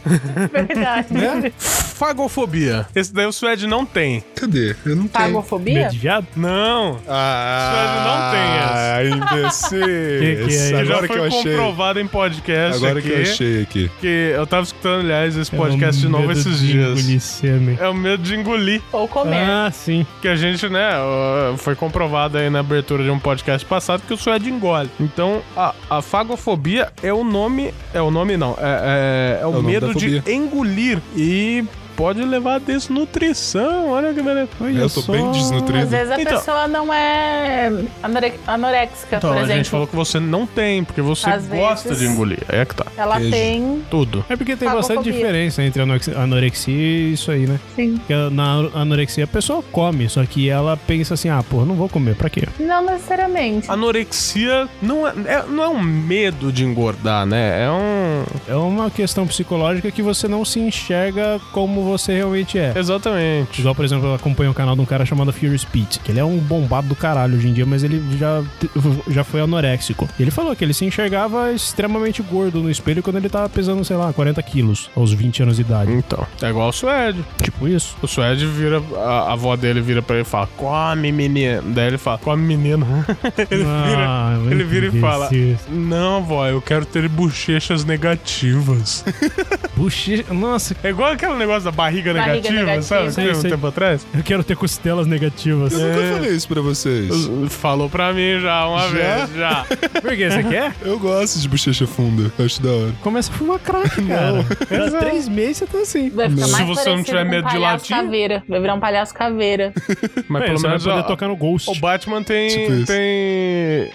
S4: Verdade.
S1: Né? Fagofobia. Esse daí o Suede não tem.
S2: Cadê? Eu não
S4: Tá
S2: tenho.
S5: Medo
S4: Pagofobia?
S5: de viado?
S1: Não.
S2: Ah, imbecil.
S5: Que que é isso?
S1: Que
S2: Agora
S1: já
S2: que
S1: foi
S2: eu achei.
S1: comprovado em podcast
S2: Agora
S1: aqui.
S2: que eu achei aqui.
S1: que eu tava escutando, aliás,
S2: É um
S1: esse podcast de é novo esses dias. É o medo de engolir,
S4: Ou comer.
S5: Ah, sim.
S1: que a gente, né, ó, foi comprovado aí na abertura de um podcast passado que o suede engole. Então, a, a fagofobia é o nome, é o nome não, é, é- é
S2: É
S1: o,
S2: o nome
S1: medo
S2: da
S1: de
S2: fobia.
S1: engolir e pode levar a desnutrição, olha que beleza. Olha
S2: É, Eu tô
S1: só.
S2: bem
S4: Às
S2: desnutrido.
S4: vezes a
S1: Então-
S4: pessoa não é anore- anoréxica,
S1: Então,
S4: por
S1: a
S4: exemplo.
S1: gente falou que você não tem, porque você
S4: Às
S1: gosta
S4: vezes-
S1: de engolir. Aí é que tá.
S4: Ela
S2: Queijo.
S4: tem.
S1: Tudo.
S5: É porque tem bastante
S4: Fagofobia.
S5: diferença entre anorex- anorexia e isso aí, né?
S4: Sim.
S5: Porque na anorexia a pessoa come, só que ela pensa assim, ah, porra, não vou comer, pra quê?
S4: Não necessariamente.
S1: Ah, Anorexia não é, é- não é um medo de engordar, né? É um.
S5: É uma questão psicológica que você não se enxerga como você realmente é.
S1: Exatamente.
S5: Igual, por exemplo, eu acompanho o canal de um cara chamado Furious Pete, que ele é um bombado do caralho hoje em dia, mas ele já, te- já foi anoréxico. E ele falou que ele se enxergava extremamente gordo no espelho quando ele tava pesando, sei lá, 40 quilos, aos 20 anos de idade.
S1: Então, é igual o Suede.
S5: Tipo isso.
S1: O Suede vira. A, a avó dele vira pra ele e fala: Come, menino. Daí ele fala: Come, menino. ele vira.
S5: Ah,
S1: Ele vira e fala:
S5: imbecil.
S1: Não, vó, eu quero ter bochechas negativas.
S5: Bochecha. Nossa,
S1: É igual aquele negócio da barriga,
S4: Barriga
S1: negativa,
S4: negativa.
S1: sabe? Que
S5: Sei,
S1: teve um
S5: sei.
S1: tempo atrás.
S5: eu quero ter costelas negativas. É,
S2: Eu nunca falei isso pra vocês.
S1: Falou pra mim já uma
S2: Já?
S1: vez, já.
S5: Por que você quer?
S2: Eu gosto de bochecha funda. Eu acho da hora.
S5: Começa a fumar crack, cara. Era três meses você tá assim.
S4: Vai ficar
S1: Se você
S4: mais
S1: não
S4: parecido
S1: tiver
S4: com um
S1: medo de
S4: palhaço
S1: latir-
S4: caveira. Vai virar um palhaço caveira.
S1: Mas pelo
S5: você
S1: menos
S5: vai poder
S1: ó,
S5: tocar no Ghost.
S1: é O Batman tem,
S2: Tipo isso.
S1: tem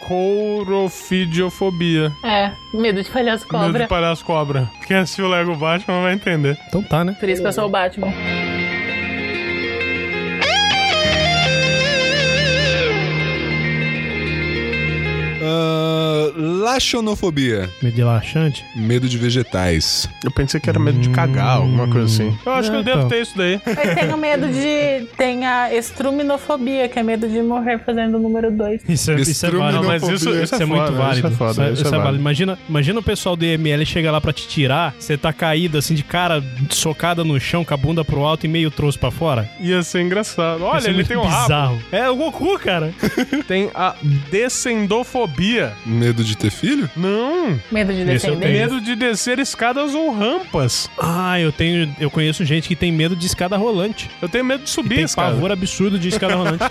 S1: courofidiofobia.
S4: é, medo de palhaço
S1: Medo
S4: cobra.
S1: de palhaço cobra. Quem assistiu o Lego Batman vai entender.
S5: Então tá, né?
S4: Por isso que eu sou o Batman.
S2: Ah, laxonofobia.
S5: Medo de laxante.
S2: Medo de vegetais.
S1: Eu pensei que era medo de cagar, alguma coisa assim. Eu acho
S5: É,
S1: que eu devo
S5: então.
S1: ter isso daí.
S4: Eu tenho medo de. Tem a estruminofobia, que é medo de morrer fazendo o número 2.
S5: Isso é, isso é
S2: Estrume
S5: válido.
S1: Não,
S2: Não,
S1: mas isso,
S2: fobia.
S1: isso
S5: Isso é muito válido.
S1: Isso é foda.
S5: isso é válido. Imagina, imagina o pessoal do IML chegar lá pra te tirar, você tá caído assim de cara, socada no chão, com a bunda pro alto e meio trouxe pra fora.
S1: Ia ser engraçado. Olha,
S5: Isso é
S1: ele
S5: muito
S1: tem um rabo.
S5: bizarro. É o Goku, cara.
S1: Tem a descendofobia.
S2: Medo medo de ter filho?
S1: Não!
S4: Medo de
S5: É Isso eu
S4: defender.
S5: tenho.
S1: Medo de descer escadas ou rampas.
S5: Ah, eu tenho. Eu conheço gente que tem medo de escada rolante.
S1: Eu tenho medo de subir
S5: Tem
S1: escada.
S5: pavor absurdo de escada rolante.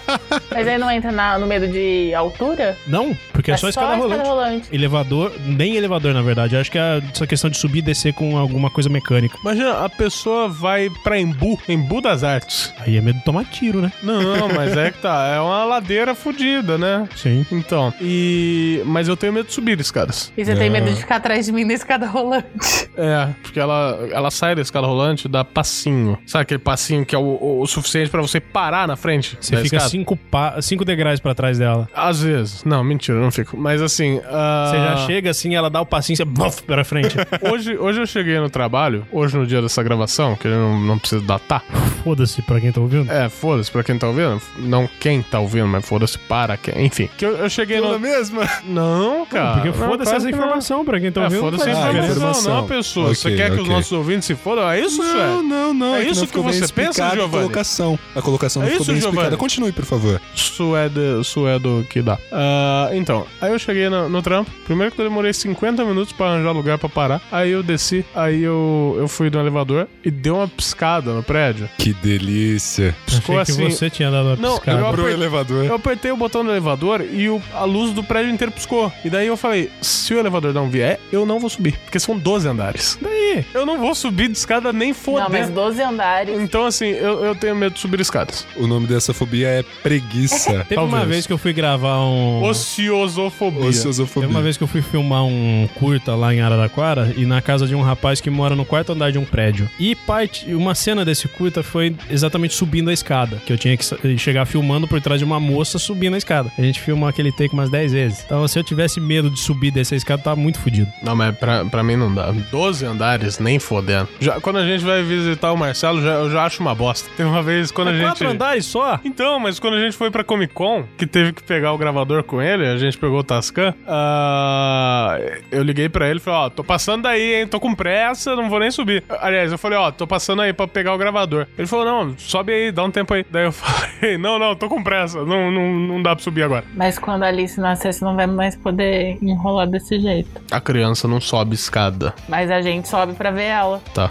S4: Mas aí não entra na- no medo de altura?
S5: Não, porque é, só, escada rolante.
S4: rolante.
S5: Elevador, nem elevador, na verdade. Eu acho que é essa questão de subir e descer com alguma coisa mecânica.
S1: Imagina, a pessoa vai pra Embu, Embu das Artes.
S5: Aí é medo de tomar tiro, né?
S1: Não, mas é que tá, é uma ladeira fodida, né?
S5: Sim.
S1: Então, e. Mas eu tenho medo de subir escadas.
S4: E você tem medo de ficar atrás de mim na escada rolante?
S1: É, porque ela, ela sai da escada rolante e dá passinho. Sabe aquele passinho que é o, o- o suficiente pra você parar na frente?
S5: Você
S1: da
S5: fica
S1: escada?
S5: cinco, pa- cinco degraus pra trás dela.
S1: Às vezes. Não, mentira, eu não fico. Mas assim. ah,
S5: Você já chega assim, ela dá o passinho, você buf, pra frente.
S1: Hoje, hoje eu cheguei no trabalho, hoje no dia dessa gravação, que eu não, não preciso datar.
S5: Foda-se pra quem tá ouvindo.
S1: É, foda-se pra quem tá ouvindo. Não quem tá ouvindo, mas foda-se para quem. Enfim, que eu, eu cheguei
S2: Pela
S5: é
S1: no.
S2: mesma?
S1: Não, cara.
S5: Porque
S1: Ah, Não,
S5: foda-se
S1: claro
S5: essa
S1: que não.
S5: informação pra quem tá
S1: É,
S5: ouvindo.
S1: foda-se a
S5: não faz
S1: informação,
S5: diferença.
S2: informação.
S1: não a pessoa.
S2: Ok,
S1: você quer que os
S2: ok.
S1: nossos ouvintes se fodam? É isso,
S2: Não,
S1: Sué?
S2: não, não.
S1: É
S2: que
S1: isso
S2: não
S1: que
S2: ficou bem
S1: você pensa,
S2: explicada
S1: Giovanni?
S2: A colocação. A colocação não
S1: É
S2: ficou
S1: isso,
S2: bem explicada.
S1: Giovanni?
S2: Continue, por favor.
S1: Suedo, suedo que dá. Ah, então, aí eu cheguei no, no trampo. Primeiro que eu demorei 50 minutos pra arranjar lugar pra parar. Aí eu desci, aí eu, eu fui no elevador e deu uma piscada no prédio.
S2: Que delícia.
S1: Ficou
S5: Achei que
S1: assim.
S5: você tinha dado uma
S1: Não,
S5: piscada.
S1: eu-
S2: Pro
S1: aper-
S2: elevador.
S1: Eu apertei o botão do elevador e o- a luz do prédio inteiro piscou. E daí eu falei: se o elevador não vier, eu não vou subir. Porque são 12 andares. Daí, eu não vou subir de escada nem
S4: Não, mas
S1: fodendo.
S4: 12 andares.
S1: Então, assim, eu, eu tenho medo de subir escadas.
S2: O nome dessa fobia é preguiça.
S5: Teve uma
S1: Talvez.
S5: vez que eu fui gravar um...
S1: Ociosofobia.
S2: Ociosofobia.
S5: Teve uma vez que eu fui filmar um curta lá em Araraquara e na casa de um rapaz que mora no quarto andar de um prédio. E parte, uma cena desse curta foi exatamente subindo a escada, que eu tinha que sa- eh, chegar filmando por trás de uma moça subindo a escada. A gente filmou aquele take umas 10 vezes. Então, se eu tivesse medo de subir dessa escada, eu tava muito fudido.
S1: Não, mas pra, pra mim não dá. 12 andares, nem fodendo. Já, quando a gente vai visitar o Marcelo, já- eu já acho uma bosta. Tem uma vez quando a gente.
S5: É Quatro andares só?
S1: Então, mas quando a gente foi pra Comic Con, que teve que pegar o gravador com ele, a gente pegou o Tascam, ah, eu liguei pra ele e falei, ó, tô passando daí, hein, tô com pressa, não vou nem subir. Aliás, eu falei, ó, tô passando aí pra pegar o gravador. Ele falou, não, sobe aí, dá um tempo aí. Daí eu falei, não, não, tô com pressa, não, não, não dá pra subir agora.
S4: Mas quando a Alice nascer, você não vai mais poder enrolar desse jeito.
S1: A criança não sobe escada,
S4: Mas a gente sobe pra ver ela.
S1: tá?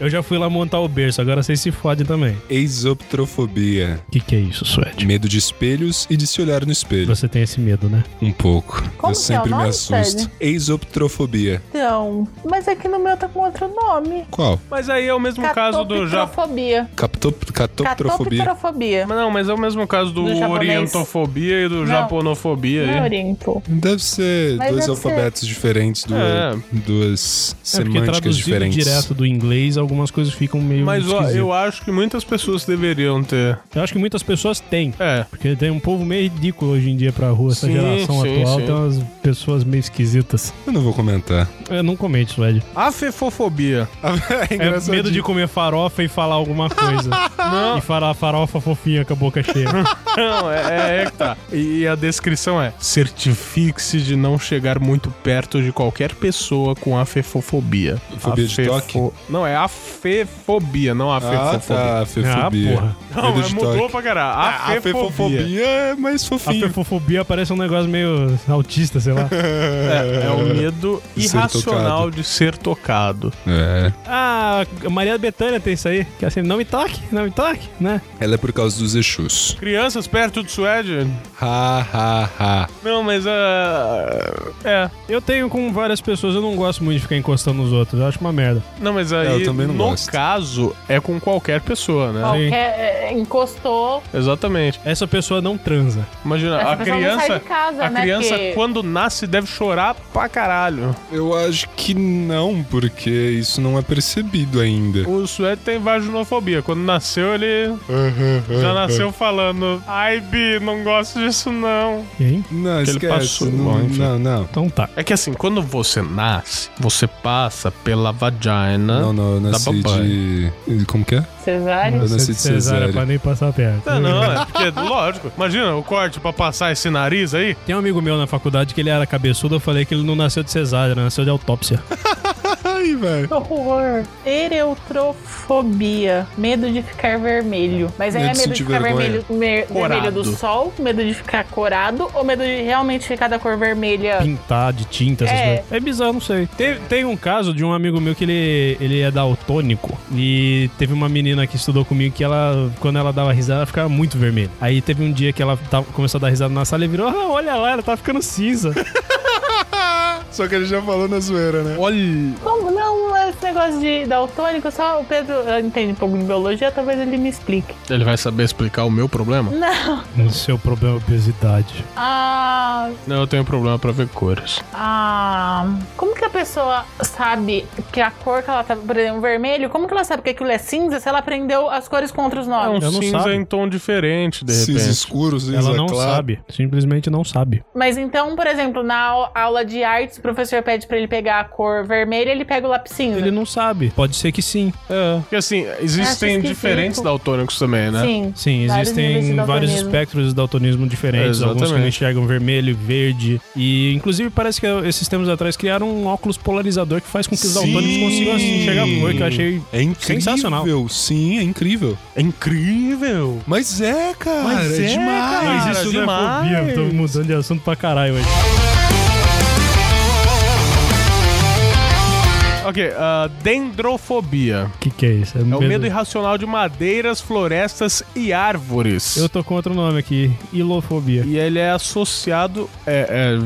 S5: Eu já fui lá montar o berço, agora vocês se fodem também.
S2: Exoptrofobia.
S5: O que, que é isso, Suede?
S2: Medo de espelhos e de se olhar no espelho.
S5: Você tem esse medo, né?
S2: Um pouco.
S4: Como
S2: eu
S4: que é o
S2: sempre me
S4: nome,
S2: assusto.
S4: Fred?
S2: Exoptrofobia.
S4: Então, mas aqui no meu tá com outro nome.
S2: Qual?
S1: Mas aí é o mesmo caso do Japão.
S4: Catopitrofobia.
S2: Captop... Catoptrofobia.
S4: Catopitrofobia.
S1: Mas Não, mas é o mesmo caso do,
S4: Do japonês.
S1: orientofobia e do
S4: Não.
S1: japonofobia.
S4: Não,
S1: aí.
S4: Oriento.
S2: Deve ser
S4: Mas
S2: dois
S4: deve
S2: alfabetos diferentes, duas,
S1: É.
S2: duas
S5: É porque
S2: semânticas
S5: traduzido
S2: diferentes.
S5: direto do inglês, algumas coisas ficam meio
S1: Mas ó,
S5: esquisitas.
S1: eu acho que muitas pessoas deveriam ter.
S5: eu acho que muitas pessoas têm.
S1: É.
S5: Porque tem um povo meio ridículo hoje em dia pra rua, essa
S1: Sim,
S5: geração
S1: sim,
S5: atual
S1: sim.
S5: tem umas pessoas meio esquisitas.
S2: Eu não vou comentar.
S5: Eu não comente, Suede.
S1: Afefofobia.
S2: É
S5: É
S2: engraçadinho.
S5: medo de comer farofa e falar alguma coisa. E falar farofa fofinha com a boca cheia.
S1: Não, é, é, é que tá. E a descrição é: certifique-se de não chegar muito perto de qualquer pessoa com afefofobia.
S2: Fobia de
S1: Afefo- Não, é afefobia, não
S2: Ah,
S1: afefofobia.
S2: tá. Fefobia.
S5: Ah, porra.
S1: Não,
S2: Medo
S1: mas
S2: de
S1: mudou
S2: toque.
S1: pra caralho.
S2: Ah, A
S1: Afefofobia.
S2: fefofobia é mais
S5: A
S2: fofinho.
S5: fefofobia parece um negócio meio autista, sei lá.
S1: É, é o medo
S2: De ser
S1: irracional
S2: tocado.
S1: de ser tocado.
S2: É.
S5: Ah, a Maria Bethânia tem isso aí. Que é assim, não me toque, não me toque, né?
S2: Ela é por causa dos Exus.
S1: Crianças perto do suede.
S2: Ha, ha, ha.
S1: Não, mas a. é.
S5: Eu tenho com várias pessoas, eu não gosto muito de ficar encostando nos outros. Eu acho uma merda.
S1: Não, mas aí,
S2: É, eu também não
S1: no
S2: gosto.
S1: caso, é com qualquer pessoa, né?
S4: Qualquer, é, encostou.
S1: Exatamente.
S5: Essa pessoa não transa.
S1: Imagina,
S4: Essa
S1: a
S4: pessoa não sai
S1: criança.
S4: de casa,
S1: a
S4: né?
S1: criança,
S4: porque-
S1: quando nasce, deve chorar pra caralho.
S2: Eu acho que não, porque isso não é percebido ainda.
S1: O Suede tem vaginofobia. Quando nasceu, ele já nasceu falando: Ai, Bi, não gosto disso não.
S5: Hein?
S2: Não,
S1: ele
S2: esquece.
S1: passou, bom,
S2: não,
S1: enfim.
S2: não, não.
S5: Então tá.
S1: É que assim, quando você nasce, você passa pela vagina.
S2: Não, não, eu
S1: Dá
S2: nasci
S1: papai.
S2: de... Como que é?
S4: Cesárea.
S2: Eu nasci de cesárea.
S5: pra nem passar perto.
S1: Não, não, é porque, lógico, imagina o corte pra passar esse nariz aí.
S5: Tem um amigo meu na faculdade que ele era cabeçudo, eu falei que ele não nasceu de cesárea, nasceu de autópsia.
S2: Ai, velho.
S4: Horror. Ereutrofobia. Medo de ficar vermelho. Mas aí
S2: Medo
S4: é
S2: de
S4: medo de
S2: sentir
S4: ficar
S2: vergonha.
S4: vermelho, mer- vermelho do sol, medo de ficar corado ou medo de realmente ficar da cor vermelha?
S5: pintar de tinta, essas
S4: É.
S5: coisas. É bizarro, não sei. Tem, tem um caso de um amigo meu que ele, ele é daltônico. E teve uma menina que estudou comigo que ela, quando ela dava risada, ela ficava muito vermelha. Aí teve um dia que ela tava- começou a dar risada na sala e virou: ah, olha lá, ela tá ficando cinza.
S2: Só que ele já falou na zoeira, né?
S1: Olha.
S4: Como não? é Esse negócio de daltônico, só o Pedro eh, entende um pouco de biologia, talvez ele me explique.
S1: Ele vai saber explicar o meu problema?
S4: Não.
S5: o seu problema é obesidade.
S4: Ah,
S1: Não, eu tenho problema pra ver cores.
S4: Ah, como que a pessoa sabe que a cor que ela tá, por exemplo, vermelho, como que ela sabe que aquilo é cinza se ela aprendeu as cores com outros
S1: É um
S4: nomes?
S5: Eu não
S1: cinza
S5: sabe.
S1: em tom diferente, de repente.
S2: Cinza escuro, cinza
S5: ela não
S2: claro.
S5: sabe. Simplesmente não sabe.
S4: Mas então, por exemplo, na au- aula de artes, o professor pede pra ele pegar a cor vermelha, ele pega o lápis cinza.
S5: Ele não sabe. Pode ser que sim. É.
S1: Porque assim,
S4: Acho
S1: existem
S4: esquisito.
S1: diferentes daltônicos também, né?
S4: Sim.
S5: Sim,
S4: Vários níveis de
S5: existem vários
S4: daltonismo.
S5: espectros de daltonismo diferentes.
S1: É,
S5: alguns que não
S1: exatamente.
S5: enxergam vermelho, verde. E, inclusive, parece que esses tempos atrás criaram um óculos polarizador que faz com que os daltônicos consigam assim, enxergar a cor, que eu achei
S2: É incrível.
S5: Sensacional.
S2: Sim, é incrível.
S1: É incrível!
S2: Mas é, cara.
S1: Mas
S2: é,
S1: é,
S2: demais.
S1: cara. Mas isso não é demais. fobia, eu tô
S5: mudando de assunto pra caralho hoje.
S1: Ok, ah, dendrofobia.
S5: O que, que é isso?
S1: É o medo irracional de madeiras, florestas e árvores.
S5: Eu tô com outro nome aqui, ilofobia.
S1: E ele é associado, é, é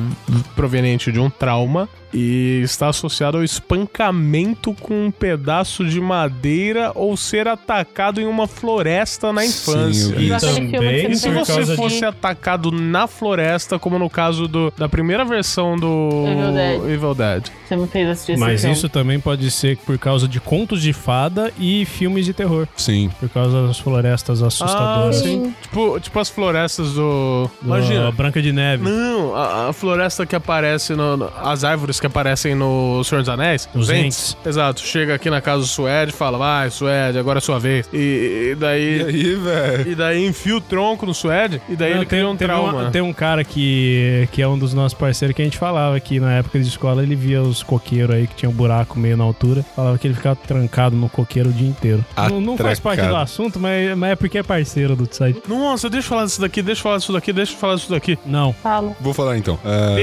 S1: proveniente de um trauma e está associado ao espancamento com um pedaço de madeira ou ser atacado em uma floresta na
S2: Sim,
S1: infância.
S2: eu vi.
S4: Igual aquele
S5: Também,
S4: filme que
S5: e
S1: E se
S4: você
S5: Por
S4: fez
S1: você
S5: causa
S4: de-
S1: fosse atacado na floresta, como no caso do- da primeira versão do
S4: Evil Dead.
S1: Evil Dead.
S4: Você me fez assistir
S5: Mas
S4: esse então. filme.
S5: isso também pode ser por causa de contos de fada e filmes de terror.
S2: Sim.
S5: Por causa das florestas assustadoras.
S1: Ah, sim. Tipo, tipo as florestas do.
S5: Do- Branca de Neve.
S1: Não, a, a floresta que aparece no, no- As árvores que aparecem no Senhor dos Anéis.
S5: Os
S1: Entes.
S5: Ents.
S1: Exato. Chega aqui na casa do Suede e fala: Vai, Suede, agora é sua vez. E, e
S2: E
S1: daí.
S2: aí, velho?
S1: E daí enfia o tronco no Suede e daí ele
S5: Não,
S1: cria um
S5: teve
S1: trauma.
S5: uma- tem um cara que, que é um dos nossos parceiros que a gente falava que na época de escola ele via os coqueiros aí que tinha um buraco meio na altura. Falava que ele ficava trancado no coqueiro o dia inteiro. Não, não faz parte do
S2: Atracado.
S5: assunto, mas, mas é porque é parceiro do site.
S1: Nossa, deixa eu falar disso daqui, deixa eu falar disso daqui, deixa eu falar disso daqui.
S5: Não.
S4: Falo.
S2: Vou falar então.
S1: É.
S2: Ah,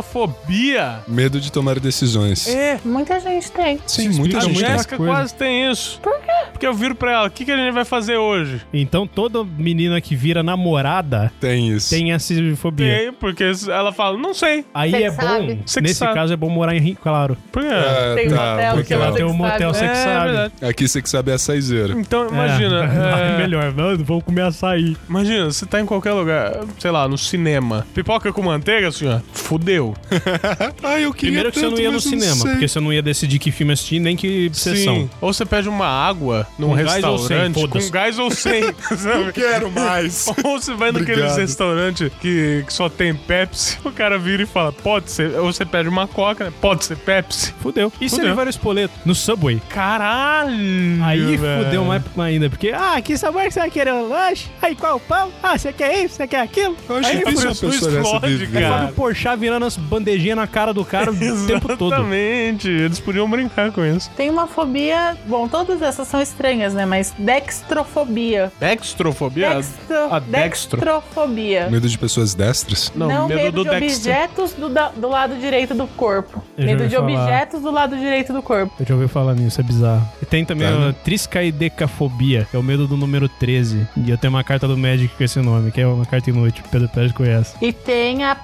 S1: Decidofobia.
S2: Medo de tomar decisões.
S1: É.
S4: Muita gente tem.
S2: Sim,
S5: Isso
S2: muita
S1: A
S5: explica
S2: gente.
S5: muita
S1: Jéssica
S5: coisa.
S1: quase tem isso. Por quê? Porque eu viro pra ela, o que, que a gente vai fazer hoje?
S5: Então toda menina que vira namorada
S2: Tem isso.
S5: tem essa fobia.
S1: Tem, porque ela fala, não sei.
S5: Aí
S4: Você
S5: é
S4: que
S5: bom.
S4: sabe.
S1: Você que
S5: Nesse
S1: sabe.
S5: caso é bom morar em Rio Claro.
S1: Por quê?
S5: É.
S2: Ah,
S4: Tem um
S2: tá,
S4: motel,
S2: porque
S5: Porque ela
S4: sabe.
S5: tem um motel,
S4: Você
S5: você
S4: que
S5: que sabe.
S1: É, verdade.
S2: Aqui você que sabe é a saizeira.
S1: Então, imagina.
S5: É,
S1: é,
S5: melhor, mano, vamos comer açaí.
S1: Imagina, você tá em qualquer lugar, sei lá, no cinema. Pipoca com manteiga, senhor? Fudeu.
S2: Ah, eu queria
S1: é
S5: Primeiro que você
S2: tanto,
S5: não ia no
S2: mas não
S5: cinema,
S2: sei.
S5: porque você não ia decidir que filme assistir nem que sessão.
S1: Ou você pede uma água num
S5: Com gás ou sem,
S1: restaurante
S5: foda-se.
S1: com gás ou sem. sabe?
S2: Quero mais.
S1: Ou você vai naqueles
S2: Obrigado.
S1: restaurantes que, que só tem Pepsi, o cara vira e fala, pode ser. Ou você pede uma coca, né? Pode ser Pepsi.
S5: Fudeu. E se
S1: Fudeu.
S5: ele vai no espoleto? No Subway.
S1: Caralho!
S5: Aí
S1: velho.
S5: fudeu mais ainda, porque, ah, que sabor que você vai querer no lanche? Aí qual o pão? Ah, você quer isso? Você quer aquilo?
S2: Eu acho
S5: Aí
S2: difícil
S1: fudeu,
S2: uma pessoa dessa
S1: explode,
S2: viver.
S1: cara.
S5: o Porchat virando as bandejinhas na cara do cara o tempo todo.
S1: Exatamente. Eles podiam brincar com isso.
S4: Tem uma fobia. Bom, todas essas são estranhas, né? Mas dextrofobia.
S1: Dextrofobia?
S4: Dextro-
S1: a dextro.
S4: Dextrofobia.
S2: Medo de pessoas destras?
S1: Não, medo do
S4: de
S1: Dexter.
S4: objetos do, da- do lado direito do corpo.
S5: Eu já
S4: medo
S5: ouvi
S4: de
S5: falar.
S4: objetos do lado direito do corpo.
S5: Eu já ouvi falar nisso, é bizarro. E tem também
S2: Tá, né?
S5: a triscaidecafobia, que é o medo do número 13. E eu tenho uma carta do médico com esse nome, que é uma carta inútil. Pedro Pérez conhece.
S4: E tem a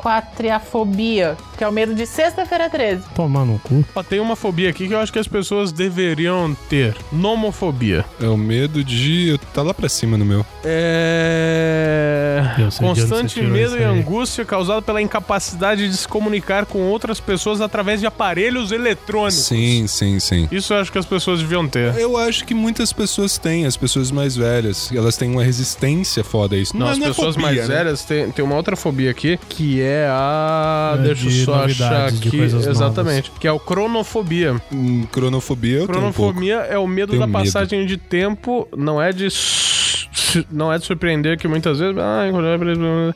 S4: parasquavedequatriafobia, que é o medo de sexta-feira 13.
S5: Tomar no cu.
S1: Ó, Ah, tem uma fobia aqui que eu acho que as pessoas deveriam ter. Nomofobia.
S2: É o medo de. Tá lá pra cima no meu.
S1: É...
S5: Eu sei de onde você
S1: Constante
S5: tirou
S1: medo
S5: isso
S1: e
S5: aí.
S1: angústia causada pela incapacidade de se comunicar com outras pessoas através de aparelhos eletrônicos.
S2: Sim, sim, sim.
S1: Isso eu acho que as pessoas deviam ter.
S2: Eu acho que muitas pessoas têm, as pessoas mais velhas, elas têm uma resistência foda a isso.
S1: Não,
S2: é-
S1: as
S2: é
S1: pessoas
S2: fobia,
S1: mais
S2: né?
S1: velhas tem, tem uma outra fobia aqui, que é a.
S5: É,
S1: deixa eu
S5: de
S1: só achar
S5: novidades, de
S1: aqui.
S5: coisas novas.
S1: Exatamente. Que é o cronofobia.
S2: Hum, Cronofobia eu tenho um pouco.
S1: Cronofobia é o medo
S2: Tenho
S1: da
S2: medo.
S1: passagem de tempo, não é de. s- su- não é de surpreender que muitas vezes. Ah, encontrar-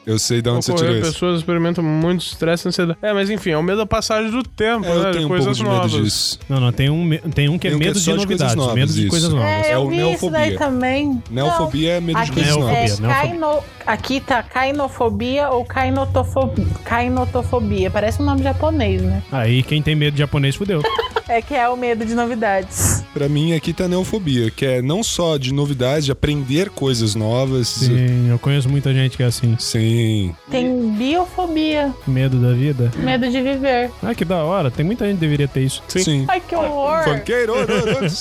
S2: Eu sei de onde você tirou
S1: ocorrer,
S2: isso.
S1: pessoas experimentam muito estresse e ansiedade. É, mas enfim, é o medo da passagem do tempo,
S2: É, eu
S1: né?
S2: tenho um pouco
S1: Coisas
S2: de medo
S1: novas.
S2: disso.
S5: Não, não, tem um, me- tem um que é
S2: Tem um que é
S5: medo
S2: só
S5: de
S2: de coisas
S5: novidades,
S2: novas,
S5: medo de
S2: isso.
S5: coisas novas.
S4: É,
S2: É
S4: eu
S2: o
S4: vi isso daí
S2: neofobia.
S4: também.
S2: Neofobia é medo de
S4: Aqui,
S2: coisas
S5: Neofobia,
S2: novas.
S4: é,
S5: neofobia.
S4: caino- aqui tá cainofobia ou cainotofobia, cainotofobia. Parece um nome japonês, né?
S5: Aí quem tem medo de japonês fudeu.
S4: É que é o medo de novidades.
S2: Pra mim, aqui tá neofobia, que é não só de novidades, de aprender coisas novas.
S5: Sim, eu conheço muita gente que é assim,
S2: Sim.
S4: Tem biofobia,
S5: medo da vida.
S4: medo de viver.
S5: Ah, que da hora, tem muita gente que deveria ter isso.
S2: Sim. Sim.
S4: Ai, que horror!
S2: Funkeiro,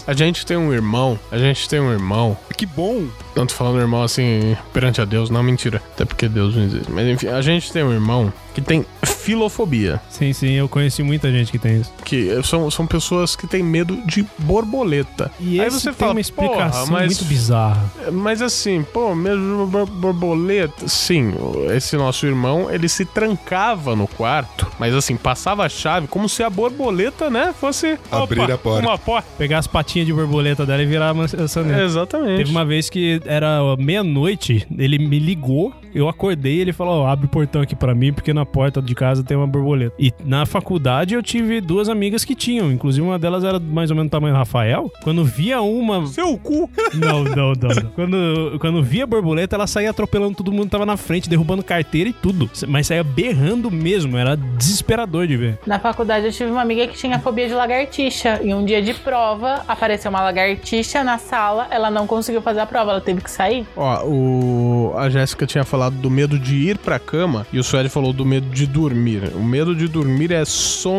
S1: A gente tem um irmão, a gente tem um irmão.
S2: que bom.
S1: Não tô falando irmão assim perante a Deus, não, mentira. Até porque Deus não existe. Mas enfim, a gente tem um irmão que tem filofobia.
S5: Sim, sim, eu conheci muita gente que tem isso.
S1: Que são, são pessoas que têm medo de borboleta.
S5: E
S1: Aí
S5: esse
S1: você
S5: tem
S1: fala,
S5: uma explicação
S1: "Porra, mas-
S5: muito bizarra.
S1: Mas assim, pô, mesmo bor- borboleta, sim, esse nosso irmão, ele se trancava no quarto, mas assim, passava a chave como se a borboleta, né, fosse
S2: Abrir a porta.
S1: Uma porta.
S5: Pegar as patinhas de borboleta dela e virar uma maçaneta.
S1: Exatamente.
S5: É. Teve uma vez que era meia-noite, ele me ligou, eu acordei ele falou: ó, abre o portão aqui pra mim, porque na porta de casa tem uma borboleta. E na faculdade eu tive duas amigas que tinham, inclusive uma delas era mais ou menos do tamanho do Rafael. Quando via uma.
S2: Seu cu.
S5: Não, não, não. não. Quando, quando via a borboleta, ela saía atropelando todo mundo, que tava na frente, derrubando carteira e tudo. Mas saía berrando mesmo, era desesperador de ver.
S4: Na faculdade eu tive uma amiga que tinha fobia de lagartixa. E um dia de prova, apareceu uma lagartixa na sala, ela não conseguiu fazer a prova, ela teve que sair.
S1: Ó, o... a Jéssica tinha falado do medo de ir pra cama e o Sueli falou do medo de dormir. O medo de dormir é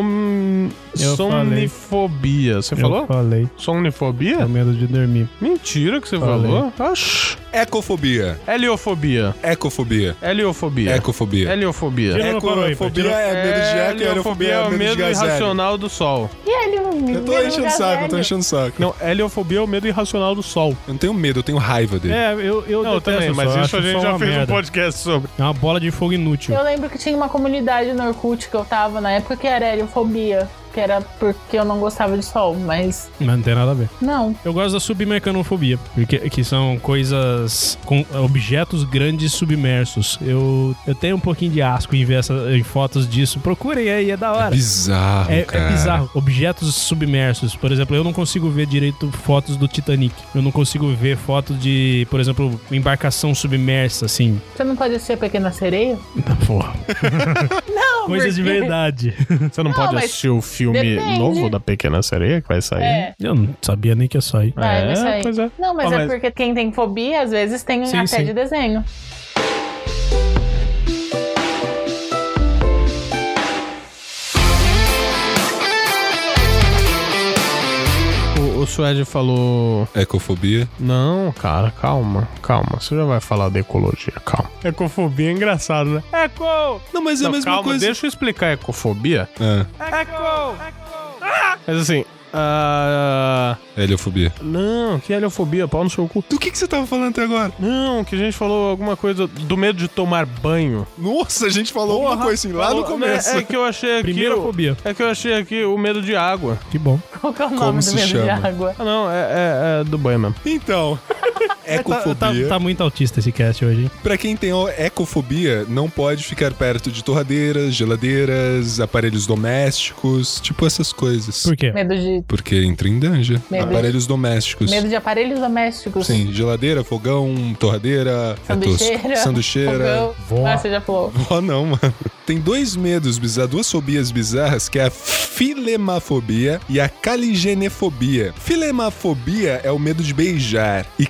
S1: som...
S5: Eu falei.
S1: somnifobia. Você
S5: Eu
S1: falou?
S5: falei. É
S1: Somnifobia?
S5: o medo de dormir.
S1: Mentira que você
S5: Falei.
S1: falou. Oxi.
S2: Ecofobia.
S1: Heliofobia.
S2: Ecofobia.
S1: Heliofobia.
S2: Ecofobia.
S1: Heliofobia.
S5: Tira uma
S2: Ecofobia
S5: coroa
S2: é medo de eco e aerofobia
S1: é
S2: é
S1: o
S2: medo de
S1: medo
S2: gazélio.
S1: irracional do sol.
S4: E ele me
S2: Eu tô enchendo o saco, eu tô enchendo o saco.
S1: Não, heliofobia é o medo irracional do sol.
S2: Eu não tenho medo, eu tenho raiva dele.
S5: É, eu, eu
S1: Não, eu
S5: detesto
S1: também,
S5: só,
S1: mas isso
S5: acho
S1: a gente
S5: só
S1: já
S5: uma
S1: fez
S5: merda.
S1: um podcast sobre.
S5: É uma bola de fogo inútil.
S4: Eu lembro que tinha uma comunidade no Orkut que eu tava na época que era aerofobia. Que era porque eu não gostava de sol, mas
S5: Mas não tem nada a ver.
S4: não.
S5: Eu gosto da submecanofobia, porque que são coisas com objetos grandes submersos. Eu, eu tenho um pouquinho de asco em ver essa, em fotos disso. Procurem aí, é da hora.
S2: Bizarro,
S5: É,
S2: cara.
S5: é bizarro. Objetos submersos. Por exemplo, eu não consigo ver direito fotos do Titanic. Eu não consigo ver foto de, por exemplo, embarcação submersa, assim.
S4: Você não pode assistir a Pequena Sereia?
S5: Porra.
S4: Não,
S5: Coisas de
S4: porque-
S5: verdade.
S1: Você não, pode
S4: mas
S1: assistir o filme
S4: depende.
S1: novo da Pequena Sereia que vai sair?
S4: É.
S5: Eu não sabia nem que ia sair.
S4: Vai, vai sair.
S1: pois é.
S4: Não, mas
S1: Ah,
S4: é
S1: mas-
S4: porque quem tem fobia, às vezes, tem
S5: Sim,
S4: até
S5: sim.
S4: de desenho.
S1: O, o Suede falou.
S2: Ecofobia.
S1: Não, cara, calma, calma. Você já vai falar da ecologia, calma. Ecofobia é engraçado, né? Eco!
S2: Não, mas é
S1: Não,
S2: a mesma
S1: calma,
S2: coisa.
S1: deixa eu explicar a ecofobia.
S2: Ah,
S1: Mas assim. ah,
S2: É, heliofobia.
S1: Não, que heliofobia, pau no seu cu.
S2: Do que, que você tava falando até agora?
S1: Não, que a gente falou alguma coisa do medo de tomar banho.
S2: Nossa, a gente falou uma coisa assim lá no
S1: Falou-
S5: né?
S2: começo.
S1: É, é que eu achei aqui.
S5: Primeira
S1: o-
S5: fobia.
S1: É que eu achei aqui o medo de água.
S5: Que bom.
S4: Qual que é o nome do
S2: se
S4: medo de
S2: chama?
S4: água?
S1: Ah, não, é, é- é do banho mesmo.
S2: Então, ecofobia.
S5: Tá, tá muito autista esse cast hoje, hein?
S2: Pra quem tem ecofobia, não pode ficar perto de torradeiras, geladeiras, aparelhos domésticos, tipo essas coisas.
S5: Por quê?
S4: Medo de,
S2: Porque entra em danja.
S4: Medo.
S2: Aparelhos domésticos.
S4: medo de aparelhos domésticos.
S2: Sim, geladeira, fogão, torradeira, é tosco.
S4: Sanduicheira.
S2: sanduicheira.
S4: fogão. Ah, você já falou.
S2: Vó não, mano. Tem dois medos bizarros, duas fobias bizarras, que é a filemafobia e a caligenefobia. Filemafobia é o medo de beijar e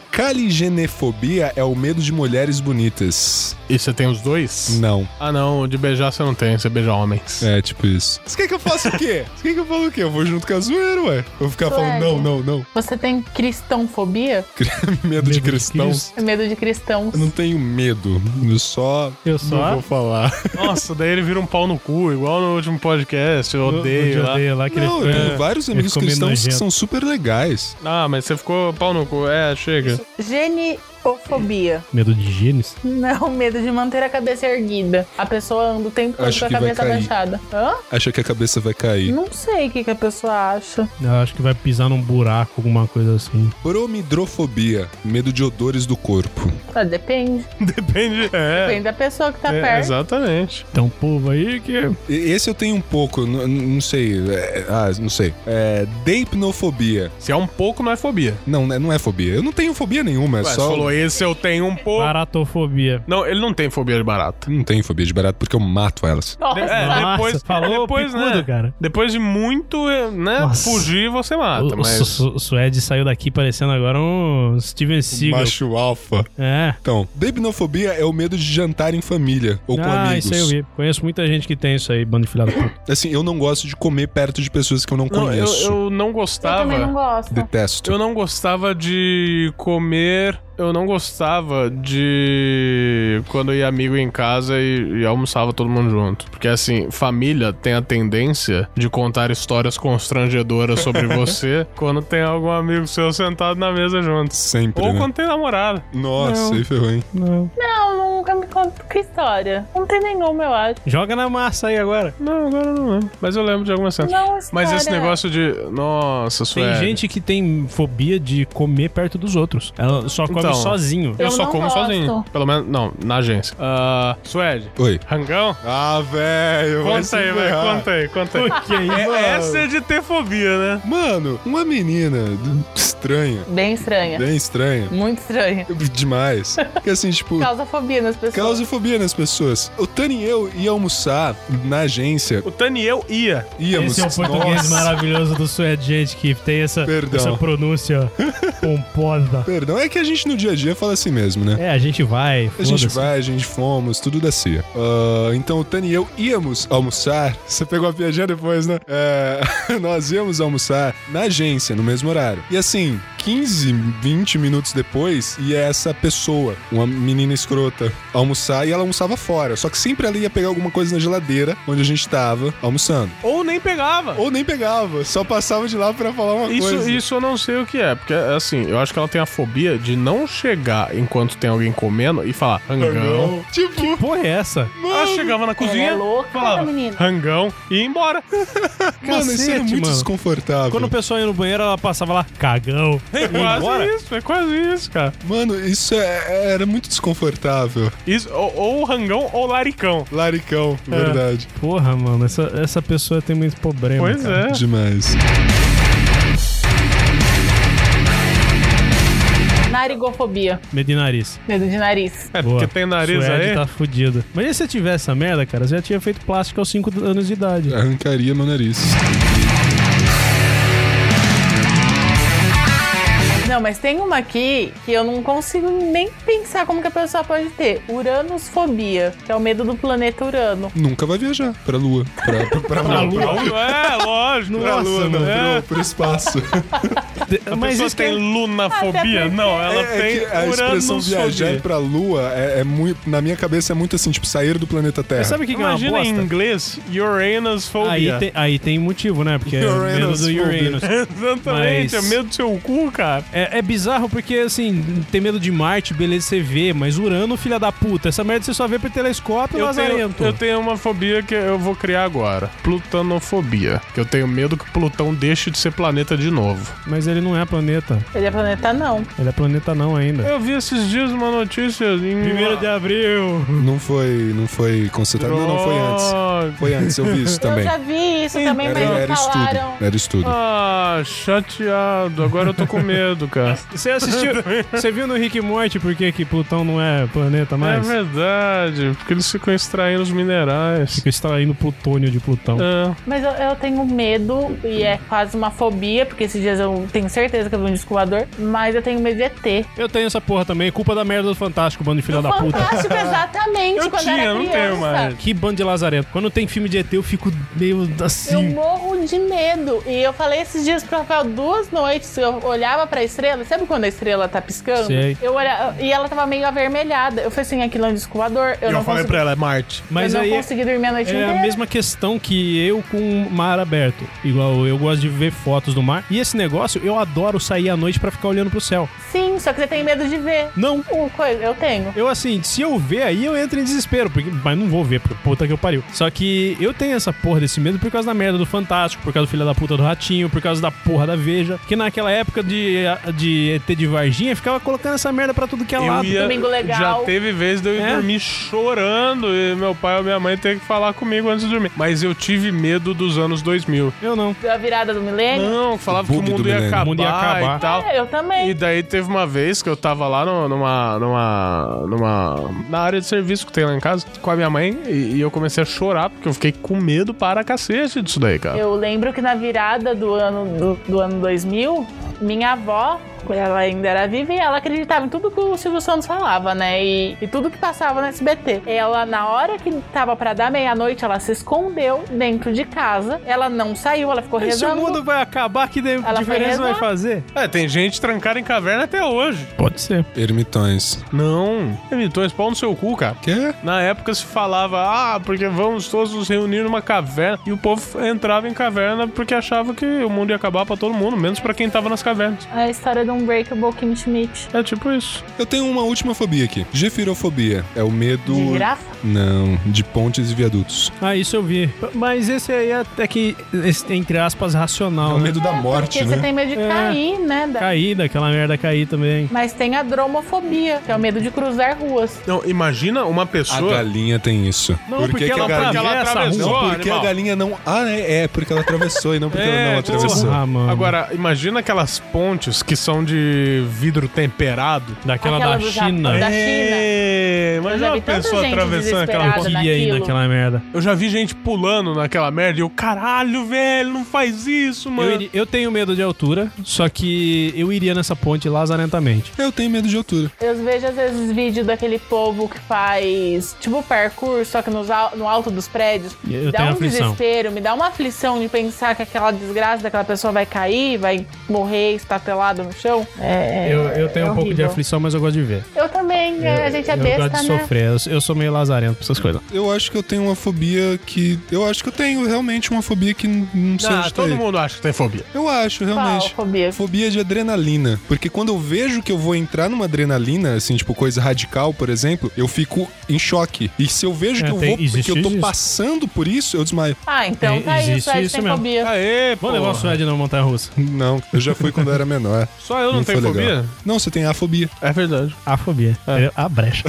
S2: caligenefobia é o medo de mulheres bonitas.
S1: E você tem os dois?
S2: Não.
S1: Ah, não, de beijar você não tem, você beija homens.
S2: É, tipo isso. Você quer que eu faça o quê? Você quer que eu falo o quê? Eu vou junto com a zoeira, ué. Eu vou ficar falando, não, não, não.
S4: Você tem cristãofobia? É
S2: Medo, de cristão.
S4: Medo de cristãos.
S2: Eu não tenho medo. Eu só
S5: Eu só.
S2: vou falar.
S1: Nossa, daí ele vira um pau no cu, igual no último podcast, eu odeio. lá.
S5: odeio lá que
S2: Não,
S5: ele
S2: eu
S5: fica-
S2: tenho vários
S5: ele
S2: amigos
S5: ficou meio
S2: cristãos que
S5: nojento.
S2: são super legais.
S1: Ah, mas você ficou pau no cu. É, chega.
S4: Gene... Ecofobia.
S5: Medo de genes?
S4: Não, É medo de manter a cabeça erguida. A pessoa anda o tempo todo
S2: Acho
S4: com a
S2: que vai
S4: cabeça
S2: cair.
S4: abaixada. Hã?
S2: Acha que a cabeça vai cair.
S4: Não sei o que, que a pessoa acha.
S5: Eu acho que vai pisar num buraco, alguma coisa assim.
S2: Bromidrofobia. Medo de odores do corpo.
S4: Ah, depende.
S1: Depende. É.
S4: Depende da pessoa que tá
S1: É,
S4: perto.
S1: exatamente.
S5: Tem um povo aí que.
S2: E- Esse eu tenho um pouco, eu n- n- não sei. é, ah, não sei. É, deipnofobia.
S1: Se é um pouco, não é fobia.
S2: Não, né, não é fobia. Eu não tenho fobia nenhuma, é
S1: Ué,
S2: só.
S1: Você falou esse, eu tenho um pouco.
S5: Baratofobia.
S1: Não, ele não tem fobia de barata.
S2: Não tenho fobia de barato porque eu mato elas.
S4: Nossa.
S5: Nossa,
S1: É, depois,
S5: falou
S1: depois, né?
S5: picudo, cara.
S1: Depois de muito, eh, né?
S5: Nossa.
S1: Fugir, você mata.
S5: O, o
S1: Ah, tá, mas...
S5: Su- Su- Suede saiu daqui parecendo agora um Steven Seagal.
S2: Macho alfa.
S5: É.
S2: Então, deipnofobia é o medo de jantar em família ou com
S5: ah,
S2: amigos.
S5: isso aí eu vi. Conheço muita gente que tem isso aí, bando de filha da puta.
S2: Assim, eu não gosto de comer perto de pessoas que eu não,
S1: Não, eu,
S2: conheço.
S1: eu não
S4: Eu
S1: gostava.
S4: também não gosto.
S2: Detesto.
S1: Eu não gostava de comer. Eu não gostava de quando ia amigo em casa e, e almoçava todo mundo junto. Porque assim, família tem a tendência de contar histórias constrangedoras sobre você quando tem algum amigo seu sentado na mesa junto.
S2: Sempre.
S1: Ou
S2: né?
S1: quando tem namorada.
S2: Nossa, aí ferrou, hein?
S4: Não, nunca me conta que história. Não tem nenhuma, eu acho.
S5: Joga na massa aí agora.
S1: Não, agora não lembro. Mas eu lembro de algumas cenas.
S4: Não,
S1: Mas esse
S4: história. é
S1: negócio de. Nossa,
S5: Tem
S1: Sueli.
S5: gente que tem fobia de comer perto dos outros. Ela só come
S1: Então.
S5: sozinho.
S1: Eu,
S4: Eu
S1: só
S4: não
S1: como
S4: gosto.
S1: sozinho. Pelo menos. Não, na agência. Ah, Suede.
S2: Oi.
S1: Rangão?
S2: Ah, velho. vai se
S1: Conta aí, velho.
S2: ferrar.
S1: Conta aí, conta assim, "Ah, aí.
S5: Que aí,
S1: É, Essa é de ter fobia, né?
S2: Mano, uma menina d- estranha,
S4: Bem estranha.
S2: bem estranha,
S4: Muito estranha.
S2: demais. Que assim, tipo,
S4: Causa fobia nas pessoas.
S2: causa fobia nas pessoas. O Tani e eu ia almoçar na agência,
S1: O Daniel ia.
S2: íamos.
S5: Esse é o português
S2: Nossa,
S5: maravilhoso do Suede, gente, que tem essa,
S2: Perdão.
S5: essa pronúncia pomposa.
S2: Perdão, é que a gente no dia a dia fala assim mesmo, né?
S5: É, a gente vai,
S2: A gente
S5: foda-se.
S2: vai, a gente fomos, tudo da CIA. Ah, então o Tani e eu íamos almoçar. Você pegou a piadinha depois, né? É, nós íamos almoçar na agência, no mesmo horário. E assim, 15, 20 minutos depois, ia essa pessoa, uma menina escrota, almoçar e ela almoçava fora. Só que sempre ela ia pegar alguma coisa na geladeira onde a gente tava almoçando.
S1: Ou nem pegava.
S2: Ou nem pegava, só passava de lá pra falar uma
S1: Isso,
S2: coisa.
S1: isso eu não sei o que é, porque assim, eu acho que ela tem a fobia de não chegar enquanto tem alguém comendo e falar rangão.
S2: Tipo,
S5: Porra, é essa?
S1: Ela chegava na cozinha,
S4: é louca,
S1: falava
S4: essa menina.
S1: rangão e ia embora.
S2: mano, isso é
S5: Cacete,
S2: muito
S5: mano.
S2: desconfortável.
S5: Quando o pessoal ia no banheiro, ela passava lá, cagão.
S1: É quase isso, é quase isso, cara.
S2: Mano, isso é- era muito desconfortável.
S1: Isso, ou, ou rangão ou laricão.
S2: Laricão,
S5: É.
S2: verdade.
S5: Porra, mano, essa, essa pessoa tem muito problema.
S1: Pois
S5: cara.
S1: é.
S2: Demais.
S4: Narigofobia.
S5: Medo de nariz.
S4: Medo de nariz.
S1: É,
S5: Boa.
S1: porque tem nariz
S5: Suede
S1: aí.
S5: tá fudido. Mas e se tivesse essa merda, cara? Você já tinha feito plástico aos 5 anos de idade.
S2: Arrancaria meu nariz.
S4: Não, mas tem uma aqui que eu não consigo nem pensar como que a pessoa pode ter. Uranusfobia, que é o medo do planeta Urano.
S2: Nunca vai viajar pra lua. Pra, pra, pra, pra
S5: lua?
S1: É, lógico.
S2: Pra lua, não.
S1: né?
S2: Pro, pro espaço.
S1: A pessoa tem
S4: é-
S5: é
S4: Ah, Até
S1: lunafobia?
S4: porque-
S1: Não, ela
S2: É,
S1: tem
S2: que a expressão viajar
S1: uranusfobia.
S2: pra lua é, é muito. Na minha cabeça é muito assim, tipo, sair do planeta Terra.
S5: Mas sabe o que, que é uma
S1: Imagina em
S5: bosta?
S1: inglês, Uranus
S5: Aí tem, aí tem motivo, né? Porque é o medo do
S2: Uranus,
S5: Uranus.
S1: Exatamente,
S5: Mas-
S1: é medo do seu cu, cara.
S5: É, é bizarro porque, assim, tem medo de Marte, beleza, você vê, mas Urano, filha da puta, essa merda você só vê por telescópio
S1: Eu tenho,
S5: lazarento.
S1: eu tenho uma fobia que eu vou criar agora. Plutanofobia. Que eu tenho medo que Plutão deixe de ser planeta de novo.
S5: Mas ele não é planeta.
S4: Ele é planeta não.
S5: Ele é planeta não ainda.
S1: Eu vi esses dias uma notícia em...
S5: Primeiro de abril.
S2: Não foi. Não foi constatado. Não, não foi antes.
S1: antes.
S2: Foi antes, eu vi isso também.
S4: Eu já vi isso também,
S2: Era,
S4: mas não
S2: era
S4: falaram.
S2: estudo. Era estudo.
S1: Ah, chateado. Agora eu tô com medo, cara.
S5: Você assistiu. Você viu no Rick e Morty por que, que Plutão não é planeta
S1: É
S5: mais?
S1: verdade, porque eles ficam extraindo os minerais.
S5: Fica extraindo tá plutônio de Plutão.
S1: É.
S4: Mas eu, eu tenho medo, e é quase uma fobia, porque esses dias eu tenho certeza que eu vi um descoador, mas eu tenho medo de ET.
S5: Eu tenho essa porra também, culpa da merda do Fantástico, bando de filha da puta.
S4: Fantástico, exatamente.
S1: Eu
S4: quando
S1: tinha,
S4: era
S1: não
S4: criança.
S1: tenho mais.
S5: Que bando de lazarento. Quando tem filme de ET, eu fico meio
S4: Eu
S5: assim.
S4: morro de medo. E eu falei esses dias pro Rafael duas noites. Eu olhava pra estrela. Sabe quando a estrela tá piscando?
S5: Sei.
S4: Eu olha, e ela tava meio avermelhada. Eu falei assim, aquilo é um descuador. Eu,
S9: Eu,
S4: não
S9: falei
S4: consegui,
S9: pra ela, é Marte.
S5: Mas
S4: eu
S5: aí
S4: não
S5: é-
S4: consegui dormir a noite
S5: é
S4: inteira.
S5: a mesma questão que eu com o mar aberto. Igual eu gosto de ver fotos do mar. E esse negócio, eu adoro sair à noite pra ficar olhando pro céu.
S4: Sim, só que você tem medo de ver.
S5: Não.
S4: O coisa, eu tenho.
S5: Eu assim, se eu ver aí, eu entro em desespero, porque, mas não vou ver, porque puta que eu pariu. Só que eu tenho essa porra desse medo por causa da merda do Fantástico, por causa do filho da puta do Ratinho, por causa da porra da Veja. Que naquela época de, de ET de Varginha, ficava colocando essa merda pra tudo que é lado.
S4: Domingo legal.
S1: Já teve vezes de eu ir
S5: É?
S1: dormir chorando e meu pai ou minha mãe ter que falar comigo antes de dormir. Mas eu tive medo dos anos 2000.
S5: Eu não.
S4: A virada do milênio.
S1: Não, falava que o
S2: bug do
S1: mundo, ia
S2: milênio.
S1: acabar,
S5: O mundo ia acabar.
S1: e tal.
S4: É, eu também.
S1: E daí teve uma vez que eu tava lá no- numa, numa, numa, na área de serviço que tem lá em casa, com a minha mãe, e, e eu comecei a chorar, porque eu fiquei com medo para cacete disso daí, cara.
S4: Eu lembro que na virada do ano, do, do ano 2000, minha avó, quando ela ainda era viva, e ela acreditava em tudo que o Silvio Santos falava, né? E, e tudo que passava no SBT. Ela, na hora que tava pra dar meia-noite, ela se escondeu dentro de casa. Ela não saiu, ela ficou
S5: Se o
S4: rezando.
S5: mundo vai acabar, que de-
S4: Ela foi
S5: diferença vai
S4: rezar.
S5: fazer?
S1: É, tem gente trancada em caverna até hoje.
S5: Pode ser.
S2: Ermitões.
S1: Não, Emitões, pau no seu cu, cara.
S2: Quê?
S1: Na época se falava, ah, porque vamos todos nos reunir numa caverna. E o povo entrava em caverna porque achava que o mundo ia acabar pra todo mundo, menos pra quem tava nas cavernas.
S4: A história do Unbreakable Kim Schmidt.
S1: É tipo isso.
S2: Eu tenho uma última fobia aqui. Gefirofobia. É o medo.
S4: De girafa?
S2: Não, de pontes e viadutos.
S5: Ah, isso eu vi. Mas esse aí é até que, esse, entre aspas,
S2: É
S5: racional,
S2: o
S5: né?
S2: medo da morte,
S4: Porque você
S2: né?
S4: tem medo de
S5: É.
S4: cair, né? Da-
S5: Cair, daquela merda cair também.
S4: Mas tem a dromofobia, que é o medo de cruzar ruas.
S1: Não, imagina uma
S2: A
S1: pessoa.
S2: galinha tem isso.
S5: Não, porque
S2: que
S5: ela
S2: a galinha...
S1: Porque ela
S5: atravessa a
S1: atravessou,
S5: rua.
S1: ó,
S2: Porque a
S1: animal.
S2: galinha não. Ah, é, é, porque ela atravessou e não porque ela
S1: É,
S2: não atravessou.
S5: Ah, mano.
S1: Agora, imagina aquelas pontes que são de vidro temperado.
S5: Daquela da
S4: do
S5: China.
S4: Japão, da China.
S1: É,
S4: Eu
S1: imagina
S4: já
S1: uma
S4: vi tanta
S1: pessoa
S4: gente
S1: atravessando aquela
S4: desesperada
S1: ponte.
S5: Que aí
S4: naquilo.
S5: naquela merda.
S1: Eu já vi gente pulando naquela merda e eu, caralho, velho, não faz isso, mano.
S5: Eu, iri- eu tenho medo de altura, só que eu iria nessa ponte lazarentamente.
S2: Eu tenho medo de altura.
S4: Eu vejo às vezes vídeo daquele povo que faz tipo parkour, só que nos al- no alto dos prédios.
S5: Eu
S4: Me dá
S5: tenho
S4: um
S5: aflição.
S4: desespero, me dá uma aflição de pensar que aquela desgraça daquela pessoa vai cair, vai morrer estatelada no chão. É,
S5: Eu, eu tenho
S4: é
S5: um pouco de
S4: horrível.
S5: aflição, mas eu gosto de ver.
S4: Eu também, né? a gente é
S5: eu
S4: besta,
S5: gosto de
S4: né?
S5: sofrer. Eu, eu sou meio lazarento pra essas coisas.
S2: Eu acho que eu tenho uma fobia que. Eu acho que eu tenho realmente uma fobia que n- não sei
S1: Ah,
S2: onde tá aí.
S1: todo mundo acha que tem fobia.
S2: Eu acho,
S4: Qual,
S2: realmente.
S4: fobia?
S2: Fobia de adrenalina. Porque quando eu vejo que eu vou entrar numa adrenalina, assim, tipo coisa radical, por exemplo, eu fico em choque. E se eu vejo
S5: É,
S2: que eu
S5: tem-
S2: vou, que
S5: existe
S2: eu tô
S5: isso.
S2: passando por isso, eu desmaio.
S4: Ah, então
S5: É,
S4: tá aí,
S5: existe
S4: isso,
S5: isso
S4: tem
S5: mesmo.
S4: fobia.
S1: Aê,
S5: Vamos levar o
S1: pô.
S5: Suede numa montanha russa.
S2: Não, eu já fui quando eu era menor.
S1: Só eu não,
S2: foi
S1: tenho fobia?
S2: é legal. Não, você tem afobia.
S1: É verdade.
S5: A fobia. É. A brecha.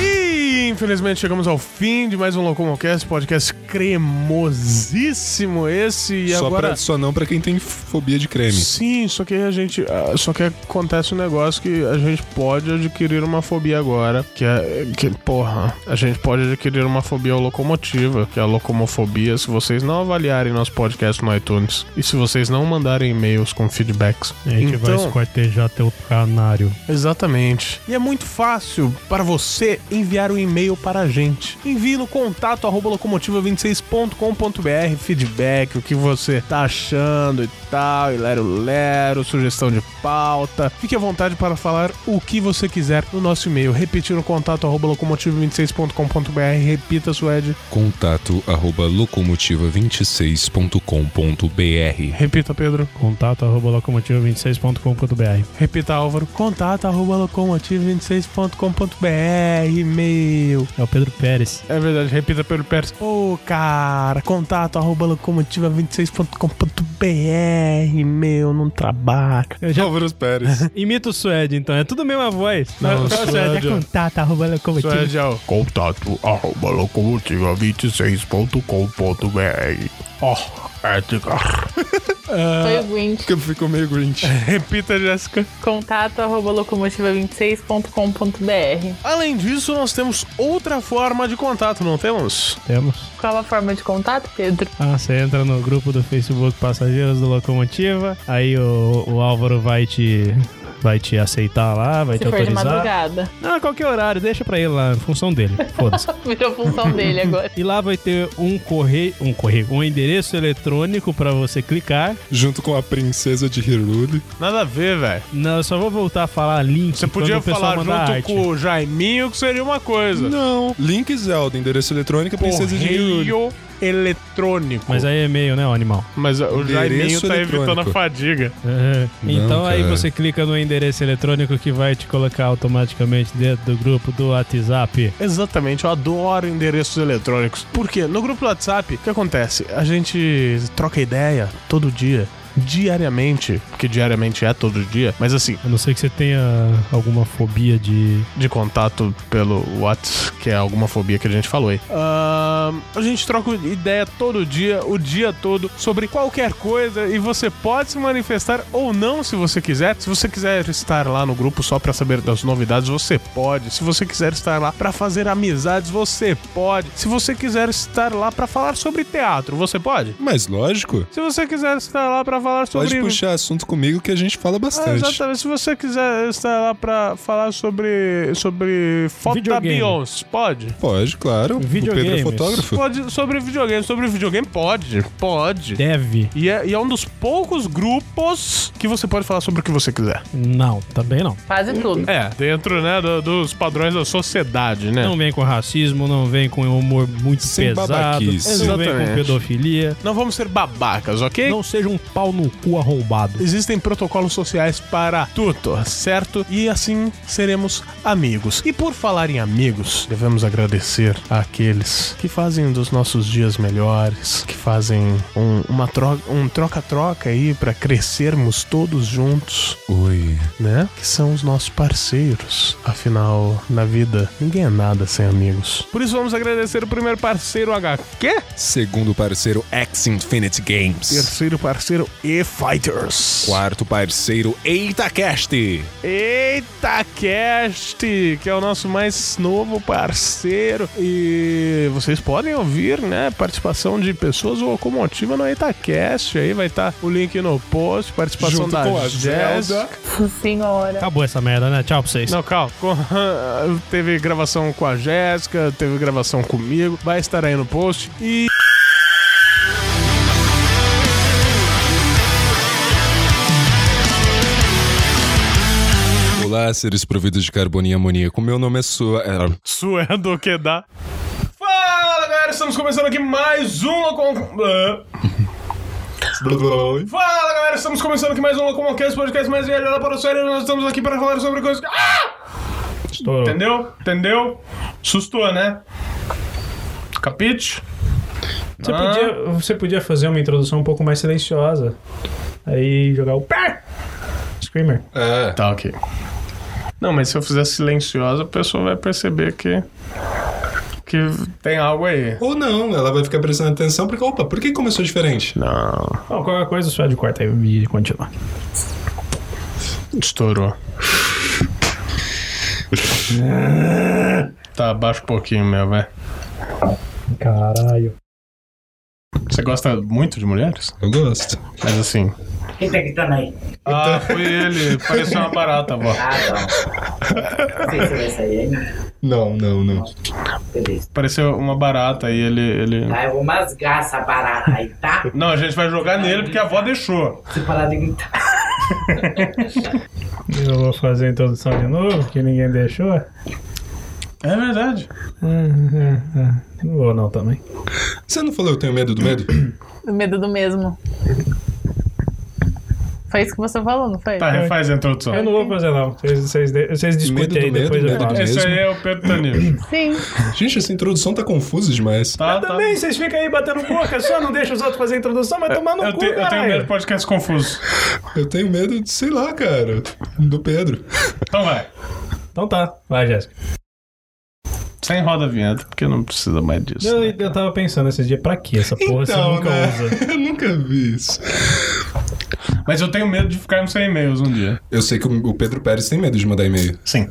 S1: E infelizmente chegamos ao fim de mais um Locomocast, podcast cremosíssimo esse. E
S2: só,
S1: agora...
S2: pra, só não pra quem tem fobia de creme.
S1: Sim, só que a gente. ah, Só que acontece um negócio que a gente pode adquirir uma fobia agora. Que é. Que, porra, a gente pode adquirir uma fobia ao locomotiva, que é a locomofobia, se vocês não avaliarem nosso podcast no iTunes. E se vocês não mandarem e-mails com feedbacks. então,
S5: esquartejar teu canário.
S1: exatamente. E é muito fácil para você enviar um e-mail para a gente. Envie no contato arroba locomotiva26.com.br feedback, o que você tá achando e tal, e lero lero, sugestão de pauta. Fique à vontade para falar o que você quiser no nosso e-mail. Repetir no contato arroba locomotiva26.com.br. Repita, Suede.
S2: Contato arroba locomotiva26.com.br
S1: Repita, Pedro.
S5: Contato arroba locomotiva26.com.br.
S1: Repita, Álvaro. Contato arroba locomotiva26.com.br. E-mail.
S5: É o Pedro Pérez.
S1: É verdade, repita pelo Pérez. Ô, cara, contato arroba locomotiva26.com.br, meu, não trabalha.
S5: Eu já
S2: Álvaro Pérez.
S5: imito o Suede, então. É tudo a mesma voz.
S1: Não,
S5: o Suede
S1: Suede.
S5: é contato arroba locomotiva.
S9: Contato arroba locomotiva26.com.br. Oh, é de
S5: Ah.
S4: Foi o Gwent.
S2: Porque ficou meio grinch.
S1: Repita, Jéssica.
S4: Contato arroba locomotiva26.com.br.
S1: Além disso, nós temos outra forma de contato, não temos?
S5: Temos.
S4: Qual a forma de contato, Pedro?
S5: Ah, você entra no grupo do Facebook Passageiros do Locomotiva, aí o, o Álvaro vai te, vai te aceitar lá, vai
S4: Se
S5: te
S4: for de
S5: autorizar.
S4: madrugada.
S5: Não, qualquer horário, deixa pra ele lá, em função dele. Foda-se.
S4: Virou função dele agora.
S5: E lá vai ter um correio, um correio, um endereço eletrônico pra você clicar.
S2: Junto com a princesa de Hiruli.
S1: Nada a ver, velho.
S5: Não, eu só vou voltar a falar link.
S1: Você podia
S5: quando o pessoal
S1: falar junto
S5: mandar arte.
S1: com o Jaiminho, que seria uma coisa.
S2: Não. Link Zelda, endereço eletrônico, princesa de Hiruli.
S1: Correio eletrônico.
S5: Mas aí é e-mail, né, ô animal?
S1: Mas o Jaiminho
S2: Endereço
S1: tá
S2: eletrônico.
S1: evitando a fadiga.
S5: então aí
S2: cara.
S5: você clica no endereço eletrônico que vai te colocar automaticamente dentro do grupo do WhatsApp.
S1: Exatamente, eu adoro endereços eletrônicos. Por quê? No grupo do WhatsApp, o que acontece? A gente troca ideia todo dia, diariamente, porque diariamente é todo dia, mas assim,
S5: A não ser que você tenha alguma fobia de.
S1: de contato pelo WhatsApp, que é alguma fobia que a gente falou aí. Ahn, a gente troca ideia todo dia, o dia todo, sobre qualquer coisa e você pode se manifestar ou não se você quiser. Se você quiser estar lá no grupo só pra saber das novidades, você pode. Se você quiser estar lá pra fazer amizades, você pode. Se você quiser estar lá pra falar sobre teatro, você pode.
S2: Mas lógico,
S1: Se você quiser estar lá pra falar sobre
S2: pode puxar assunto comigo que a gente fala
S1: ah,
S2: bastante.
S1: exatamente. Se você quiser estar lá pra falar sobre, sobre foto da
S5: Videogame.
S1: Beyoncé, pode?
S2: pode, claro. O Pedro é
S5: Videogames.
S2: fotógrafo.
S1: Pode, sobre videogame. Sobre videogame, pode. Pode.
S5: Deve.
S1: E é, e é um dos poucos grupos que você pode falar sobre o que você quiser.
S5: Não, também não.
S4: Quase tudo.
S1: É, dentro, né, do- dos padrões da sociedade, né?
S5: Não vem com racismo, não vem com um humor muito
S2: É. Sem
S5: pesado.
S2: babaquice.
S5: Não vem com
S1: Exatamente.
S5: pedofilia.
S1: Não vamos ser babacas, ok?
S5: Não seja um pau no cu arrombado.
S1: Existem protocolos sociais para tudo, certo? E assim seremos amigos. E por falar em amigos, devemos agradecer àqueles que fazem dos nossos dias melhores, que fazem um, uma troca, um troca-troca aí para crescermos todos juntos,
S2: Oi.
S1: né? Que são os nossos parceiros. Afinal, na vida, ninguém é nada sem amigos. Por isso vamos agradecer o primeiro parceiro HQ,
S2: Segundo parceiro, X Infinity Games.
S1: terceiro parceiro E-Fighters.
S2: Quarto parceiro, EitaCast.
S1: Eita Cast, que é o nosso mais novo parceiro. E vocês podem ouvir, né? Participação de pessoas locomotiva no EitaCast. Aí vai estar o link no post, participação
S2: Junto
S1: da
S2: com a
S1: Jéssica.
S2: Zelda.
S4: Nossa senhora.
S5: Acabou essa merda, né? Tchau pra vocês.
S1: Não, calma. Com- Teve gravação com a Jéssica, teve gravação comigo. Vai estar aí no post. E
S2: Olá, seres providos de carbono e amoníaco. Meu nome é Sua. é,
S1: suando o que dá. Fala, galera! Estamos começando aqui mais um Locom... Fala galera, estamos começando aqui mais um Locomocast, podcast mais velho da Podosfera e nós estamos aqui para falar sobre coisas que... Ah! Entendeu? Entendeu? Sustou, né? Capite?
S5: Você, podia, você podia fazer uma introdução um pouco mais silenciosa. Aí jogar o pé. Screamer.
S2: É.
S1: Tá, ok. Não, mas se eu fizer silenciosa, a pessoa vai perceber que... Que tem algo aí.
S2: Ou não, ela vai ficar prestando atenção porque, opa, por que começou diferente?
S1: Não,
S5: Não, qualquer coisa só de corta aí e continuar.
S1: estourou. tá, abaixa um pouquinho, meu, velho.
S5: Caralho.
S1: Você gosta muito de mulheres?
S2: Eu gosto.
S1: Mas assim...
S10: Quem tá gritando aí?
S5: Então-
S1: Ah, foi ele. Pareceu uma barata, vó.
S10: Ah, não. Não sei se vai sair aí, né?
S2: Não, não, não.
S10: Beleza.
S1: Pareceu uma barata e ele, ele.
S10: Tá, eu vou masgar essa barata aí, tá?
S1: Não, a gente vai jogar nele porque a avó deixou.
S10: Se parar de gritar.
S5: Eu vou fazer a introdução de novo, que ninguém deixou.
S1: É verdade.
S5: Não vou não também.
S2: Você não falou eu tenho medo do medo?
S4: O medo do mesmo. Foi isso que você falou, não foi?
S1: Tá, refaz a introdução.
S5: É. Eu não vou fazer não. Vocês, vocês, de- vocês
S2: Medo do
S5: discutem aí,
S2: medo,
S5: depois eu
S2: medo do
S5: falo.
S2: medo.
S1: Esse
S2: mesmo.
S1: aí é o Pedro Danilo.
S4: Sim.
S2: Gente, essa introdução tá confusa demais.
S1: Tá, tá.
S5: Também, vocês ficam aí batendo boca só, não deixa os outros fazer a introdução, mas tomar no
S1: Eu,
S5: cu,
S1: te- eu tenho
S5: caralho.
S1: medo de podcast confuso.
S2: Eu tenho medo de, sei lá, cara, do Pedro.
S1: Então vai.
S5: Então tá, vai Jéssica.
S1: Sem roda a vinheta, porque não precisa mais disso.
S5: Eu, eu tava pensando esses dias, pra que essa porra você nunca
S2: né?
S5: usa?
S2: Eu nunca vi isso.
S1: Mas eu tenho medo de ficarmos sem e-mails um dia.
S2: Eu sei que o o Pedro Pérez tem medo de mandar e-mail.
S5: Tá
S1: Sim.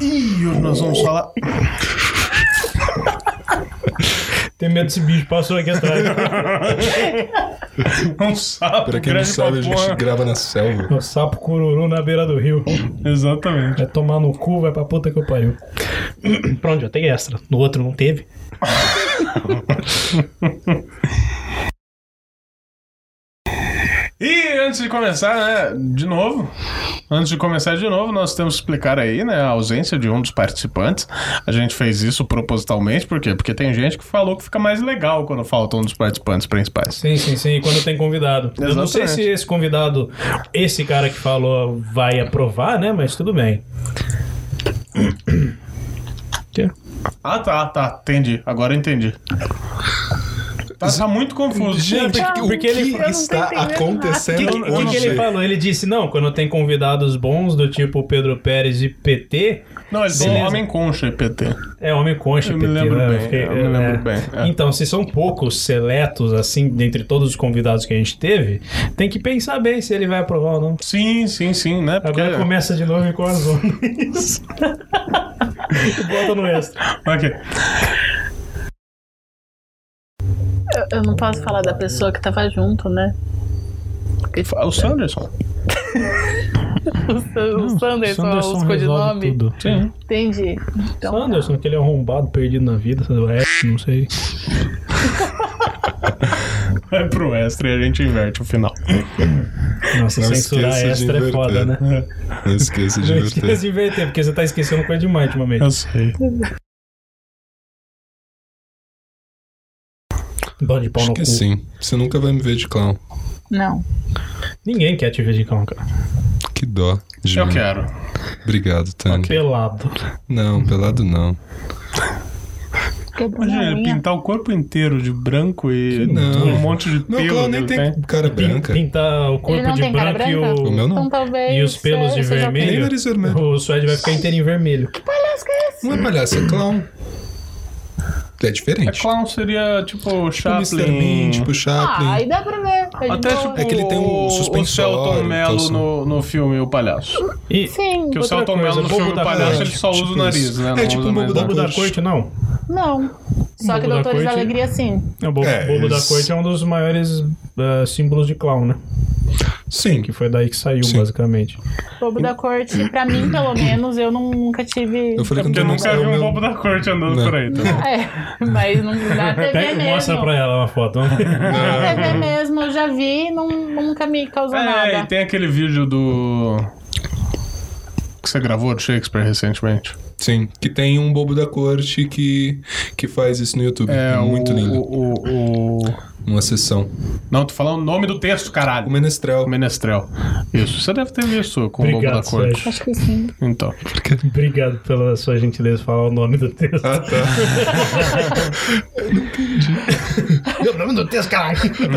S1: Ih, hoje nós vamos falar.
S5: Tem medo desse bicho, passou aqui atrás.
S1: Um sapo,
S2: Pra quem não
S1: grande né?
S2: sabe, a
S1: pra porra.
S2: gente grava na selva.
S5: o sapo cururu na beira do rio.
S1: Exatamente.
S5: Vai tomar no cu, vai pra puta que eu pariu. Pronto, já tem extra. No outro não teve.
S1: E antes de começar, né, de novo, antes de começar de novo, nós temos que explicar aí, né, a ausência de um dos participantes. A gente fez isso propositalmente, por quê? Porque tem gente que falou que fica mais legal quando falta um dos participantes principais.
S5: Sim, sim, sim. E quando tem convidado. Eu não sei
S1: Exatamente.
S5: se esse convidado, esse cara que falou, vai aprovar, né? Mas tudo bem.
S1: Ah, tá, tá, entendi. Agora eu entendi. Tá, tá muito confuso.
S2: Gente, o
S5: porque
S2: que
S5: ele- eu não tô
S2: está
S5: O que,
S2: acontecendo?
S5: que-
S2: Eu
S5: que
S2: não
S5: que ele
S2: sei.
S5: falou? Ele disse, não, quando tem convidados bons do tipo Pedro Pérez e PT,
S1: Não, ele falou
S5: Beleza.
S1: homem concha e PT.
S5: é homem concha
S1: Eu
S5: PT.
S1: me lembro
S5: né?
S1: bem,
S5: Fiquei-
S1: eu me lembro bem, é.
S5: Então, se são poucos seletos, assim, dentre todos os convidados que a gente teve, tem que pensar bem se ele vai aprovar ou não.
S1: Sim, sim, sim, né? Porque...
S5: Agora começa de novo com as ondas. Bota no extra.
S1: Ok.
S4: Eu, eu não posso falar da pessoa que tava junto, né?
S1: O Sanderson.
S4: O, Sa- o Sanderson, os codinomes.
S5: tudo. Sim.
S4: Entendi. Então,
S5: Sanderson, aquele arrombado perdido na vida, do resto, não sei.
S1: Vai É pro extra e a gente inverte o final.
S5: Nossa,
S2: Não
S5: censurar
S2: esqueça de
S5: extra é foda, né?
S2: inverter. Não esqueça de
S5: Não
S2: inverter.
S5: esqueça de inverter, porque você tá esquecendo coisa demais ultimamente.
S1: sei.
S5: Bando de pau
S2: Acho
S5: no
S2: que
S5: cu.
S2: sim. Você nunca vai me ver de clown.
S4: não.
S5: Ninguém quer te ver de cão, cara.
S2: Que dó. de
S1: Eu
S2: mim.
S1: quero.
S2: Obrigado, Tânia.
S5: Pelado.
S2: Não, pelado não.
S1: Imagina, pintar o corpo inteiro de branco e
S2: Não.
S1: um monte de
S2: Não,
S1: pelo
S2: clown
S1: que
S2: nem
S1: ele
S2: tem cara branca.
S5: Pintar tá o corpo
S4: Ele não
S5: de
S4: tem cara
S5: branco e
S4: branca?
S5: o.
S2: O meu não.
S4: Então talvez.
S5: E os pelos de
S4: seja- seja
S2: Nem
S5: vermelho?
S2: nariz vermelho.
S5: O suede vai ficar inteirinho vermelho.
S2: Tá Não é palhaço, é clown. É
S1: É,
S2: diferente.
S1: clown seria tipo
S2: Tipo
S1: Chaplin.
S2: Mr. Bean, tipo Chaplin.
S4: Ah, aí dá pra ver. tá de
S1: Até
S4: boa.
S1: tipo
S2: É que ele tem um
S1: o- o
S2: suspensório,
S1: Celton Mello
S2: calção.
S1: no, no filme O Palhaço.
S5: E
S4: Sim.
S1: Que o
S5: Outra
S1: Celton Mello
S5: coisa,
S1: no
S5: bobo
S1: filme O
S5: da
S1: Palhaço
S5: corte,
S1: ele só
S2: tipo
S1: usa o nariz,
S2: isso.
S1: né?
S2: É
S1: Não
S2: tipo
S1: usa
S2: o bobo
S1: mais
S2: da
S1: nada.
S5: bobo da
S2: corte.
S5: corte, não.
S4: Não. Só que
S5: Bobo da
S4: Doutores da,
S5: corte-
S4: Alegria, sim.
S5: É, O bobo,
S2: É,
S5: bobo da
S2: eles-
S5: corte é um dos maiores ah, símbolos de clown, né?
S2: Sim.
S5: Que foi daí que saiu,
S2: Sim.
S5: basicamente.
S4: Bobo da Corte, pra mim, pelo menos, eu nunca tive.
S2: Eu falei que
S1: Porque eu
S2: né? não
S1: nunca
S2: tem
S1: vi
S2: o
S1: um
S2: meu-
S1: bobo da corte andando
S2: Não.
S1: por aí. Tá?
S4: É, mas não, na TV
S5: Pega-
S4: mesmo.
S5: mostra pra ela uma foto. vamos ver.
S4: Na TV é mesmo, eu já vi e nun- nunca me causou
S1: É, e
S4: nada.
S1: tem aquele vídeo do. que você gravou de Shakespeare recentemente.
S2: Sim, que tem um bobo da corte que, que faz isso no YouTube. É, muito
S1: o,
S2: lindo.
S1: O, o, o-
S2: Uma sessão.
S1: Não, tô falando o nome do texto,
S2: O
S1: caralho.
S2: menestrel.
S1: O Menestrel. Isso, você deve ter visto com o
S5: Obrigado,
S1: Bobo da Corte.
S5: Sérgio.
S4: Acho que sim.
S1: Então.
S5: Obrigado pela sua gentileza de falar o nome do texto.
S2: Ah, tá.
S5: Meu nome do texto, caralho.